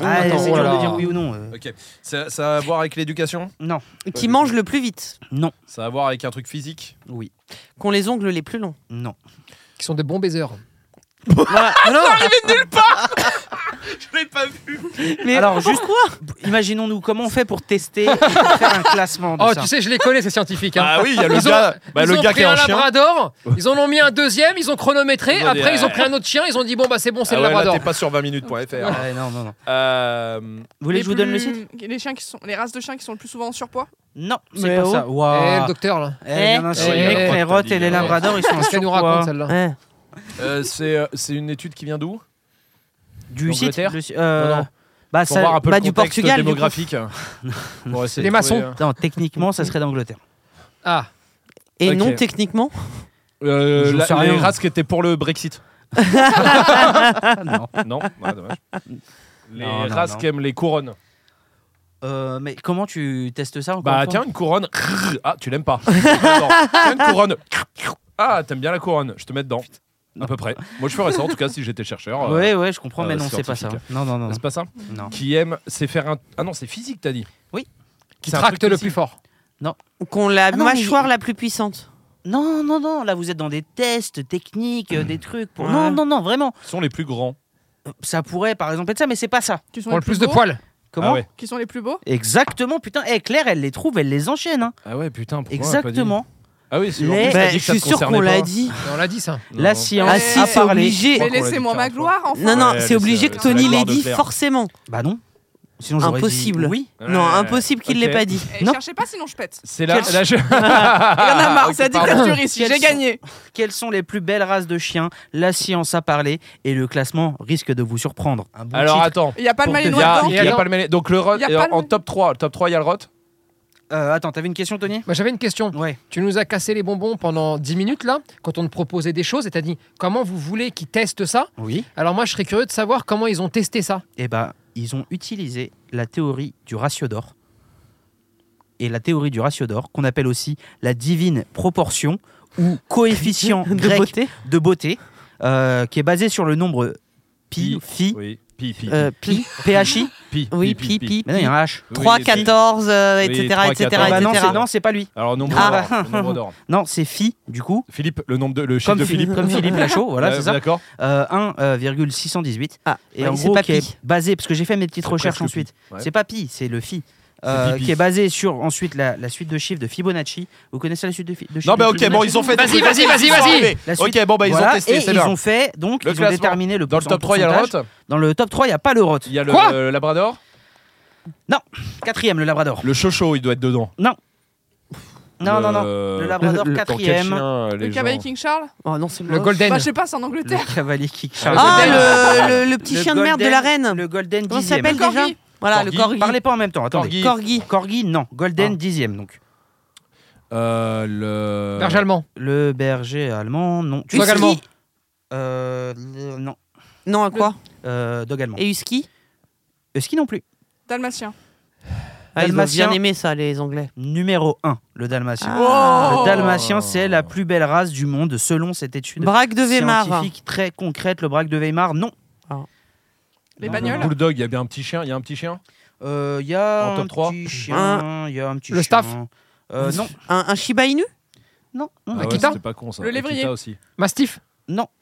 Ah,
attends,
c'est
oh là
dur de
là.
dire oui ou non. euh.
Ok. Ça, ça a à voir avec l'éducation
Non,
Qui mangent le plus vite.
Ça a à voir avec un truc physique
oui,
Qui ont les ongles les plus longs.
non. Ah,
Qui sont des bons baiseurs.
Je l'ai pas vu
Mais
Alors, juste-
pourquoi
Imaginons-nous comment on fait pour tester et faire un classement de
Oh,
ça.
tu sais, je les connais, ces scientifiques. hein.
Ah oui, il y a le
Ils ont-
gars, bah,
ils
le
ont
gars
pris
qui est
un
en chien.
labrador, ils en ont mis un deuxième, ils ont chronométré,
Ils ont dit,
après ils ont
ouais.
pris un autre chien, ils ont dit bon bah c'est bon, c'est
Ah
le
ouais, là,
labrador.
t'es pas sur 20minutes.fr.
Ouais, non, non, non.
Euh,
Vous voulez que je vous donne le site
Les chiens qui sont, les races de chiens qui sont le plus souvent en surpoids.
Non, c'est
Mais
pas
oh.
ça.
Eh,
Waouh.
le docteur là,
Eh, non, non, c'est
Eh,
les
eh,
mecs, les
eh.
Roth et les Labrador, ils sont en
qu'est-ce qu'elle nous raconte
surpoids.
celle-là
Ouais.
euh, c'est euh, c'est une étude qui vient d'où
Du site
D'Angleterre
le- euh,
Non, non.
Bah,
Pour
ça-
voir un peu
bah,
le
du
contexte
Portugal, du coup.
démographique. Pour essayer
Les
de trouver,
maçons.
non, techniquement, ça serait d'Angleterre.
Ah,
Et
Ok.
non, techniquement.
euh,
J'en
la-
sais
les
rien.
races qui étaient pour le Brexit.
Ah, non.
Non, ouais, dommage. Les
Non, non,
races
non.
qui aiment les couronnes.
Euh, mais comment tu testes ça encore
Bah
une fois
tiens, une couronne. Crrr. Ah, tu l'aimes pas. Attends. Tiens, une couronne. Ah, t'aimes bien la couronne. Je te mets dedans. À peu près. Moi, je ferais ça en tout cas si j'étais chercheur. euh,
Ouais, ouais, je comprends,
euh,
mais non, c'est pas ça.
scientifique.
Non, non, non.
C'est pas ça
Non,
Qui aime, c'est faire un. Ah non, c'est physique, t'as dit.
Oui.
qui
C'est un
tracte
truc
le
physique.
plus fort.
Qu'on
Ah
la
non, mais-
mâchoire la plus puissante.
non, non, non, là, vous êtes dans des tests techniques, euh, des trucs. Pour...
Ouais.
Non, non, non, vraiment. Euh,
Ils Hmm. sont les plus grands.
Ça pourrait, par exemple, être ça, mais c'est pas ça.
Qui sont
Pour
les
le plus de
beaux,
poils.
Comment
ah ouais.
Qui sont les plus beaux
Exactement, putain. Eh, Claire, elle les trouve, elle les enchaîne. hein.
Ah ouais, putain. pourquoi on l'a pas dit
Exactement.
Ah oui, c'est
Les-
gentil, t'as
Bah,
dit
je
que ça te
suis sûr
concernait
qu'on l'a
pas.
dit.
Et On l'a dit ça.
Non.
La science
Ah si,
a
c'est
parlé.
obligé.
Mais
crois qu'on l'a
laissez-moi
dit
ma
40
gloire, enfin.
Non, non,
Ouais,
c'est
c'est-
obligé que
c'est la
Tony l'ait
gloire de
dit,
Claire.
forcément.
Bah non. Sinon, j'aurais dit
Impossible.
Oui.
Non,
Ouais.
impossible qu'il
Ok.
l'ait pas dit.
Eh,
Non.
Cherchez pas, sinon je pète.
C'est la.
Quel-
la- je-
Il y en a marre,
Ah, Ok,
c'est la
pardon.
dictature ici,
Quels
j'ai
sont-
gagné.
Quelles sont les plus belles races de chiens La science a parlé et le classement risque de vous surprendre. Un bon
Alors
titre.
attends.
Il n'y a pas de
Pour te
Il
malinois
y a,
dedans
il y a
dedans.
pas le mêlé. Donc le Roth,
Il y a
et
pas le
en
mêlé.
top 3, top 3, il y a le Roth.
Euh, attends, t'avais une question, Tony
Bah, J'avais une question.
Ouais.
Tu nous as cassé les bonbons pendant 10 minutes là, quand on te proposait des choses et t'as dit comment vous voulez qu'ils testent ça
Oui.
Alors moi je serais curieux de savoir comment ils ont testé ça.
Eh ben, ils ont utilisé la théorie du ratio d'or. Et la théorie du ratio d'or, qu'on appelle aussi la divine proportion ou coefficient
De
grec
beauté.
de beauté, euh, qui est basé sur le nombre pi,
Pi.
phi,
Oui. Pi, pi,
Euh, pli,
phi.
pi.
oui, pi, pi,
Mais non, il y a un h.
Oui,
3,
les pi.
14, euh,
Oui,
etc.
3,
etc.,
14.
Ah bah non,
etc.
c'est- non, c'est pas lui.
Alors, nombre
Ah,
d'or,
bah.
le nombre d'or.
Non, c'est phi, du coup.
Philippe, le nombre de, le chiffre
Comme,
de
Phi-
Philippe.
comme Philippe Lachaud, voilà,
Ouais,
c'est ça.
D'accord.
Euh, 1,618.
Ah,
et
oui,
en
c'est
gros,
pas
Bah, qui est
pi.
basé, parce que j'ai fait mes petites
C'est
recherches
presque pi.
ensuite.
Ouais.
C'est pas pi, c'est le phi. Euh,
pi, pi.
qui est basé sur ensuite la, la suite de chiffres de Fibonacci. Vous connaissez la suite de, fi- de chiffres
Non,
de
bah ok, bon,
Fibonacci
ils ont fait.
Vas-y, vas-y, vas-y,
Ils sont
vas-y.
arrivés.
La suite-
Ok, bon, bah ils ont
Voilà,
testé,
et
c'est
ils
leur.
ont fait, donc,
Le
ils ont
classement.
déterminé le
Dans le
pourcent-
top 3, il y a le
pourcentage.
Roth,
Dans le top 3, il n'y a pas le Roth.
il y a le
Quoi
euh, Labrador,
Quatrième, le Labrador.
le Chocho, il doit être dedans.
Non, non, non.
Euh,
Le Labrador,
le- le-
tant qu'il y a
quatrième.
chien, les
Le
gens-
cavalier King Charles
Oh non, c'est
Le
moche.
Golden.
Bah, je sais pas, c'est en Angleterre.
Le cavalier qui charge.
Ah,
golden.
le, le- le petit
Le
chien de merde de
golden-
la reine.
Le Golden
Comment ça
dixième.
s'appelle
Le corgi.
déjà Voilà, le
Corgi.
corgi.
Parlez pas en même temps, attendez.
Corgi.
Corgi.
Corgi, non. Golden
Ah.
dixième, donc.
Euh, le.
Berger allemand.
Le berger allemand, non.
Dog
Husky.
allemand.
Euh, le- non.
Non, à quoi
Euh, dog allemand.
Et Husky
Husky non plus.
Dalmatien.
ah, Ils ont
Dalmatien.
bien aimé ça, les Anglais.
Numéro 1, le dalmatien.
Ah.
Oh.
Le dalmatien, c'est la plus belle race du monde, selon cette étude
Braque de Weimar.
scientifique très concrète. Le braque de Weimar, non.
Ah.
Les
Non,
bagnoles.
non, non.
Bulldog, il y a bien un petit chien, il y a un petit chien.
Euh, Il y a
En top
un
3.
petit chien, il y a un petit
Le
chien.
staff.
Euh, Non,
Un, un Shiba Inu
non, non,
Ah ouais,
Akita
c'était pas con ça.
Le lévrier.
Akita aussi.
Mastiff.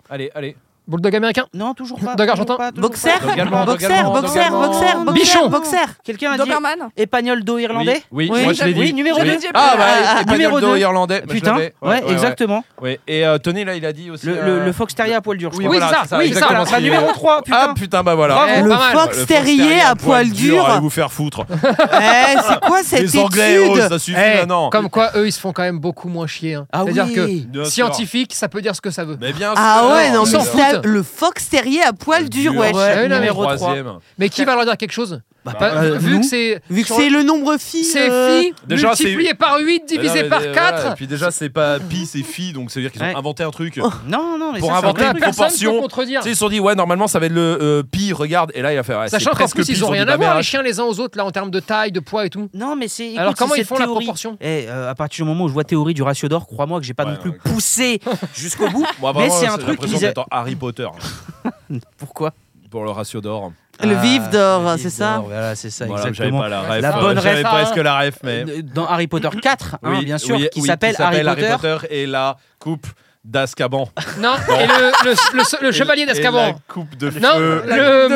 Allez, allez.
Bulldog américain.
non, toujours pas.
Dog
toujours
argentin.
pas, toujours
Boxer
pas.
Dog allemand, dog
Boxer,
allemand,
boxer,
dog
boxer,
allemand.
boxer,
Bichon.
boxer.
Quelqu'un a dit
Doberman.
épagnol d'eau irlandais
Oui, oui,
Oui,
moi je l'ai dit.
oui, numéro
Oui.
deux.
Ah, bah, allez,
Numéro
Espagnol d'eau
deux.
irlandais. Bah, je
Putain,
l'avais.
ouais, exactement.
ouais. Et euh, Tony, là, il a dit aussi.
Le,
euh,
le, le fox terrier à poil dur, je
Oui,
crois.
Oui,
voilà,
c'est ça,
c'est ça,
oui,
c'est ça.
exactement ce
Bah,
qu'il
numéro
est.
3, putain.
Ah putain, bah voilà.
Bravo.
Eh,
Le
pas mal.
Le
fox
fox
terrier à poil dur.
Allez vous faire foutre.
Eh, c'est quoi cette
Les Anglais, oh,
étude
ça suffit
Eh,
maintenant.
Comme quoi, eux, ils se font quand même beaucoup moins chier. hein.
Ah
C'est-à-dire que
oui.
Bien sûr.
scientifique, ça peut dire ce que ça veut.
Mais bien
Ah
sûr.
ouais, non,
Ils
mais
s'en
ça-
foutent.
le fox terrier à poil dur, wesh.
ouais.
Ah oui, non, mais-
Numéro
Troisième.
Mais qui va leur dire quelque chose
Bah,
Pas-
euh,
Vu
nous,
que c'est.
Vu que
sur-
c'est le nombre phi.
C'est
euh,
phi
Déjà,
multiplié par 8 divisé
Mais non, mais
par
voilà,
4.
Et puis déjà, c'est pas pi, c'est phi, donc ça veut dire qu'ils ont
Ouais.
inventé un truc.
Non, non, mais
Pour
ça, c'est un
inventer
vrai
un
truc.
pro-
Personne ne
proportion,
peut contredire.
Tu sais, ils se sont dit, ouais, normalement, ça va être le euh, pi, regarde. Et là, il va faire. ouais,
Sachant
c'est
qu'en
presque
plus,
pi,
ils ont
dit,
rien
bah,
à voir,
merde.
les chiens les uns aux autres, là, en termes de taille, de poids et tout.
Non, mais c'est.
Alors,
écoute,
comment
c'est
ils
cette
font la
théorie.
proportion
Eh, euh, à partir du moment où je vois théorie du ratio d'or, crois-moi que j'ai pas
Ouais,
non plus
ouais.
poussé jusqu'au bout.
Moi,
Mais
vraiment,
c'est un
j'ai
truc
l'impression
qu'ils a-
d'être dans Harry Potter hein,
Pourquoi
pour le ratio d'or.
Le
Ah,
vif
le
d'or,
vif
c'est ça
d'or, Voilà, c'est ça,
Voilà, j'avais
exactement.
pas la
Ouais,
ref.
la
euh,
bonne
J'avais
ref, hein.
presque la ref, mais.
Dans Harry Potter 4, hein,
Oui,
bien sûr,
oui,
qui
oui,
s'appelle Harry, Potter.
et la coupe d'Azkaban.
Non, et le, le- le- le chevalier
Et- Et la
d'Azkaban.
coupe de
Non,
feu.
le-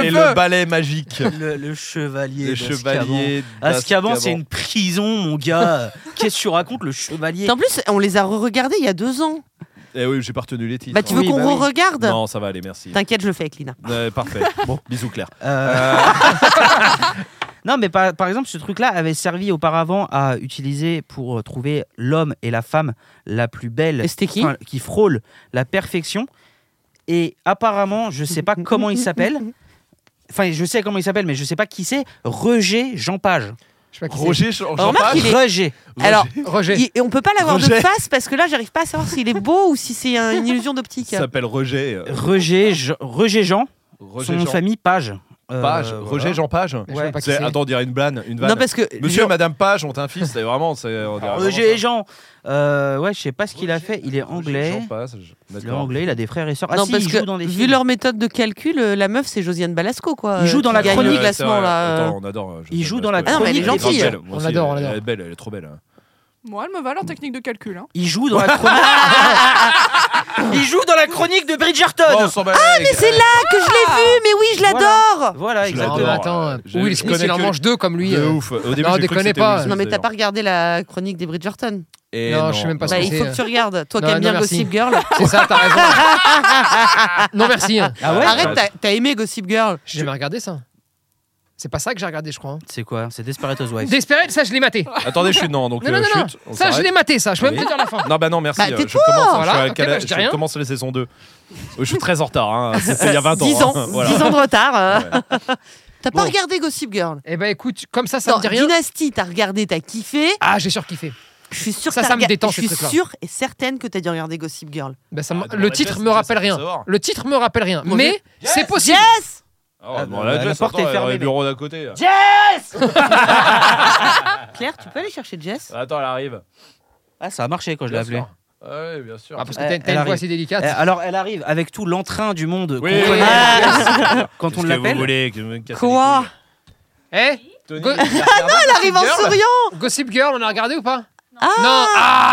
et
de
le
feu.
balai magique.
Le, le chevalier.
Les
d'Azkaban.
chevaliers.
Azkaban,
d'Azkaban.
c'est une prison, mon gars. Qu'est-ce que tu racontes, le chevalier
En plus, on les a re-regardés il y a deux ans.
Eh oui, j'ai pas retenu les titres.
Bah, tu veux
Oui,
qu'on
bah oui.
re-regarde
Non, ça va aller, merci.
T'inquiète, je le fais avec Lina.
Euh, parfait. Bon, bisous Claire.
Euh, Non, mais par, par exemple, ce truc-là avait servi auparavant à utiliser pour euh, trouver l'homme et la femme la plus belle,
Et c'était qui
enfin, qui frôle la perfection. Et apparemment, je sais pas comment il s'appelle. Enfin, je sais comment il s'appelle, mais je sais pas qui c'est. Roger Jean Page.
Je sais pas qui c'est.
Roger, Jean- Jean
remarque,
Page.
Il est-
Roger.
Alors,
Roger.
il- et on peut pas l'avoir de
Rejet.
face parce que là, j'arrive pas à savoir s'il est beau ou si c'est un- une illusion d'optique.
Il s'appelle Roger. euh,
Roger, Je- Roger Jean.
Roger
son nom de
Jean
famille Page. Euh,
Page.
voilà.
Roger Jean Page.
Je sais
ouais.
pas qui
C'est-
c'est.
Attends, on dirait une blague. Une vanne.
Non, parce que.
Monsieur et Madame Page ont un fils. C'est vraiment. c'est- on dirait vraiment
Roger
ça.
Jean. Euh, ouais, je sais pas ce qu'il a
Roger-
fait. Il est
Roger
anglais.
Jean Page.
Il est
D'accord.
anglais, il a des frères et sœurs. Ah
non,
si,
parce
il
que
joue dans des
vu
films.
leur méthode de calcul, euh, la meuf c'est Josiane Balasco quoi.
Il joue
euh,
dans
qui
la
gagne
chronique.
le classement
ouais,
là. euh.
attends, on adore. je
Il
sais
joue
pas,
dans
je
la
sais pas.
Ah non, mais elle est
grande
gentille.
belle, moi
On
aussi,
adore, on
Elle est
adore.
belle, elle est trop belle.
Moi, elle me va leur technique de calcul. hein.
Il joue dans la chronique. il joue dans la chronique de Bridgerton.
Ah, mais
euh. c'est là que je l'ai vu, mais oui, je l'adore.
Voilà,
Non,
Je
exactement.
mais
l'adore.
attends, euh,
Je-
Will
je
Smith,
connais
il en
que-
mange deux comme lui.
De
euh.
ouf. Au début,
non,
j'ai cru que
déconnez
c'était
pas.
Ah,
Will Smith,
Non mais t'as
d'ailleurs.
pas regardé la chronique des Bridgerton
Et
Non, je sais même pas ce
Bah
que
il
c'est.
faut
euh,
que tu regardes, toi qui
Non,
aimes bien
non, merci.
Gossip Girl.
C'est ça, t'as raison. non, merci. hein.
Ah ouais
Arrête, t'as- t'as aimé Gossip Girl
J'ai jamais regardé ça. C'est pas ça que j'ai regardé, je crois. hein.
C'est quoi C'est Desperate Housewives.
Desperate, ça, je l'ai maté.
Attendez, je suis non, donc
Non, non,
euh,
non, non.
chute. on
Ça, je
Bah, s'arrête.
l'ai maté, ça. Je peux même
Oui.
te dire la fin.
Non, bah non, merci.
Bah,
euh,
tais-toi
je commence, je
Voilà,
suis à
ok,
Calais,
bah, je dis
je
rien.
commence la saison 2. Je suis très en retard, hein. c'est c'est il y a 20 ans.
10 ans,
hein. Voilà.
10 ans de retard. euh.
Ouais.
T'as pas
Bon.
regardé Gossip Girl
Eh ben, écoute, comme ça, ça
Non,
me dit rien.
Dynasty, t'as regardé, t'as kiffé.
Ah, j'ai surkiffé.
Je suis sûre
Ça,
que
ça
t'as
me
regardé-
détend,
Je
ces
suis
trucs-là.
sûre et certaine que t'as dû regarder Gossip Girl.
Ben, ça me-
Ah,
le
demande
titre
à
me
Jess,
rappelle
ça, ça
rien.
va savoir.
Le titre me rappelle rien.
Mon
Mais
Euh,
c'est possible.
Yes
Oh,
Ah,
bon,
bah,
là,
la
Jess,
porte est
attends, elle
fermée,
Le bureau d'à côté. là.
Claire, tu peux aller chercher Jess
Attends, elle arrive.
Ah, ça a marché quand je l'ai
Bien sûr.
appelé.
Ouais, bien sûr.
Ah, parce que
Elle-
t'as-
elle
t'as une
arrive.
voix si délicate.
Eh, Alors, elle arrive avec tout l'entrain du monde
Oui,
qu'on
oui,
connaît,
oui,
quand on
Qu'est-ce que vous
l'appelle.
voulez que vous me cassez les
Quoi
Eh
Tony,
Go-
il a regardé
Elle arrive en
Gossip Girl.
souriant
Gossip Girl, on a regardé ou pas
Ah
Non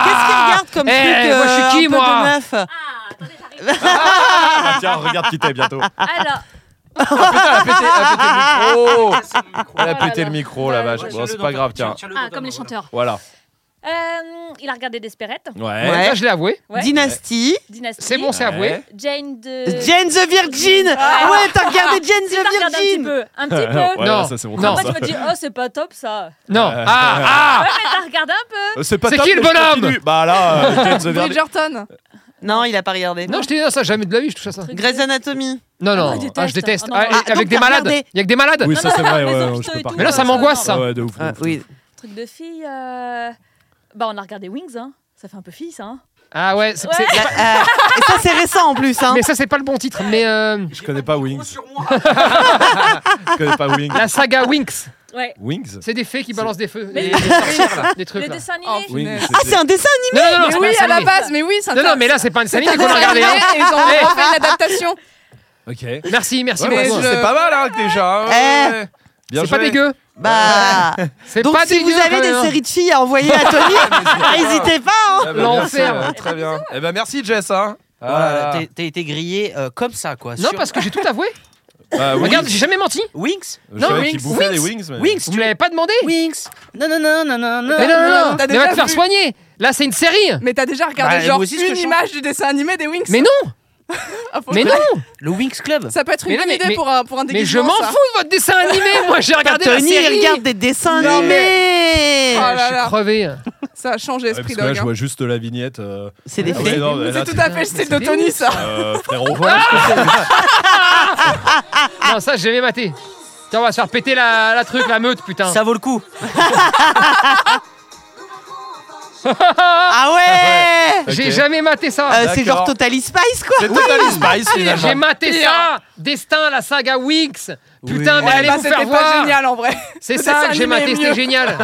Qu'est-ce qu'il
Ah
regarde comme
Eh,
truc
moi, je suis
euh,
qui,
un peu
moi
de meuf
Ah, tiens, regarde qui t'es bientôt.
Alors,
Ah, putain, elle a pété, elle a pété le micro. Elle a
Voilà,
pété
là.
le micro, la
Ouais,
vache.
ouais,
Bon, c'est pas grave, tiens.
ah, comme les chanteurs.
Voilà.
Euh, il a regardé Desperate,
Ouais.
Ça, je l'ai avoué.
Ouais.
Dynastie.
Dynasty.
C'est bon, c'est avoué.
Jane de.
Euh.
Jane the Virgin
Ah.
Ouais, t'as regardé Jane
Si, t'as regardé
the Virgin
Un petit peu. Un petit peu.
Ouais,
Non,
ça, c'est bon,
non.
Après,
ça.
tu m'as dit, oh, c'est pas top ça.
Non.
Euh.
Ah, ah
Ouais, mais t'as regardé un peu.
C'est pas
C'est
top,
qui le
mais je
bonhomme
continue. Bah là, euh, James the Verdi-
Bridgerton.
Non, il a pas regardé.
Non, je t'ai dit, non, ça, jamais de la vie, je touche à ça.
Truc
Grey's
de-
Anatomy.
Non, non,
Ah, je
ah, je
déteste.
déteste.
Ah, non,
Ah,
non.
avec des
Ah, donc, t'as
malades.
regardé.
Il y a que des malades.
Oui,
Non,
ça
non,
c'est
non,
vrai.
les
ouais,
autres,
ouais,
je
je
te
peux
et
pas.
tout,
Mais là, ça
euh,
m'angoisse,
non,
ça.
non.
Ah ouais, de ouf. de
Ah,
ouf.
oui.
Truc de fille. euh, Bah, on a regardé Wings, hein. Ça fait un peu fille, ça. hein.
Ah ouais, c'est-
Ouais.
c'est-
La- euh, et ça, c'est récent en plus. Hein.
mais ça, c'est pas le bon titre. Mais euh,
Je connais pas Wings. Je connais pas Wings.
la saga Winx,
Ouais.
Wings
c'est des fées qui balancent des feux. des-
Mais-
des sorcières, là, des
Le
trucs là.
dessin animé.
Oh,
Wings.
punaise.
Ah, c'est un dessin
Non, non, non, c'est
Mais
pas
oui,
un
à la
dessin
base, mais oui, c'est
animé. Non, non, mais là, c'est pas un dessin animé qu'on a regardé. hein.
Et ils ont fait une adaptation.
Ok.
Merci, merci.
Ouais,
mais
ouais,
Vincent.
je-
C'est pas mal, hein, déjà. hein,
Eh.
ouais. Bien
C'est pas
joué.
dégueu.
Bah.
C'est
Donc,
pas
si
dégueu,
vous avez
quand
des
même, hein.
séries de filles à envoyer à Tony, n'hésitez pas. hein.
Ah, bah,
L'enfer.
merci, euh, Très bien. Eh ben, merci, Jess. hein.
Voilà,
Ah,
t'es- T'as été grillé euh, comme ça, quoi.
Non,
sur-
parce que j'ai tout avoué.
Bah, Wings.
Regarde, j'ai jamais menti.
Winx
Je
non,
savais qu'il
Wings,
bouffait des
Wings.
Wings. mais-
Wings
Vous me l'avez pas demandé.
Winx Non, non, non, non, non, Ah, non.
Mais non,
non,
non, non,
t'as
mais va
déjà
te faire
vu.
soigner. Là, c'est une série. hein.
Mais t'as déjà regardé
Bah,
genre
moi aussi, ce que
une
je
image du dessin animé des Wings
Mais non,
Ah, faut-
mais non,
Le Winx Club
Ça peut être une
Mais non,
bonne
mais-
idée
mais-
pour un pour un
mais je
déguisement.
m'en fous
ça.
de votre dessin animé. Moi, j'ai regardé la
Tony, il
série.
regarde des dessins
Mais-
animés.
Oh
Ah,
là
je
là.
suis crevé.
Ça a changé,
Ouais,
Esprit
parce que là,
Dog.
je
hein.
vois juste la vignette. euh,
C'est des
Ah ouais,
faits.
non, mais là,
C'est tout à fait le
c'est
style de Tony,
des-
ça.
euh, frérot, voilà.
Non, ça, j'ai jamais maté. Tiens, on va se faire péter la, la truc, la meute, putain.
Ça vaut le coup.
Ah ouais,
J'ai
Ok.
jamais maté ça.
Euh, C'est genre
D'accord.
Totally Spice quoi.
C'est Total Spice,
j'ai
finalement.
maté ça. Destin, la saga Winx. Putain, mais
Ouais,
allez
bah,
vous
c'était
faire
pas
voir.
génial en vrai.
C'est
Le
ça
dessin
que j'ai
animé
maté,
est
c'était
mieux.
génial.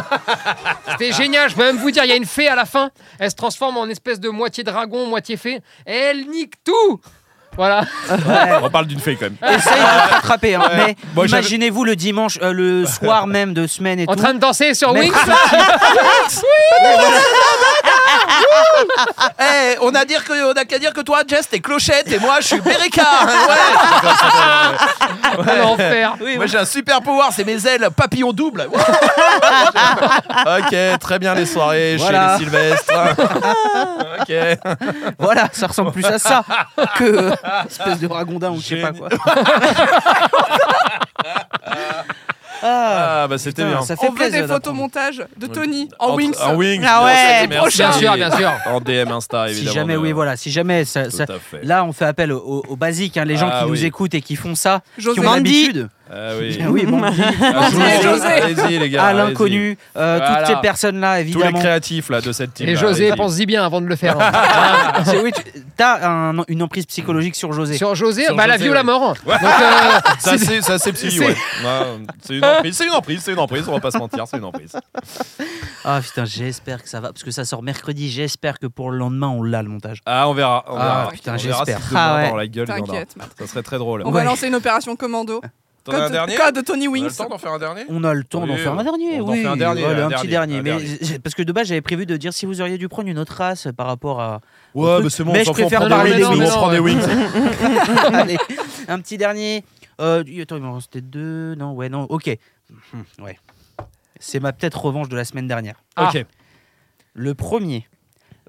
C'était génial, je peux même vous dire, il y a une fée à la fin, elle se transforme en espèce de moitié dragon, moitié fée, et elle nique tout. Voilà.
On parle d'une fée quand même.
Essaye de te rattraper. hein. Mais
Moi, j'avais-
imaginez-vous le dimanche, euh, le soir même de semaine et
En
tout.
train de danser sur
Mais-
Wings.
Eh, on a dire que- on a qu'à dire que toi, Jess, t'es clochette et moi, je suis Bereka.
Ah, l'enfer.
Moi j'ai un super pouvoir, c'est mes ailes papillon double. ok, très bien les soirées
Voilà.
chez les Sylvestres. ok.
Voilà, ça ressemble plus à ça que euh, espèce de ragondin ou je sais pas quoi. ah,
Ah bah c'était
putain,
bien.
ça fait
On fait
plaisir.
des photomontages de Tony en
Entre-
Wings.
En Wings.
Ah ouais.
Bon, ça,
Bien
c'est merci.
sûr, bien sûr.
En DM Insta
Si
évidemment.
jamais,
de-
oui, voilà, si jamais, ça, ça-
Tout à fait.
là on fait appel au- au- aux, basiques, hein, les gens
Ah
qui nous
oui.
écoutent et qui font ça,
José.
qui ont
Mandy.
l'habitude.
Ah oui.
Ah oui, Mandy,
Ah,
José.
José, José, Allez-y les gars.
à
allez-y.
Ah, l'inconnu, euh,
Voilà.
toutes ces personnes-là,
Tous les
évidemment.
créatifs là de cette team.
Et
là,
José,
allez-y.
pense-y bien avant de le faire. hein.
Ah, C'est- oui, tu- T'as un- une emprise psychologique sur José.
Sur José,
Sur
bah, la
José,
vie ou la
ouais.
mort.
Ouais.
Donc, euh,
Ça c'est ça c'est psy.
c'est-
Ouais. Ouais, C'est une emprise. C'est une emprise. C'est une emprise. On va pas se mentir. C'est une emprise.
Ah putain, j'espère que ça va, parce que ça sort mercredi, j'espère que pour le lendemain on l'a le montage.
Ah on verra. On
Ah,
verra.
putain,
On verra
j'espère.
si demain,
Ah ouais.
Dans la gueule. il y en a.
T'inquiète, Matt.
Ça serait très drôle.
On
Ouais.
va lancer une opération commando.
T'en as un
Code-
dernier.
Code Tony
On a
Wings.
le temps d'en faire un dernier.
On a le temps d'en
Oui,
faire un dernier,
on en
oui.
fait un dernier,
Voilà,
un
un, petit dernier.
dernier, un
mais j'ai- parce que de base, j'avais prévu de dire si vous auriez dû prendre une autre race par rapport à. au
Ouais
truc.
bah c'est bon.
Mais
on
je
s'en fout, on
préfère
prend
parler
des
des
Wings,
gens,
On prend
mais
des
non,
Wings.
Allez, un petit dernier. Euh, y- attends, il m'en restait deux. Non, ouais, non, ok. Hum, Ouais. C'est ma peut-être revanche de la semaine dernière.
Ah.
Ok.
Le premier.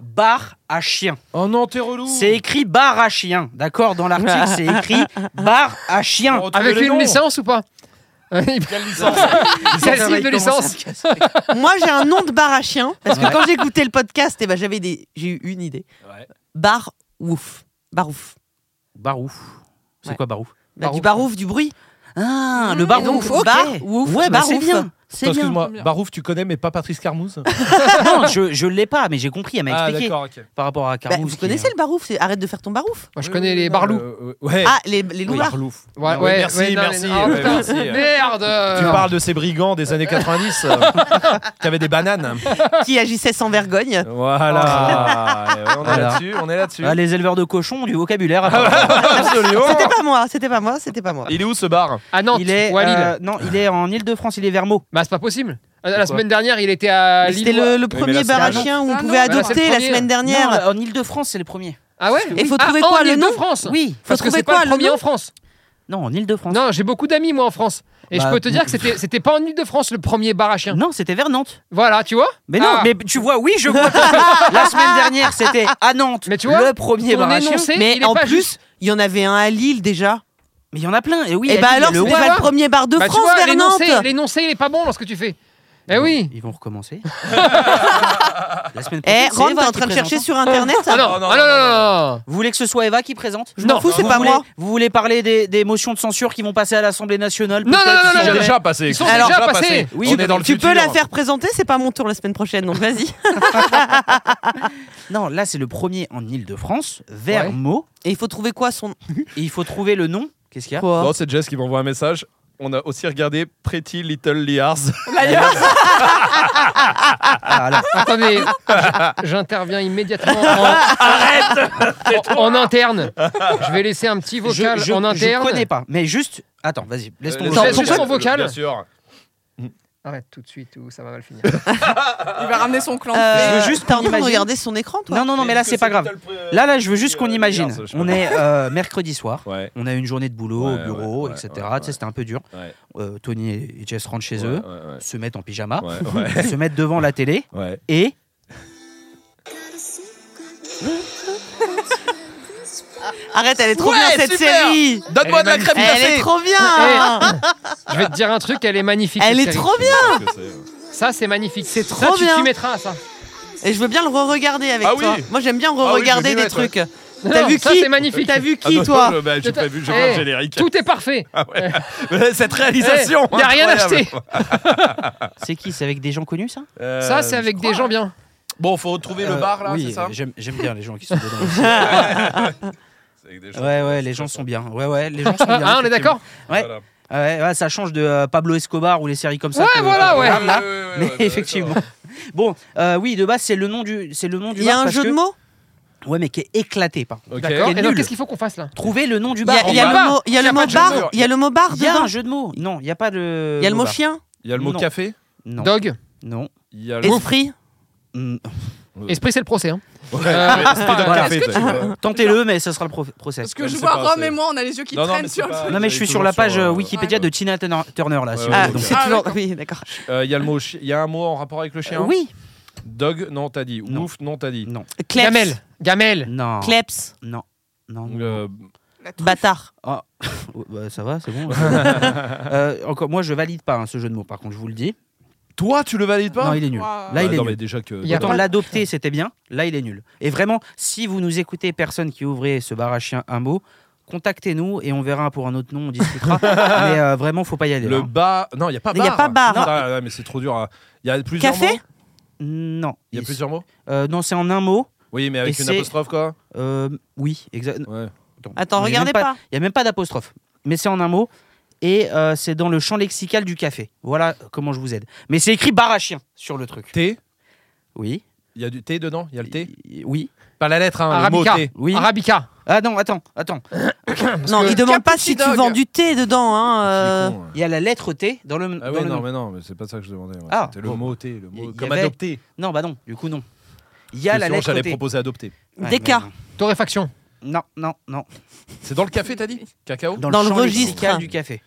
Bar à chien.
Oh non t'es relou.
C'est écrit bar à chien, d'accord Dans l'article, c'est écrit bar à chien.
Ah. avec une licence ou pas Il
Quelle licence
de licence.
Moi, j'ai un nom de bar à chien parce que quand j'ai écouté le podcast, eh ben, j'avais des... j'ai eu une idée.
Ouais.
Bar ouf. Bar ouf.
Barouf. C'est
Ouais.
quoi barouf
Bah,
Bar
du
ouf.
bar ouf, du bruit.
Ah, le
Mmh,
bar
donc,
ouf,
bar
ok.
ouf,
ouais, bah,
bar
c'est
ouf.
bien. C'est bien.
Excuse-moi,
bien.
Barouf, tu connais, mais pas Patrice Carmouze
Non, je, je l'ai pas, mais j'ai compris, elle m'a
Ah,
expliqué
d'accord, ok.
par rapport à
Bah,
Carmouze.
vous
qui-
connaissez le bar ouf c'est- Arrête de faire ton bar ouf.
Moi, je connais les barlous.
Euh, ouais.
Ah, les, les louvards.
Barlouf.
Ouais,
Ah
ouais,
merci,
ouais, non,
merci.
mais non,
ouais,
putain.
merci.
Merde
Tu parles de ces brigands des années 90 euh, qui avaient des bananes.
qui agissaient sans vergogne.
Voilà. Eh ouais, on est
Voilà.
là-dessus, on est là-dessus.
Ah, les éleveurs de cochons ont du
Ah,
vocabulaire.
Absolument.
C'était pas moi, c'était pas moi, c'était pas moi.
Il est où ce bar
À Nantes
il est,
ou à Lille.
euh, non, il est en Île-de-France, il est vers Meaux.
Bah, c'est pas possible. Euh, La
Pourquoi
semaine dernière, il était à
Mais
Lille.
C'était
ou à-
le,
mais là,
le premier
c'est la
bar à
non.
chiens où
Ah non,
on
bah là,
pouvait
c'est le
adopter la
premier.
semaine
Non,
dernière.
euh, en Île-de-France, c'est le premier.
Ah ouais
Et faut
Ah,
trouver
en
quoi, le nom
Île-de-France
Oui, faut
Parce que
trouver
c'est pas
quoi
le
le
premier
nom
en France.
Non, en Île-de-France.
Non, j'ai beaucoup d'amis, moi, en France. Et
Bah,
je peux te dire
non.
que c'était c'était pas en Ile-de-France le premier bar à chiens.
Non, c'était vers Nantes.
Voilà, tu vois
Mais non,
Ah.
mais tu vois, oui, je vois. la semaine dernière, c'était à Nantes.
Mais tu vois,
le premier
Ton
bar à chiens.
énoncé,
Mais
il est
en
pas
plus,
juste.
Il y en avait un à Lille déjà.
Mais il y en a plein. Et oui,
et
à
bah
Lille,
alors,
il y a le Haut.
c'était
Haut.
pas le premier bar de
Bah, tu
France
vois,
vers Nantes.
l'énoncé- l'énoncé, il est pas bon lorsque tu fais. Eh oui
Ils vont recommencer. la semaine
Eh,
prochaine, c'est
Ron,
Eva
t'es
qui
en train de chercher
présente.
sur internet
Ah non, ah non, non, non, non.
Vous voulez que ce soit Eva qui présente
Je m'en
non,
fous, c'est
Vous
pas
voulez-
moi.
Vous voulez parler des, des motions de censure qui vont passer à l'Assemblée nationale
Non, non,
peut-être,
non,
si
non,
jamais-
non,
déjà passé.
Ils sont
quoi.
déjà
Déjà
passés.
passés.
Oui,
on est dans le
Tu
futur.
peux la faire présenter, c'est pas mon tour la semaine prochaine, donc vas-y.
Non, là, c'est le premier en Ile-de-France, vers
Ouais.
Meaux.
Et il faut trouver quoi son.
Et il faut trouver le nom. Qu'est-ce qu'il y a
Ah,
Bon, c'est Jess qui m'envoie un message. On a aussi regardé Pretty Little Liars.
Ah, là.
Attendez, j'interviens immédiatement. Arrête en, en interne. Je vais laisser un petit
Je,
vocal
je-
en
je
interne.
connais pas, mais juste. Attends, vas-y, laisse ton
Euh,
Attends,
laisse-
ton
laisse-
ton vocal.
Bien sûr.
Arrête tout de suite ou ça va mal finir.
Il va ramener son clan.
Euh,
veux juste
T'es en
qu'on
train de
imagine-
regarder son écran, toi
Non, non, non, mais là, c'est pas grave. Là, là, je veux juste qu'on imagine. On est euh, mercredi soir.
Ouais.
On a une journée de boulot
Ouais,
au bureau,
ouais, ouais,
etc. Tu
ouais,
sais,
ouais.
c'était un peu dur.
Ouais.
Euh, Tony et Jess rentrent chez
Ouais,
eux,
ouais,
se mettent en pyjama,
ouais. Ouais, ouais.
se mettent devant la télé
Ouais.
et.
Arrête, elle est trop
Ouais,
bien cette
super
série
Donne-moi
Elle
de la
est
crème
Elle est
glacée
trop bien
Je vais te dire un truc, elle est magnifique.
Elle
cette
est
série.
trop bien
Qu'est-ce que c'est, euh
Ça, c'est magnifique.
C'est
Ça,
trop
tu
bien.
t'y mettras à ça.
Et je veux bien le re-regarder avec
Ah oui.
toi. Moi, j'aime bien
Ah oui, je
re-regarder
vais
des
mettre, ouais.
trucs. T'as
Non,
vu
ça,
qui
c'est magnifique.
T'as vu
Ah
qui,
non,
toi
non, bah, J'ai pas vu, j'ai pas
Eh,
le générique. Euh,
Tout est parfait.
Cette réalisation
Il n'y a rien
incroyable.
acheté.
C'est qui C'est avec des gens connus, ça
Euh,
Ça, c'est avec des gens bien.
Bon, faut trouver
Euh,
le bar là,
oui,
c'est ça
euh, j'aime, j'aime bien les gens qui sont dedans. aussi.
C'est avec des gens.
ouais, ouais, les gens sont bien. Ouais, ouais, les gens sont
Ah,
bien.
Hein, on est d'accord
Ouais.
Voilà.
Ah Ouais, ouais, ça change de euh, Pablo Escobar ou les séries comme ça.
Ouais,
que-
voilà, ouais.
Là,
Ouais, ouais, ouais,
mais
ouais, ouais,
effectivement. Bon, euh, oui, de base, c'est le nom du, c'est le nom du
Il y
bar.
a un
parce
jeu de
que-
mots
Ouais, mais qui est éclaté, par contre.
Ok.
D'accord.
Qui est
Et donc,
nul.
qu'est-ce qu'il faut qu'on fasse là
Trouver le nom du
Il y
Bah,
bar.
a-
en
il y a
bas.
le mot- il y a
Il y a
le
pas
mot
de jeu de mots.
bar, il y a le mot bar
Il y a
dedans.
un jeu de mots. Non, il n'y a pas de.
Il y a le mot
bar.
chien,
Il y a le mot
Non.
café.
Non.
Dog.
Euh.
Non.
Il y a le.
esprit.
Mm.
Esprit, c'est le procès. hein.
Ouais,
Euh,
mais c'était dans le
voilà.
café,
Est-ce que
ça.
Tentez-le, mais ça sera le pro- procès.
Parce que
je
je
sais
vois
pas,
Rome
c'est-
et moi, on a les yeux qui
Non, non, mais
traînent
c'est
sur le
pas-
truc.
Non, mais je suis sur la page euh, Wikipédia de Tina Turner, Turner, là.
Ouais,
si vous
ouais,
voulez,
Ah,
ouais.
donc.
c'est
Ah,
toujours.
d'accord.
Oui, d'accord.
Euh, Il y a le mot. chi- Il y a un mot en rapport avec le chien.
Euh, Oui,
Dog, non, t'as dit.
Non.
Ouf, non, t'as dit.
Non.
Ah,
Kleps.
Gamel. Gamel.
Non.
Kleps.
Non. Non. non.
Euh,
Bâtard.
Oh, bah, ça va, c'est bon. Euh, encore, moi, je valide pas hein, ce jeu de mots. Par contre, je vous le dis.
Toi, tu le valides pas
Non, il est nul.
Waouh.
Là, il
Ah,
est
non,
nul.
mais déjà que.
Il y a-
Autant
pas-
l'adopter, c'était bien. Là, il est nul. Et vraiment, si vous nous écoutez, personne qui ouvrait ce bar à chien un mot, contactez-nous et on verra pour un autre nom, on discutera. mais euh, vraiment, faut pas y aller.
Le
là.
bas. Non, il n'y a pas
Il
bar.
y a pas bar.
Non, ah, ouais, mais c'est trop dur. à- Il y a plusieurs
Café
mots.
Non.
Il y a
Il-
plusieurs mots
Euh, non, c'est en un mot.
Oui, mais
Et
avec une
c'est-
apostrophe, quoi.
Euh, oui, exact.
Ouais.
Attends,
Il y a même
regardez pas.
Il n'y a même pas d'apostrophe. Mais c'est en un mot. Et euh, c'est dans le champ lexical du café. Voilà comment je vous aide. Mais c'est écrit bar à chien sur le truc.
Thé.
Oui.
Il y a du thé dedans Il y a le thé
Oui.
Pas la lettre, hein, le mot
Arabica.
thé.
Oui.
Arabica.
Ah non, attends, attends.
Non,
que-
il demande pas si tu
Cappuccino
vends
Dog.
du thé dedans. hein, euh.
C'est con, hein.
Il y a la lettre T dans le.
Ah
dans
oui,
le
non,
nom.
mais non, mais c'est pas ça que je demandais. ouais.
Ah.
C'était le
Bon.
mot thé, le
Il
mot
y
comme
avait-
adopté.
Non, bah non, du coup, non. Il y a
Parce que
la
Sinon,
lettre
j'allais
T.
proposer adopté.
Ouais,
Descartes.
mais
Torréfaction.
Non, non, non.
C'est dans le café, t'as dit Cacao mm,
Dans,
Oh, Dans le
champ
registre. Hmm.
lexical du café.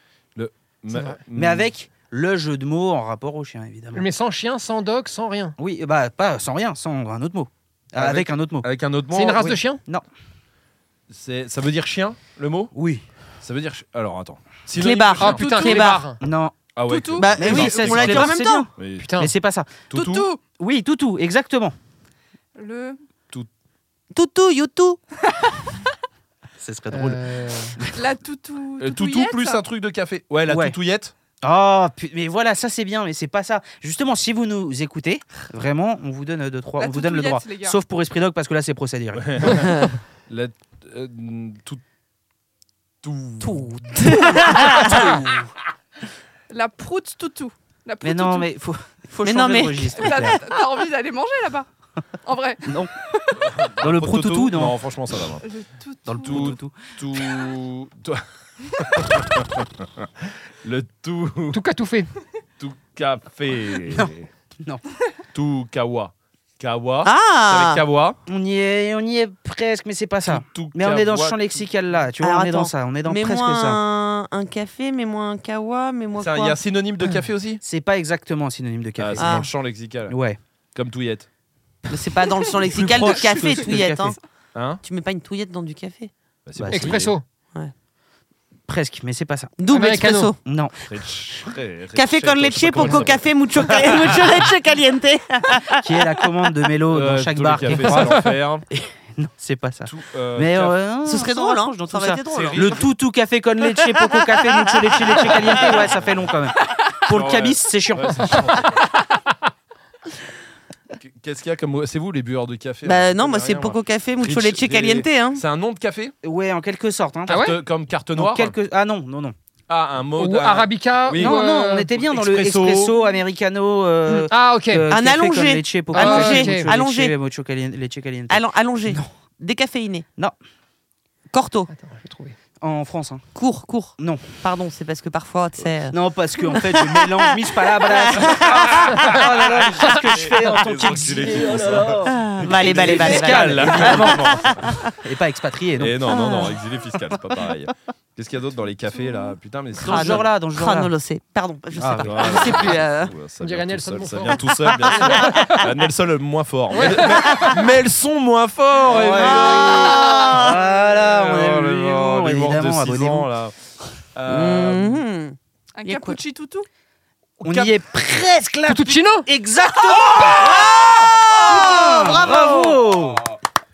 Ma-
Mais avec le jeu de mots en rapport au chien, évidemment.
Mais sans chien, sans dog, sans rien.
Oui, bah pas sans rien, sans un autre mot. Euh,
Ah,
Avec-
Avec, un autre mot.
Avec un autre mot.
C'est une race
oui.
de chien
C'est- Ça veut dire chien, le mot
Oui.
Ça veut dire. chi- Alors attends. Synonyme de
Clébard.
chien.
Ah putain,
Toutou.
les barres.
Non.
Ah ouais.
Toutou.
que-
Bah
Mais
oui,
non,
c'est-
on l'a dit en
Clébar,
même
c'est
temps.
Oui.
Putain.
Mais c'est pas ça.
Toutou.
Toutou.
Oui, toutou, exactement.
Le.
Toutou, youtou.
Ce serait drôle.
Euh,
La toutou.
Euh, Toutou
toutouillette.
plus un truc de café. Ouais, la
Ouais.
toutouillette.
Oh, pu- mais voilà, ça c'est bien, mais c'est pas ça. Justement, si vous nous écoutez, vraiment, on vous donne euh, de trois,
Bah,
La
on vous donne le droit.
toutouillette, les gars.
Sauf pour Esprit Dog, parce que là c'est procédure.
La. euh, tout- Tout.
Tout.
La prout toutou. La prout
Mais non,
toutou.
mais faut, faut
Mais
changer
non, mais-
de registre.
T'as- T'as t'as envie d'aller manger là-bas En vrai,
Non. Dans le
Prototo,
prototou,
non.
non.
franchement, ça va. non.
j'ai tout.
Dans le
Tout-
prototou.
Tout. tout- le tout.
Tout cas, tout fait.
Tout café.
Non.
Tout kawa. Kawa. C'est
Ah
avec kawa.
On y est, on y est presque, mais c'est pas ça.
Tout
Ah. Mais on est dans ce
kawa.
champ lexical là, tu vois,
Alors,
on est dans
attends.
ça, on est dans
Mets-moi
presque ça.
un, un café, mets-moi un kawa, mets-moi
C'est un- Il y a
quoi
un synonyme de café aussi
C'est pas exactement un synonyme de
Ah,
café.
C'est
Ah.
dans le champ lexical.
Ouais.
Comme touillette.
Mais C'est pas dans le champ lexical
Plus
de
proche
café,
que- que
touillette.
café.
hein.
Hein
Tu mets pas une touillette dans du café
Bah,
Bah,
pas
Expresso.
Presque, mais c'est pas ça.
Double
Americano.
expresso.
Non.
Rich- rich-
Café
rich-
con
je sais
leche,
pas comment
poco
il s'appelle.
café, mucho, ca- mucho leche caliente.
Qui est la commande de Mélo dans
Euh,
chaque
tous
bar
les
quelque
cafés, c'est
part.
l'enfer.
Non, c'est pas ça.
Tout, euh,
Mais
café-
euh, non,
Ce serait
ça
drôle,
va,
hein.
je dans
Ça
tout ça.
aurait été drôle. hein.
Le tout tout café con leche, poco café, mucho leche, leche caliente, ouais, ça fait long quand même. Pour le
Ouais.
cabis, c'est chiant.
Ouais, c'est chiant. Qu- Qu'est-ce qu'il y a comme. C'est vous les buveurs de café
Bah
hein,
non,
je
moi
connais
c'est
rien,
poco café, mucho
Rich-
leche
des-
caliente. Hein.
C'est un nom de café
Ouais, en quelque sorte. Hein.
Ah ouais
Carte- Comme carte
En
noire hein.
quelque... Ah non, non, non.
Ah, un mot.
Ou
un-
Arabica.
oui.
ou,
Non, non,
euh,
on était bien dans
expresso.
le espresso, americano. euh,
Ah, ok.
euh,
Un
café con
allongé.
leche, poco
Allongé.
café, mucho
Allongé.
leche, mucho calien- leche caliente.
Allo- Allongé. Décaféiné.
Non.
Corto.
Attends, je vais trouver.
En France, hein.
Court, court.
Non.
Pardon, c'est parce que parfois, tu sais. euh,
Non, parce que en fait, je mélange mis palabras. oh là là, mais qu'est-ce que je fais en tant
Les
qu'exilé
enculés qui
oh
font
là
ça.
là.
Ah, bah, allez, bah, allez, bah, allez, bah, allez.
Fiscal,
Fiscal.
Et pas expatrié, non.
Eh non, non,
Ah.
non, exilé fiscal, c'est pas pareil. Qu'est-ce qu'il y a d'autre dans les cafés là Putain, mais c'est-
Dans ce genre-là, dans ce
Ah, non,
genre-là.
le sait. Pardon, je sais
Ah,
pas.
voilà.
Je sais plus. euh,
Ouais, ça
On dirait
vient tout
Nelson
seul, Ça
Montfort.
vient tout seul, bien sûr. Ah, Nelson le moins fort. Mais, mais- mais elles sont moins forts.
Ouais. Ah Voilà, on
Oh,
aime
le
l'humour,
mort, les morts de
évidemment,
six ans,
abonnez-vous.
là.
Mmh.
Euh,
mhm.
Un
Il y a quoi
cappuccino toutou
On y est presque là.
Tutuccino
Exactement. Putain, Ah bravo.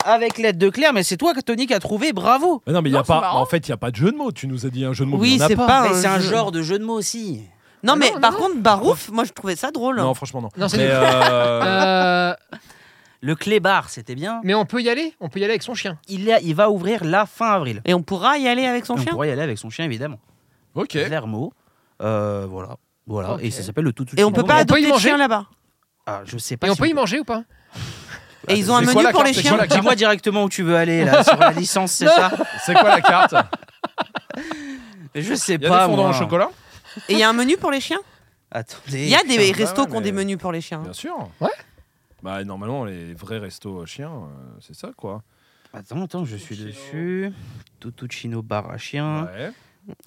Avec l'aide de Claire, mais c'est toi que Tony qui a trouvé, bravo.
mais non, mais il y a
Non, c'est
pas.
marrant.
En fait, il y a pas de jeu de mots. Tu nous as dit un jeu de mots. mais il
Oui,
y en a
c'est
pas.
pas.
Mais
un
c'est un
jeu.
genre de jeu de mots aussi.
Non, mais
Non,
par
non.
contre, Barouf, moi je trouvais ça drôle.
Non, franchement non.
Non, c'est
mais,
nul.
euh,
Euh,
Le clébar, c'était bien.
mais on peut y aller, on peut y aller avec son chien.
Il, a- il va ouvrir la fin avril.
Et on pourra y aller avec son
Et on
chien
pourra y aller avec son chien, évidemment.
ok.
Clermont. Euh, voilà. Voilà.
Ok.
Et ça s'appelle le tout tout
Et on peut pas
on peut y
adopter de
manger
chien là-bas.
Ah, je sais pas.
Et on
si
peut y manger ou pas
Et ils ont un
c'est quoi
menu
la
pour
carte
les
C'est
chiens.
quoi la carte
Dis-moi directement où tu veux aller là sur la licence, c'est ça
C'est quoi la carte
Je sais
Il y a
pas
des fondants
moi.
au chocolat
Et il y a un menu pour les chiens
Attendez.
Il y a des
Putain, bah
restos
ouais,
qui ont des
mais-
menus pour les chiens.
Bien sûr.
Ouais.
Bah normalement les vrais restos chiens, euh, c'est ça quoi.
Attends, attends, je suis dessus. Tutuccino bar à chien.
Ouais.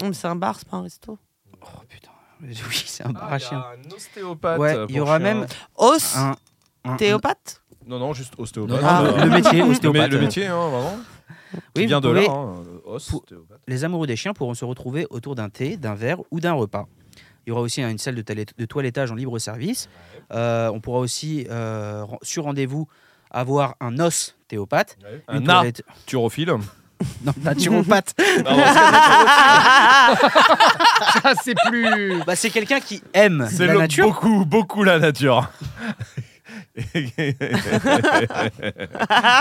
Hum, C'est un bar, c'est pas un resto.
Oh putain. Oui, c'est un
Ah,
bar à chien.
un ostéopathe.
Ouais,
euh,
il y
pour
aura
chien.
même-
Os,
Un, un-
théopathe
Non non juste
Non,
ostéopathe.
non,
Ah.
le, le métier,
Le, mé-
ostéopathe.
le métier hein, vraiment.
Oui,
qui vient
vous
de là.
pouvez-
hein, euh, Ostéopathe.
Les amoureux des chiens pourront se retrouver autour d'un thé, d'un verre ou d'un repas. Il y aura aussi hein, une salle de, toilette- de toilettage en libre service. Euh, on pourra aussi, euh, ren- sur rendez-vous, avoir un os théopathe.
Un
une
art
toilette-
turophile.
Non, naturopathe.
Pardon,
Ah, c'est plus.
bah, c'est quelqu'un qui aime
C'est
la
le-
nature.
beaucoup, beaucoup la nature.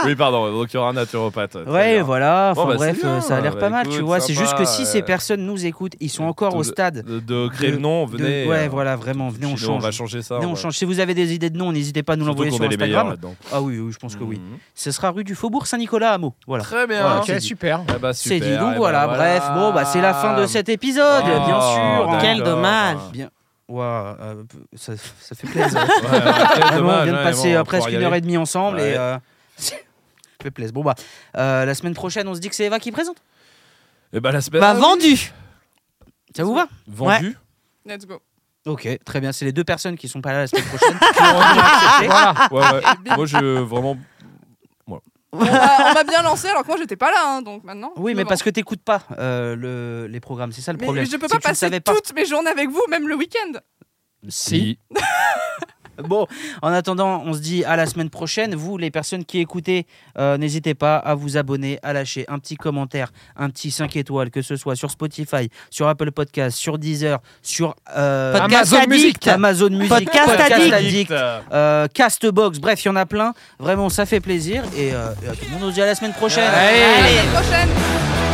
oui, pardon, donc il y aura un naturopathe. Très
Ouais,
bien.
voilà.
Bon,
Enfin
bah,
bref,
c'est bien.
euh, ça a l'air
Bah,
pas mal,
écoute,
tu vois. C'est
sympa,
juste que si ces
euh,
personnes nous écoutent, ils sont
de-
encore au
de-
stade.
De, de créer le nom,
de-
venez.
ouais,
euh,
voilà, vraiment, venez, on
Chino, On
change.
va changer ça.
Venez, on change. Si vous avez des idées de noms, n'hésitez pas à nous l'envoyer sur Instagram. Ah oui, oui, je pense que
Mm.
oui.
Mm-hmm.
Ce sera rue du Faubourg Saint-Nicolas à Meaux. Voilà.
Très bien.
Voilà,
Ok,
c'est dit.
super.
Ah bah,
C'est
super,
dit donc
eh ben
voilà, bref, bon bah c'est la fin de cet épisode,
Oh,
bien sûr. hein.
d'accord.
Quel dommage.
Bien. Ouah, euh, ça, ça fait plaisir.
Ouais, ouais, quel
Vraiment, on
dommage,
vient de
ouais,
passer
bon,
euh,
on
presque
pourra y
une heure
aller.
et demie ensemble
Ouais.
et euh, ça fait plaisir. Bon bah euh, la semaine prochaine on se dit que c'est Eva qui présente.
Eh ben, la semaine
Bah vendu
Ça vous va
vendue.
Let's go.
Ok, très bien. C'est les deux personnes qui sont pas là la semaine prochaine.
Voilà. Ouais, ouais. Moi, je vraiment.
On m'a on m'a bien lancé alors que moi j'étais pas là, hein, donc maintenant.
oui, mais parce que t'écoutes pas euh, le- les programmes, c'est ça le
Mais
problème.
je peux
c'est
pas
que tu ne
passer
savais
toutes mes journées avec vous, même le week-end.
Si.
Bon, en attendant, on se dit à la semaine prochaine. Vous, les personnes qui écoutez, euh, n'hésitez pas à vous abonner, à lâcher un petit commentaire, un petit 5 étoiles, que ce soit sur Spotify, sur Apple Podcast, sur Deezer, sur euh,
Podcast
Amazon
addict
Amazon Music,
Podcast Addict.
euh, Castbox, bref, il y en a plein. Vraiment, ça fait plaisir. Et, euh, et à tout le monde, on se dit à la semaine prochaine.
À la prochaine.